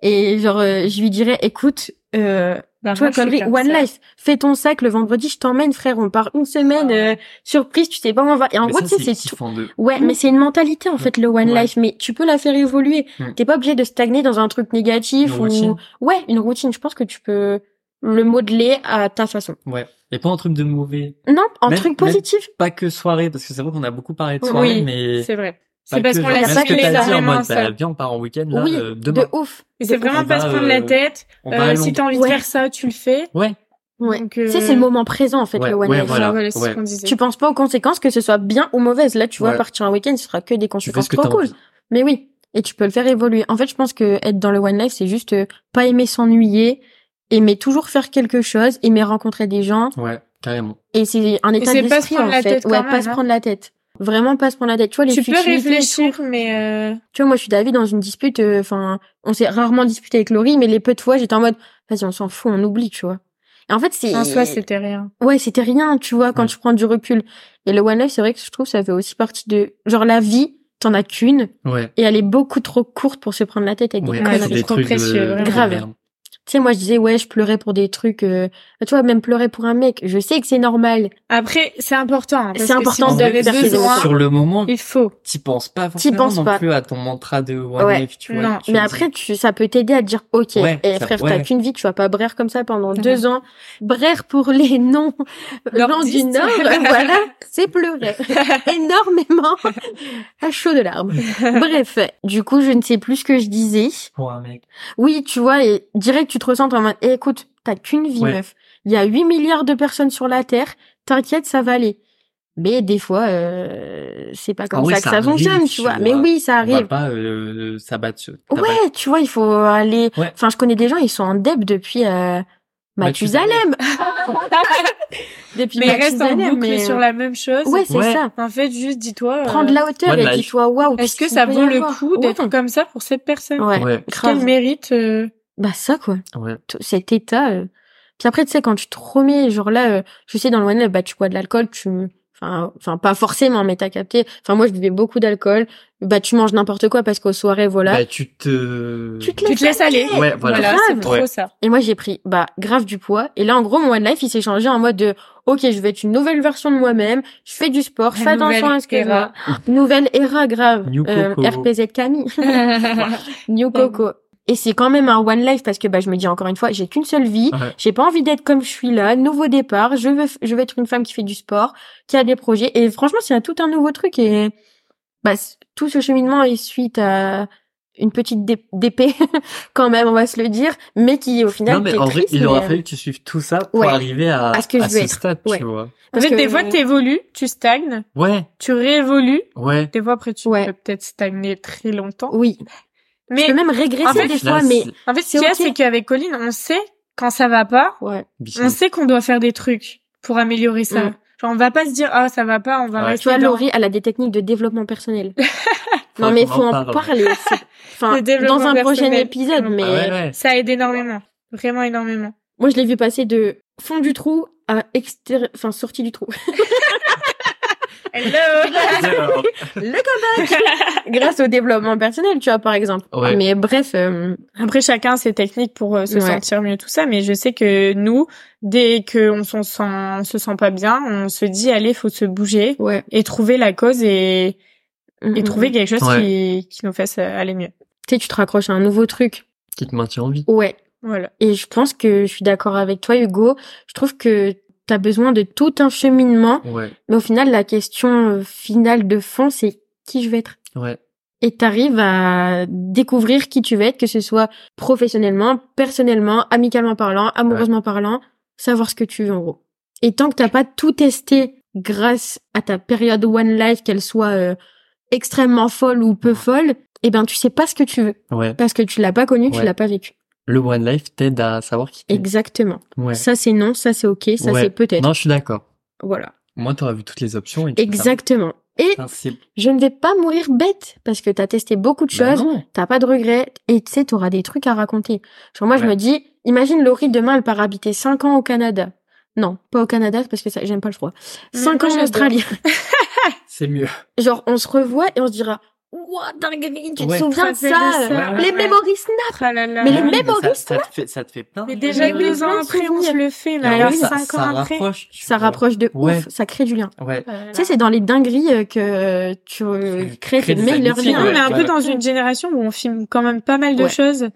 Speaker 3: Et genre, euh, je lui dirais, écoute, euh,
Speaker 4: Bah,
Speaker 3: toi,
Speaker 4: moi, je suis
Speaker 3: connerie,
Speaker 4: comme
Speaker 3: One
Speaker 4: ça.
Speaker 3: Life, fais ton sac le vendredi, je t'emmène, frère, on part une semaine,
Speaker 4: Ah.
Speaker 3: euh, surprise, tu sais pas, où on va. Et en
Speaker 2: Mais
Speaker 3: gros,
Speaker 2: ça,
Speaker 3: tu sais, c'est tout.
Speaker 2: kiffant de
Speaker 3: Ouais,
Speaker 4: Mm.
Speaker 3: mais c'est une mentalité en fait le one
Speaker 2: Ouais.
Speaker 3: life, mais tu peux la faire évoluer.
Speaker 2: Mm.
Speaker 3: T'es pas obligé de stagner dans un truc négatif
Speaker 2: Une
Speaker 3: ou
Speaker 2: routine.
Speaker 3: ouais une routine. Je pense que tu peux le modeler à ta façon.
Speaker 2: Ouais. Et pas un truc de mauvais.
Speaker 3: Non, en
Speaker 2: Même-
Speaker 3: truc
Speaker 2: même-
Speaker 3: positif.
Speaker 2: Pas que soirée, parce que c'est vrai qu'on a beaucoup parlé de
Speaker 3: Oui,
Speaker 2: soirée, mais.
Speaker 4: C'est vrai.
Speaker 2: pas
Speaker 4: C'est parce
Speaker 2: que,
Speaker 4: qu'on
Speaker 2: genre,
Speaker 4: laisse
Speaker 2: même
Speaker 3: ça
Speaker 2: ce que
Speaker 3: que les
Speaker 2: t'as dit en
Speaker 4: énormément
Speaker 2: mode, bah,
Speaker 4: seuls.
Speaker 2: viens, on part en week-end, là,
Speaker 3: Oui,
Speaker 2: euh,
Speaker 3: de
Speaker 2: demain.
Speaker 3: ouf.
Speaker 4: Et c'est
Speaker 3: de-
Speaker 4: vraiment
Speaker 2: on
Speaker 4: pas
Speaker 2: va,
Speaker 4: se prendre la
Speaker 2: euh,
Speaker 4: tête.
Speaker 2: On
Speaker 4: Euh,
Speaker 2: va à
Speaker 4: si
Speaker 2: Londres.
Speaker 4: t'as envie
Speaker 3: Ouais.
Speaker 4: de faire ça, tu le fais.
Speaker 2: Ouais.
Speaker 3: Ouais.
Speaker 4: Donc, euh,
Speaker 3: Tu sais, c'est le moment présent en fait
Speaker 2: Ouais,
Speaker 3: le one
Speaker 2: ouais,
Speaker 3: life.
Speaker 2: voilà.
Speaker 4: Voilà, voilà, c'est
Speaker 2: Ouais.
Speaker 4: ce qu'on disait.
Speaker 3: Tu penses pas aux conséquences que ce soit bien ou mauvaise. Là, tu vois,
Speaker 2: Ouais.
Speaker 3: partir un week-end, ce sera que des
Speaker 2: Tu fais
Speaker 3: conséquences
Speaker 2: ce que
Speaker 3: trop
Speaker 2: t'as
Speaker 3: cool.
Speaker 2: envie.
Speaker 3: Mais oui, et tu peux le faire évoluer. En fait, je pense que être dans le one life, c'est juste euh, pas aimer s'ennuyer, aimer toujours faire quelque chose, aimer rencontrer des gens.
Speaker 2: Ouais, carrément.
Speaker 3: Et c'est un état
Speaker 4: c'est pas se
Speaker 3: d'esprit
Speaker 4: prendre
Speaker 3: en
Speaker 4: la
Speaker 3: fait.
Speaker 4: tête quand
Speaker 3: ouais,
Speaker 4: même,
Speaker 3: pas se
Speaker 4: hein.
Speaker 3: prendre la tête. Vraiment pas se prendre la tête. Tu vois les
Speaker 4: Tu peux
Speaker 3: futilités et tout.
Speaker 4: réfléchir, mais euh,
Speaker 3: Tu vois, moi je suis d'avis dans une dispute. euh, Enfin, on s'est rarement disputé avec Laurie, mais les peu de fois j'étais en mode, vas-y, on s'en fout, on oublie, tu vois. Et en fait, c'est
Speaker 4: en soi, c'était rien.
Speaker 3: ouais, c'était rien, tu vois, quand
Speaker 2: Ouais.
Speaker 3: tu prends du recul. Et le one life, c'est vrai que je trouve ça fait aussi partie de genre la vie. T'en as qu'une
Speaker 2: Ouais.
Speaker 3: et elle est beaucoup trop courte pour se prendre la tête avec
Speaker 2: Ouais,
Speaker 3: des
Speaker 4: Ouais,
Speaker 2: c'est
Speaker 4: c'est
Speaker 3: conneries.
Speaker 2: des
Speaker 4: trop
Speaker 2: trucs
Speaker 4: précieux,
Speaker 2: de...
Speaker 4: vraiment.
Speaker 3: euh, Grave.
Speaker 2: merde.
Speaker 3: Tu sais, moi je disais ouais, je pleurais pour des trucs. Euh... Tu vois, même pleurer pour un mec, je sais que c'est normal.
Speaker 4: Après, c'est important. hein, parce
Speaker 3: C'est
Speaker 4: que
Speaker 3: important
Speaker 4: si vous
Speaker 3: de
Speaker 4: avez
Speaker 3: faire ses
Speaker 4: besoin,
Speaker 3: efforts.
Speaker 2: Sur le moment,
Speaker 4: il faut.
Speaker 2: t'y penses pas forcément
Speaker 3: penses
Speaker 2: non
Speaker 3: pas.
Speaker 2: plus à ton mantra de one
Speaker 3: Ouais.
Speaker 2: life, tu vois.
Speaker 4: Non.
Speaker 2: Tu
Speaker 3: Mais
Speaker 2: te dis-
Speaker 3: après, tu, ça peut t'aider à te dire, ok,
Speaker 2: Ouais,
Speaker 3: eh,
Speaker 2: ça-
Speaker 3: frère,
Speaker 2: ouais.
Speaker 3: t'as qu'une vie, tu vas pas braire comme ça pendant
Speaker 4: Ouais.
Speaker 3: deux ans. Braire pour les noms euh, blancs du
Speaker 4: Nordistes.
Speaker 3: Nord, voilà, c'est pleurer énormément à chaud de larmes. Bref, du coup, je ne sais plus ce que je disais.
Speaker 2: Pour un mec.
Speaker 3: Oui, tu vois, et direct, tu te ressens en mode, eh, écoute, t'as qu'une vie,
Speaker 2: Ouais.
Speaker 3: meuf. Il y a 8 milliards de personnes sur la Terre, t'inquiète, ça va aller. Mais des fois, euh, c'est pas comme
Speaker 2: Ah ouais,
Speaker 3: ça que
Speaker 2: ça
Speaker 3: ça
Speaker 2: arrive,
Speaker 3: fonctionne,
Speaker 2: tu
Speaker 3: tu vois. Mais
Speaker 2: vois.
Speaker 3: oui, ça
Speaker 2: On va
Speaker 3: arrive.
Speaker 2: pas euh, s'abattre sur...
Speaker 3: Ouais, tu vois, il faut aller.
Speaker 2: Ouais.
Speaker 3: Enfin, je connais des gens, ils sont en deb depuis euh, Mathusalem. depuis
Speaker 4: mais reste en
Speaker 3: Mathusalem,
Speaker 4: boucle
Speaker 3: mais, euh,
Speaker 4: sur la même chose.
Speaker 3: Ouais, c'est
Speaker 2: Ouais.
Speaker 3: ça.
Speaker 4: En fait, juste dis-toi. euh,
Speaker 3: Prendre la hauteur
Speaker 2: One
Speaker 3: et
Speaker 2: life.
Speaker 3: dis-toi, waouh.
Speaker 4: Est-ce que
Speaker 3: qu'est-ce
Speaker 4: ça
Speaker 3: qu'il peut
Speaker 4: vaut
Speaker 3: y
Speaker 4: le
Speaker 3: avoir
Speaker 4: coup d'être
Speaker 3: Ouais.
Speaker 4: comme ça pour cette personne
Speaker 3: Ouais.
Speaker 2: Ouais.
Speaker 4: Quel
Speaker 3: Grave.
Speaker 4: mérite euh,
Speaker 3: Bah ça quoi.
Speaker 2: Ouais.
Speaker 3: Tout- Cet état. euh. Puis après, tu sais, quand tu te remets, genre là, euh, je sais, dans le one night, bah tu bois de l'alcool, tu. Enfin, enfin, pas forcément, mais t'as capté. Enfin, moi, je buvais beaucoup d'alcool. Bah, tu manges n'importe quoi parce qu'aux soirées, voilà.
Speaker 2: Bah, tu te...
Speaker 3: tu te
Speaker 4: Tu
Speaker 3: laisses.
Speaker 4: te laisses aller.
Speaker 2: Ouais, voilà.
Speaker 4: c'est
Speaker 3: Grave.
Speaker 4: trop
Speaker 2: Ouais.
Speaker 4: ça.
Speaker 3: Et moi, j'ai pris, bah, grave du poids. Et là, en gros, mon one life, il s'est changé en mode de, ok, je vais être une nouvelle version de moi-même. Je fais du sport. Fais
Speaker 4: La
Speaker 3: attention
Speaker 4: nouvelle
Speaker 3: à ce que je
Speaker 4: era.
Speaker 3: vois. Nouvelle era, grave.
Speaker 2: New
Speaker 3: Euh,
Speaker 2: Coco.
Speaker 3: RPZ Camille. New
Speaker 4: Ouais.
Speaker 3: Coco. Et c'est quand même un one life parce que, bah, je me dis encore une fois, j'ai qu'une seule vie.
Speaker 2: Ouais.
Speaker 3: J'ai pas envie d'être comme je suis là. Nouveau départ. Je veux, je veux être une femme qui fait du sport, qui a des projets. Et franchement, c'est un tout un nouveau truc. Et, bah, c- tout ce cheminement est suite à une petite dé- d'épée, quand même, on va se le dire, mais qui, au final,
Speaker 2: Non, mais
Speaker 3: t'es
Speaker 2: en vrai,
Speaker 3: triste,
Speaker 2: il aura
Speaker 3: mais- euh,
Speaker 2: fallu que tu suives tout ça pour
Speaker 3: Ouais.
Speaker 2: arriver à,
Speaker 3: À ce que je veux être.
Speaker 2: stade,
Speaker 3: Ouais.
Speaker 2: tu vois.
Speaker 4: En
Speaker 3: euh, Parce
Speaker 4: fait,
Speaker 3: que-
Speaker 4: des fois, t'évolues, tu stagnes,
Speaker 2: Ouais,
Speaker 4: tu réévolues.
Speaker 2: ouais.
Speaker 4: Des fois, après, tu
Speaker 3: Ouais.
Speaker 4: peux peut-être stagner très longtemps.
Speaker 3: Oui.
Speaker 4: Mais
Speaker 3: je peux même régresser
Speaker 4: en fait,
Speaker 3: des
Speaker 2: Là,
Speaker 3: fois, mais.
Speaker 2: c'est-
Speaker 4: en fait, ce
Speaker 3: c'est
Speaker 4: qu'il y a,
Speaker 3: ok.
Speaker 4: c'est qu'avec Colline, on sait quand ça va pas,
Speaker 3: Ouais.
Speaker 2: Bichon.
Speaker 4: on sait qu'on doit faire des trucs pour améliorer ça.
Speaker 3: Mm.
Speaker 4: Genre, on va pas se dire, ah, ça va pas, on va
Speaker 2: Ouais.
Speaker 4: rester
Speaker 3: Tu vois,
Speaker 4: dans-
Speaker 3: Laurie, elle a des techniques de développement personnel. non,
Speaker 2: qu'on
Speaker 3: mais faut
Speaker 2: en
Speaker 3: en
Speaker 2: parle.
Speaker 3: parler. c'est- Enfin,
Speaker 4: Le développement
Speaker 3: dans un prochain
Speaker 4: personnel.
Speaker 3: épisode,
Speaker 4: Ah
Speaker 3: mais
Speaker 2: Ah ouais, ouais.
Speaker 4: Ça aide énormément. Vraiment énormément.
Speaker 3: moi, je l'ai vu passer de fond du trou à extérieur, enfin, sortie du trou.
Speaker 4: Hello!
Speaker 3: Grâce au développement personnel, tu vois, par exemple.
Speaker 4: Ah,
Speaker 2: Ouais.
Speaker 3: Mais bref, euh,
Speaker 4: Après, chacun a ses techniques pour euh, se
Speaker 3: Ouais.
Speaker 4: sentir mieux, tout ça. Mais je sais que nous, dès qu'on s'en sent, on se sent pas bien, on se dit, allez, faut se bouger
Speaker 3: ouais.
Speaker 4: et trouver la cause et,
Speaker 3: Mm,
Speaker 4: et
Speaker 3: mm,
Speaker 4: trouver
Speaker 3: mm.
Speaker 4: quelque chose
Speaker 2: Ouais.
Speaker 4: qui, qui nous fasse euh, aller mieux.
Speaker 3: Tu sais, tu te raccroches à un nouveau truc.
Speaker 2: Qui te maintient en vie.
Speaker 3: Ouais.
Speaker 4: Voilà.
Speaker 3: Et je pense que je suis d'accord avec toi, Hugo. Je trouve que t'as besoin de tout un cheminement.
Speaker 2: Ouais,
Speaker 3: Mais au final, la question euh, finale de fond, c'est qui je vais être.
Speaker 2: ouais.
Speaker 3: Et t'arrives à découvrir qui tu veux être, que ce soit professionnellement, personnellement, amicalement parlant, amoureusement parlant, savoir ce que tu veux en gros. Et tant que t'as pas tout testé grâce à ta période one life, qu'elle soit euh, extrêmement folle ou peu folle, eh ben tu sais pas ce que tu veux
Speaker 2: Ouais.
Speaker 3: parce que tu l'as pas connu, tu
Speaker 2: Ouais.
Speaker 3: l'as pas vécu.
Speaker 2: Le One Life t'aide à savoir qui t'es.
Speaker 3: Exactement.
Speaker 2: Ouais.
Speaker 3: Ça c'est non, ça c'est ok, ça
Speaker 2: Ouais.
Speaker 3: c'est peut-être.
Speaker 2: Non, je suis d'accord.
Speaker 3: Voilà.
Speaker 2: Moi, t'aurais vu toutes les options et tu fais ça.
Speaker 3: Exactement. Et
Speaker 2: Putain, c'est-
Speaker 3: je ne vais pas mourir bête parce que t'as testé beaucoup de
Speaker 2: Bah
Speaker 3: choses.
Speaker 2: non.
Speaker 3: t'as pas de regrets et tu sais t'auras des trucs à raconter. Genre moi je
Speaker 2: Ouais.
Speaker 3: me dis imagine Laurie demain elle part habiter 5 ans au Canada. Non, pas au Canada parce que ça, j'aime pas le froid.
Speaker 4: Mm,
Speaker 3: Cinq
Speaker 4: moi,
Speaker 3: ans en
Speaker 4: j'adore.
Speaker 3: Australie.
Speaker 2: C'est mieux.
Speaker 3: Genre, on se revoit et on se dira, ouah, dinguerie, tu
Speaker 2: Ouais.
Speaker 3: te souviens de
Speaker 4: Te rappelles de
Speaker 3: ça?
Speaker 4: ça,
Speaker 3: euh,
Speaker 2: ouais,
Speaker 3: Les
Speaker 4: ouais.
Speaker 3: memories snap.
Speaker 4: Ah là là.
Speaker 3: Mais
Speaker 2: Ah
Speaker 3: le
Speaker 2: oui,
Speaker 3: même
Speaker 2: bah, ça,
Speaker 3: Maurice,
Speaker 2: ça te fait, ça te fait plein.
Speaker 4: Mais
Speaker 2: de
Speaker 4: déjà
Speaker 2: choses.
Speaker 3: Mais
Speaker 4: deux
Speaker 3: plein
Speaker 4: ans
Speaker 3: de
Speaker 4: après, on se
Speaker 3: souvenirs.
Speaker 4: le fait. Là,
Speaker 3: Ah
Speaker 4: alors
Speaker 3: oui,
Speaker 4: cinq
Speaker 2: ça,
Speaker 4: ans
Speaker 2: ça
Speaker 4: après.
Speaker 2: rapproche. tu
Speaker 3: Ça
Speaker 2: vois.
Speaker 3: rapproche de
Speaker 2: Ouais.
Speaker 3: ouf, ça crée du lien.
Speaker 2: Ouais.
Speaker 3: Tu sais, c'est dans les dingueries euh, que euh, tu euh, crées
Speaker 2: Crée
Speaker 3: tes
Speaker 2: des
Speaker 3: meilleurs
Speaker 2: amitiés,
Speaker 4: Sinon,
Speaker 3: liens.
Speaker 4: on est un
Speaker 2: Ouais,
Speaker 4: peu
Speaker 2: ouais.
Speaker 4: dans une génération où on filme quand même pas mal de
Speaker 3: Ouais.
Speaker 4: choses.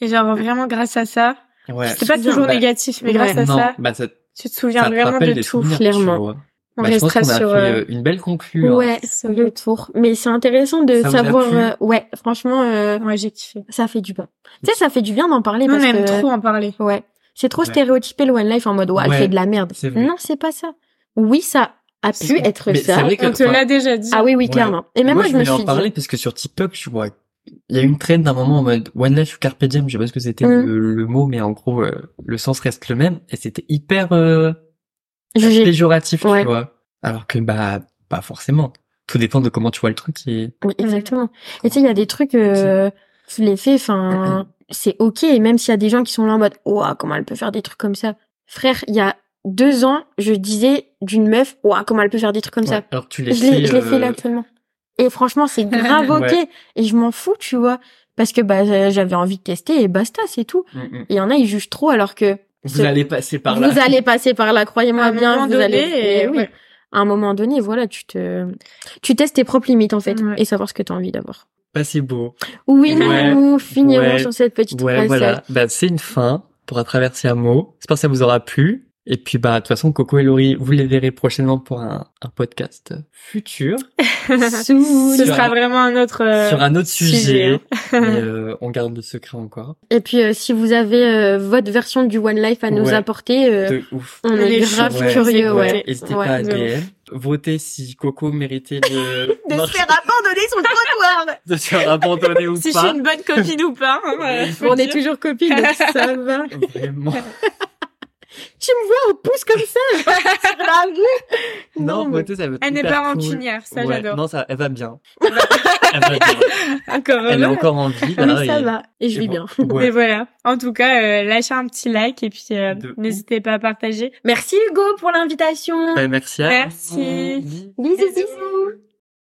Speaker 4: Et genre, vraiment, grâce à ça,
Speaker 2: Ouais.
Speaker 4: c'est pas toujours
Speaker 2: Ouais.
Speaker 4: négatif, mais
Speaker 3: Ouais.
Speaker 4: grâce à
Speaker 2: non,
Speaker 4: ça,
Speaker 2: bah, ça,
Speaker 4: tu te
Speaker 2: ça
Speaker 4: souviens
Speaker 2: te
Speaker 4: vraiment
Speaker 2: rappelle
Speaker 4: de
Speaker 2: des
Speaker 4: tout.
Speaker 2: souvenirs,
Speaker 3: clairement.
Speaker 2: tu vois.
Speaker 4: On
Speaker 2: Bah, je pense qu'on
Speaker 4: restera
Speaker 2: a fait
Speaker 4: sur... euh,
Speaker 2: euh, une belle conclue. hein.
Speaker 3: Ouais, c'est le tour. Mais c'est intéressant
Speaker 2: Ça
Speaker 3: de
Speaker 2: vous a
Speaker 3: savoir.
Speaker 2: plu
Speaker 3: euh, ouais, franchement, euh,
Speaker 4: Ouais, j'ai kiffé.
Speaker 3: ça fait du bien. Tu sais, ça fait du bien d'en parler
Speaker 4: Nous, on
Speaker 3: parce
Speaker 4: aime
Speaker 3: que
Speaker 4: trop en parler.
Speaker 3: ouais, c'est trop
Speaker 2: hein. Ouais.
Speaker 3: stéréotypé le one life en mode ouais, elle
Speaker 2: Ouais,
Speaker 3: fait de la merde.
Speaker 2: c'est vrai.
Speaker 3: Non, c'est pas ça. Oui, ça a
Speaker 2: C'est
Speaker 3: pu
Speaker 2: vrai.
Speaker 3: être
Speaker 2: Mais
Speaker 3: ça.
Speaker 2: c'est vrai que,
Speaker 4: On te
Speaker 2: enfin,
Speaker 4: l'a déjà dit.
Speaker 3: Ah oui, oui,
Speaker 2: Ouais.
Speaker 3: clairement. Et même moi, je me
Speaker 2: voulais
Speaker 3: suis
Speaker 2: en
Speaker 3: dit.
Speaker 2: parler parce que sur TikTok, je vois, il y a une traîne d'un moment en mode One Life ou Carpe Diem, je sais pas ce que c'était
Speaker 3: Mm.
Speaker 2: le, le mot, mais en gros, euh, le sens reste le même, et c'était hyper euh,
Speaker 3: Jugé.
Speaker 2: péjoratif,
Speaker 3: Ouais.
Speaker 2: tu vois. Alors que, bah, pas forcément. Tout dépend de comment tu vois le truc et...
Speaker 3: Oui, exactement. Et tu sais, il y a des trucs, euh, tu les fais,
Speaker 2: Mm,
Speaker 3: enfin, c'est ok. Et même s'il y a des gens qui sont là en mode, ouah, comment elle peut faire des trucs comme ça. Frère, il y a deux ans, je disais d'une meuf, ouah, comment elle peut faire des trucs comme ça.
Speaker 2: Ouais, Alors tu
Speaker 3: Je
Speaker 2: l'as
Speaker 3: l'ai,
Speaker 2: fait,
Speaker 3: je l'ai fait là
Speaker 2: euh,
Speaker 3: actuellement. Et franchement, c'est grave ok.
Speaker 2: Ouais.
Speaker 3: Et je m'en fous, tu vois. Parce que, bah, euh, j'avais envie de tester et basta, c'est tout.
Speaker 2: mm, mm.
Speaker 3: Il y en a, ils jugent trop alors que
Speaker 2: Vous
Speaker 3: C'est-
Speaker 2: allez passer par
Speaker 3: vous
Speaker 2: là.
Speaker 3: allez passer par là,
Speaker 4: À
Speaker 3: croyez-moi
Speaker 4: un moment
Speaker 3: ah, bien, vous
Speaker 4: donné,
Speaker 3: allez.
Speaker 4: et
Speaker 3: Mais oui.
Speaker 4: ouais.
Speaker 3: À un moment donné, voilà, tu te, tu testes tes propres limites, en fait.
Speaker 4: Ouais.
Speaker 3: Et savoir ce que t'as envie d'avoir.
Speaker 2: Bah, c'est beau.
Speaker 3: Oui,
Speaker 2: Ouais,
Speaker 3: nous finirons
Speaker 2: ouais,
Speaker 3: sur cette petite
Speaker 2: Ouais,
Speaker 3: phrase.
Speaker 2: voilà. Bah, c'est une fin pour traverser un mot. J'espère que ça vous aura plu. Et puis, bah, de toute façon, Coco et Laurie, vous les verrez prochainement pour un, un podcast futur.
Speaker 3: Eh Soul.
Speaker 4: Ce
Speaker 2: Sur
Speaker 4: sera
Speaker 2: un-
Speaker 4: vraiment un autre... euh,
Speaker 2: sur un autre
Speaker 4: sujet,
Speaker 2: sujet. mais, euh, on garde le secret encore.
Speaker 3: Et puis, euh, si vous avez euh, votre version du One Life à nous
Speaker 2: Ouais.
Speaker 3: apporter, euh,
Speaker 2: De ouf.
Speaker 3: on est
Speaker 4: Les
Speaker 3: grave
Speaker 4: choses,
Speaker 2: ouais.
Speaker 3: curieux,
Speaker 4: Ouais.
Speaker 3: ouais.
Speaker 2: N'hésitez
Speaker 3: Ouais,
Speaker 2: pas à
Speaker 4: de
Speaker 2: DM. Votez si Coco méritait de, marcher-
Speaker 3: abandonner sur le trottoir
Speaker 2: de se faire abandonner ou
Speaker 4: Si je suis
Speaker 2: pas.
Speaker 4: une bonne copine ou pas. hein, voilà, faut
Speaker 3: On
Speaker 4: dire.
Speaker 3: est toujours copines, donc ça va.
Speaker 2: Vraiment.
Speaker 3: Tu me vois au pouce comme ça sur la rue
Speaker 2: Non,
Speaker 3: Non, mais-
Speaker 2: votez, ça va être
Speaker 4: Elle n'est
Speaker 2: hyper
Speaker 4: pas
Speaker 2: cool.
Speaker 4: rancunière, ça
Speaker 2: Ouais.
Speaker 4: j'adore.
Speaker 2: Non, ça, elle va bien. elle va bien.
Speaker 4: Encore
Speaker 2: Elle est
Speaker 4: heureux.
Speaker 2: encore en vie. là,
Speaker 3: Mais ça
Speaker 2: et-
Speaker 3: va. Et je
Speaker 2: et
Speaker 3: vis
Speaker 2: Ah bon,
Speaker 3: bien.
Speaker 2: ouais.
Speaker 4: Mais voilà. En tout cas, euh, lâchez un petit like et puis euh,
Speaker 2: De ouf.
Speaker 4: n'hésitez pas à partager.
Speaker 3: Merci Hugo pour l'invitation.
Speaker 2: Bah, merci à
Speaker 4: Merci.
Speaker 2: Bisous.
Speaker 3: Bisous,
Speaker 4: Bisous.
Speaker 3: bisous.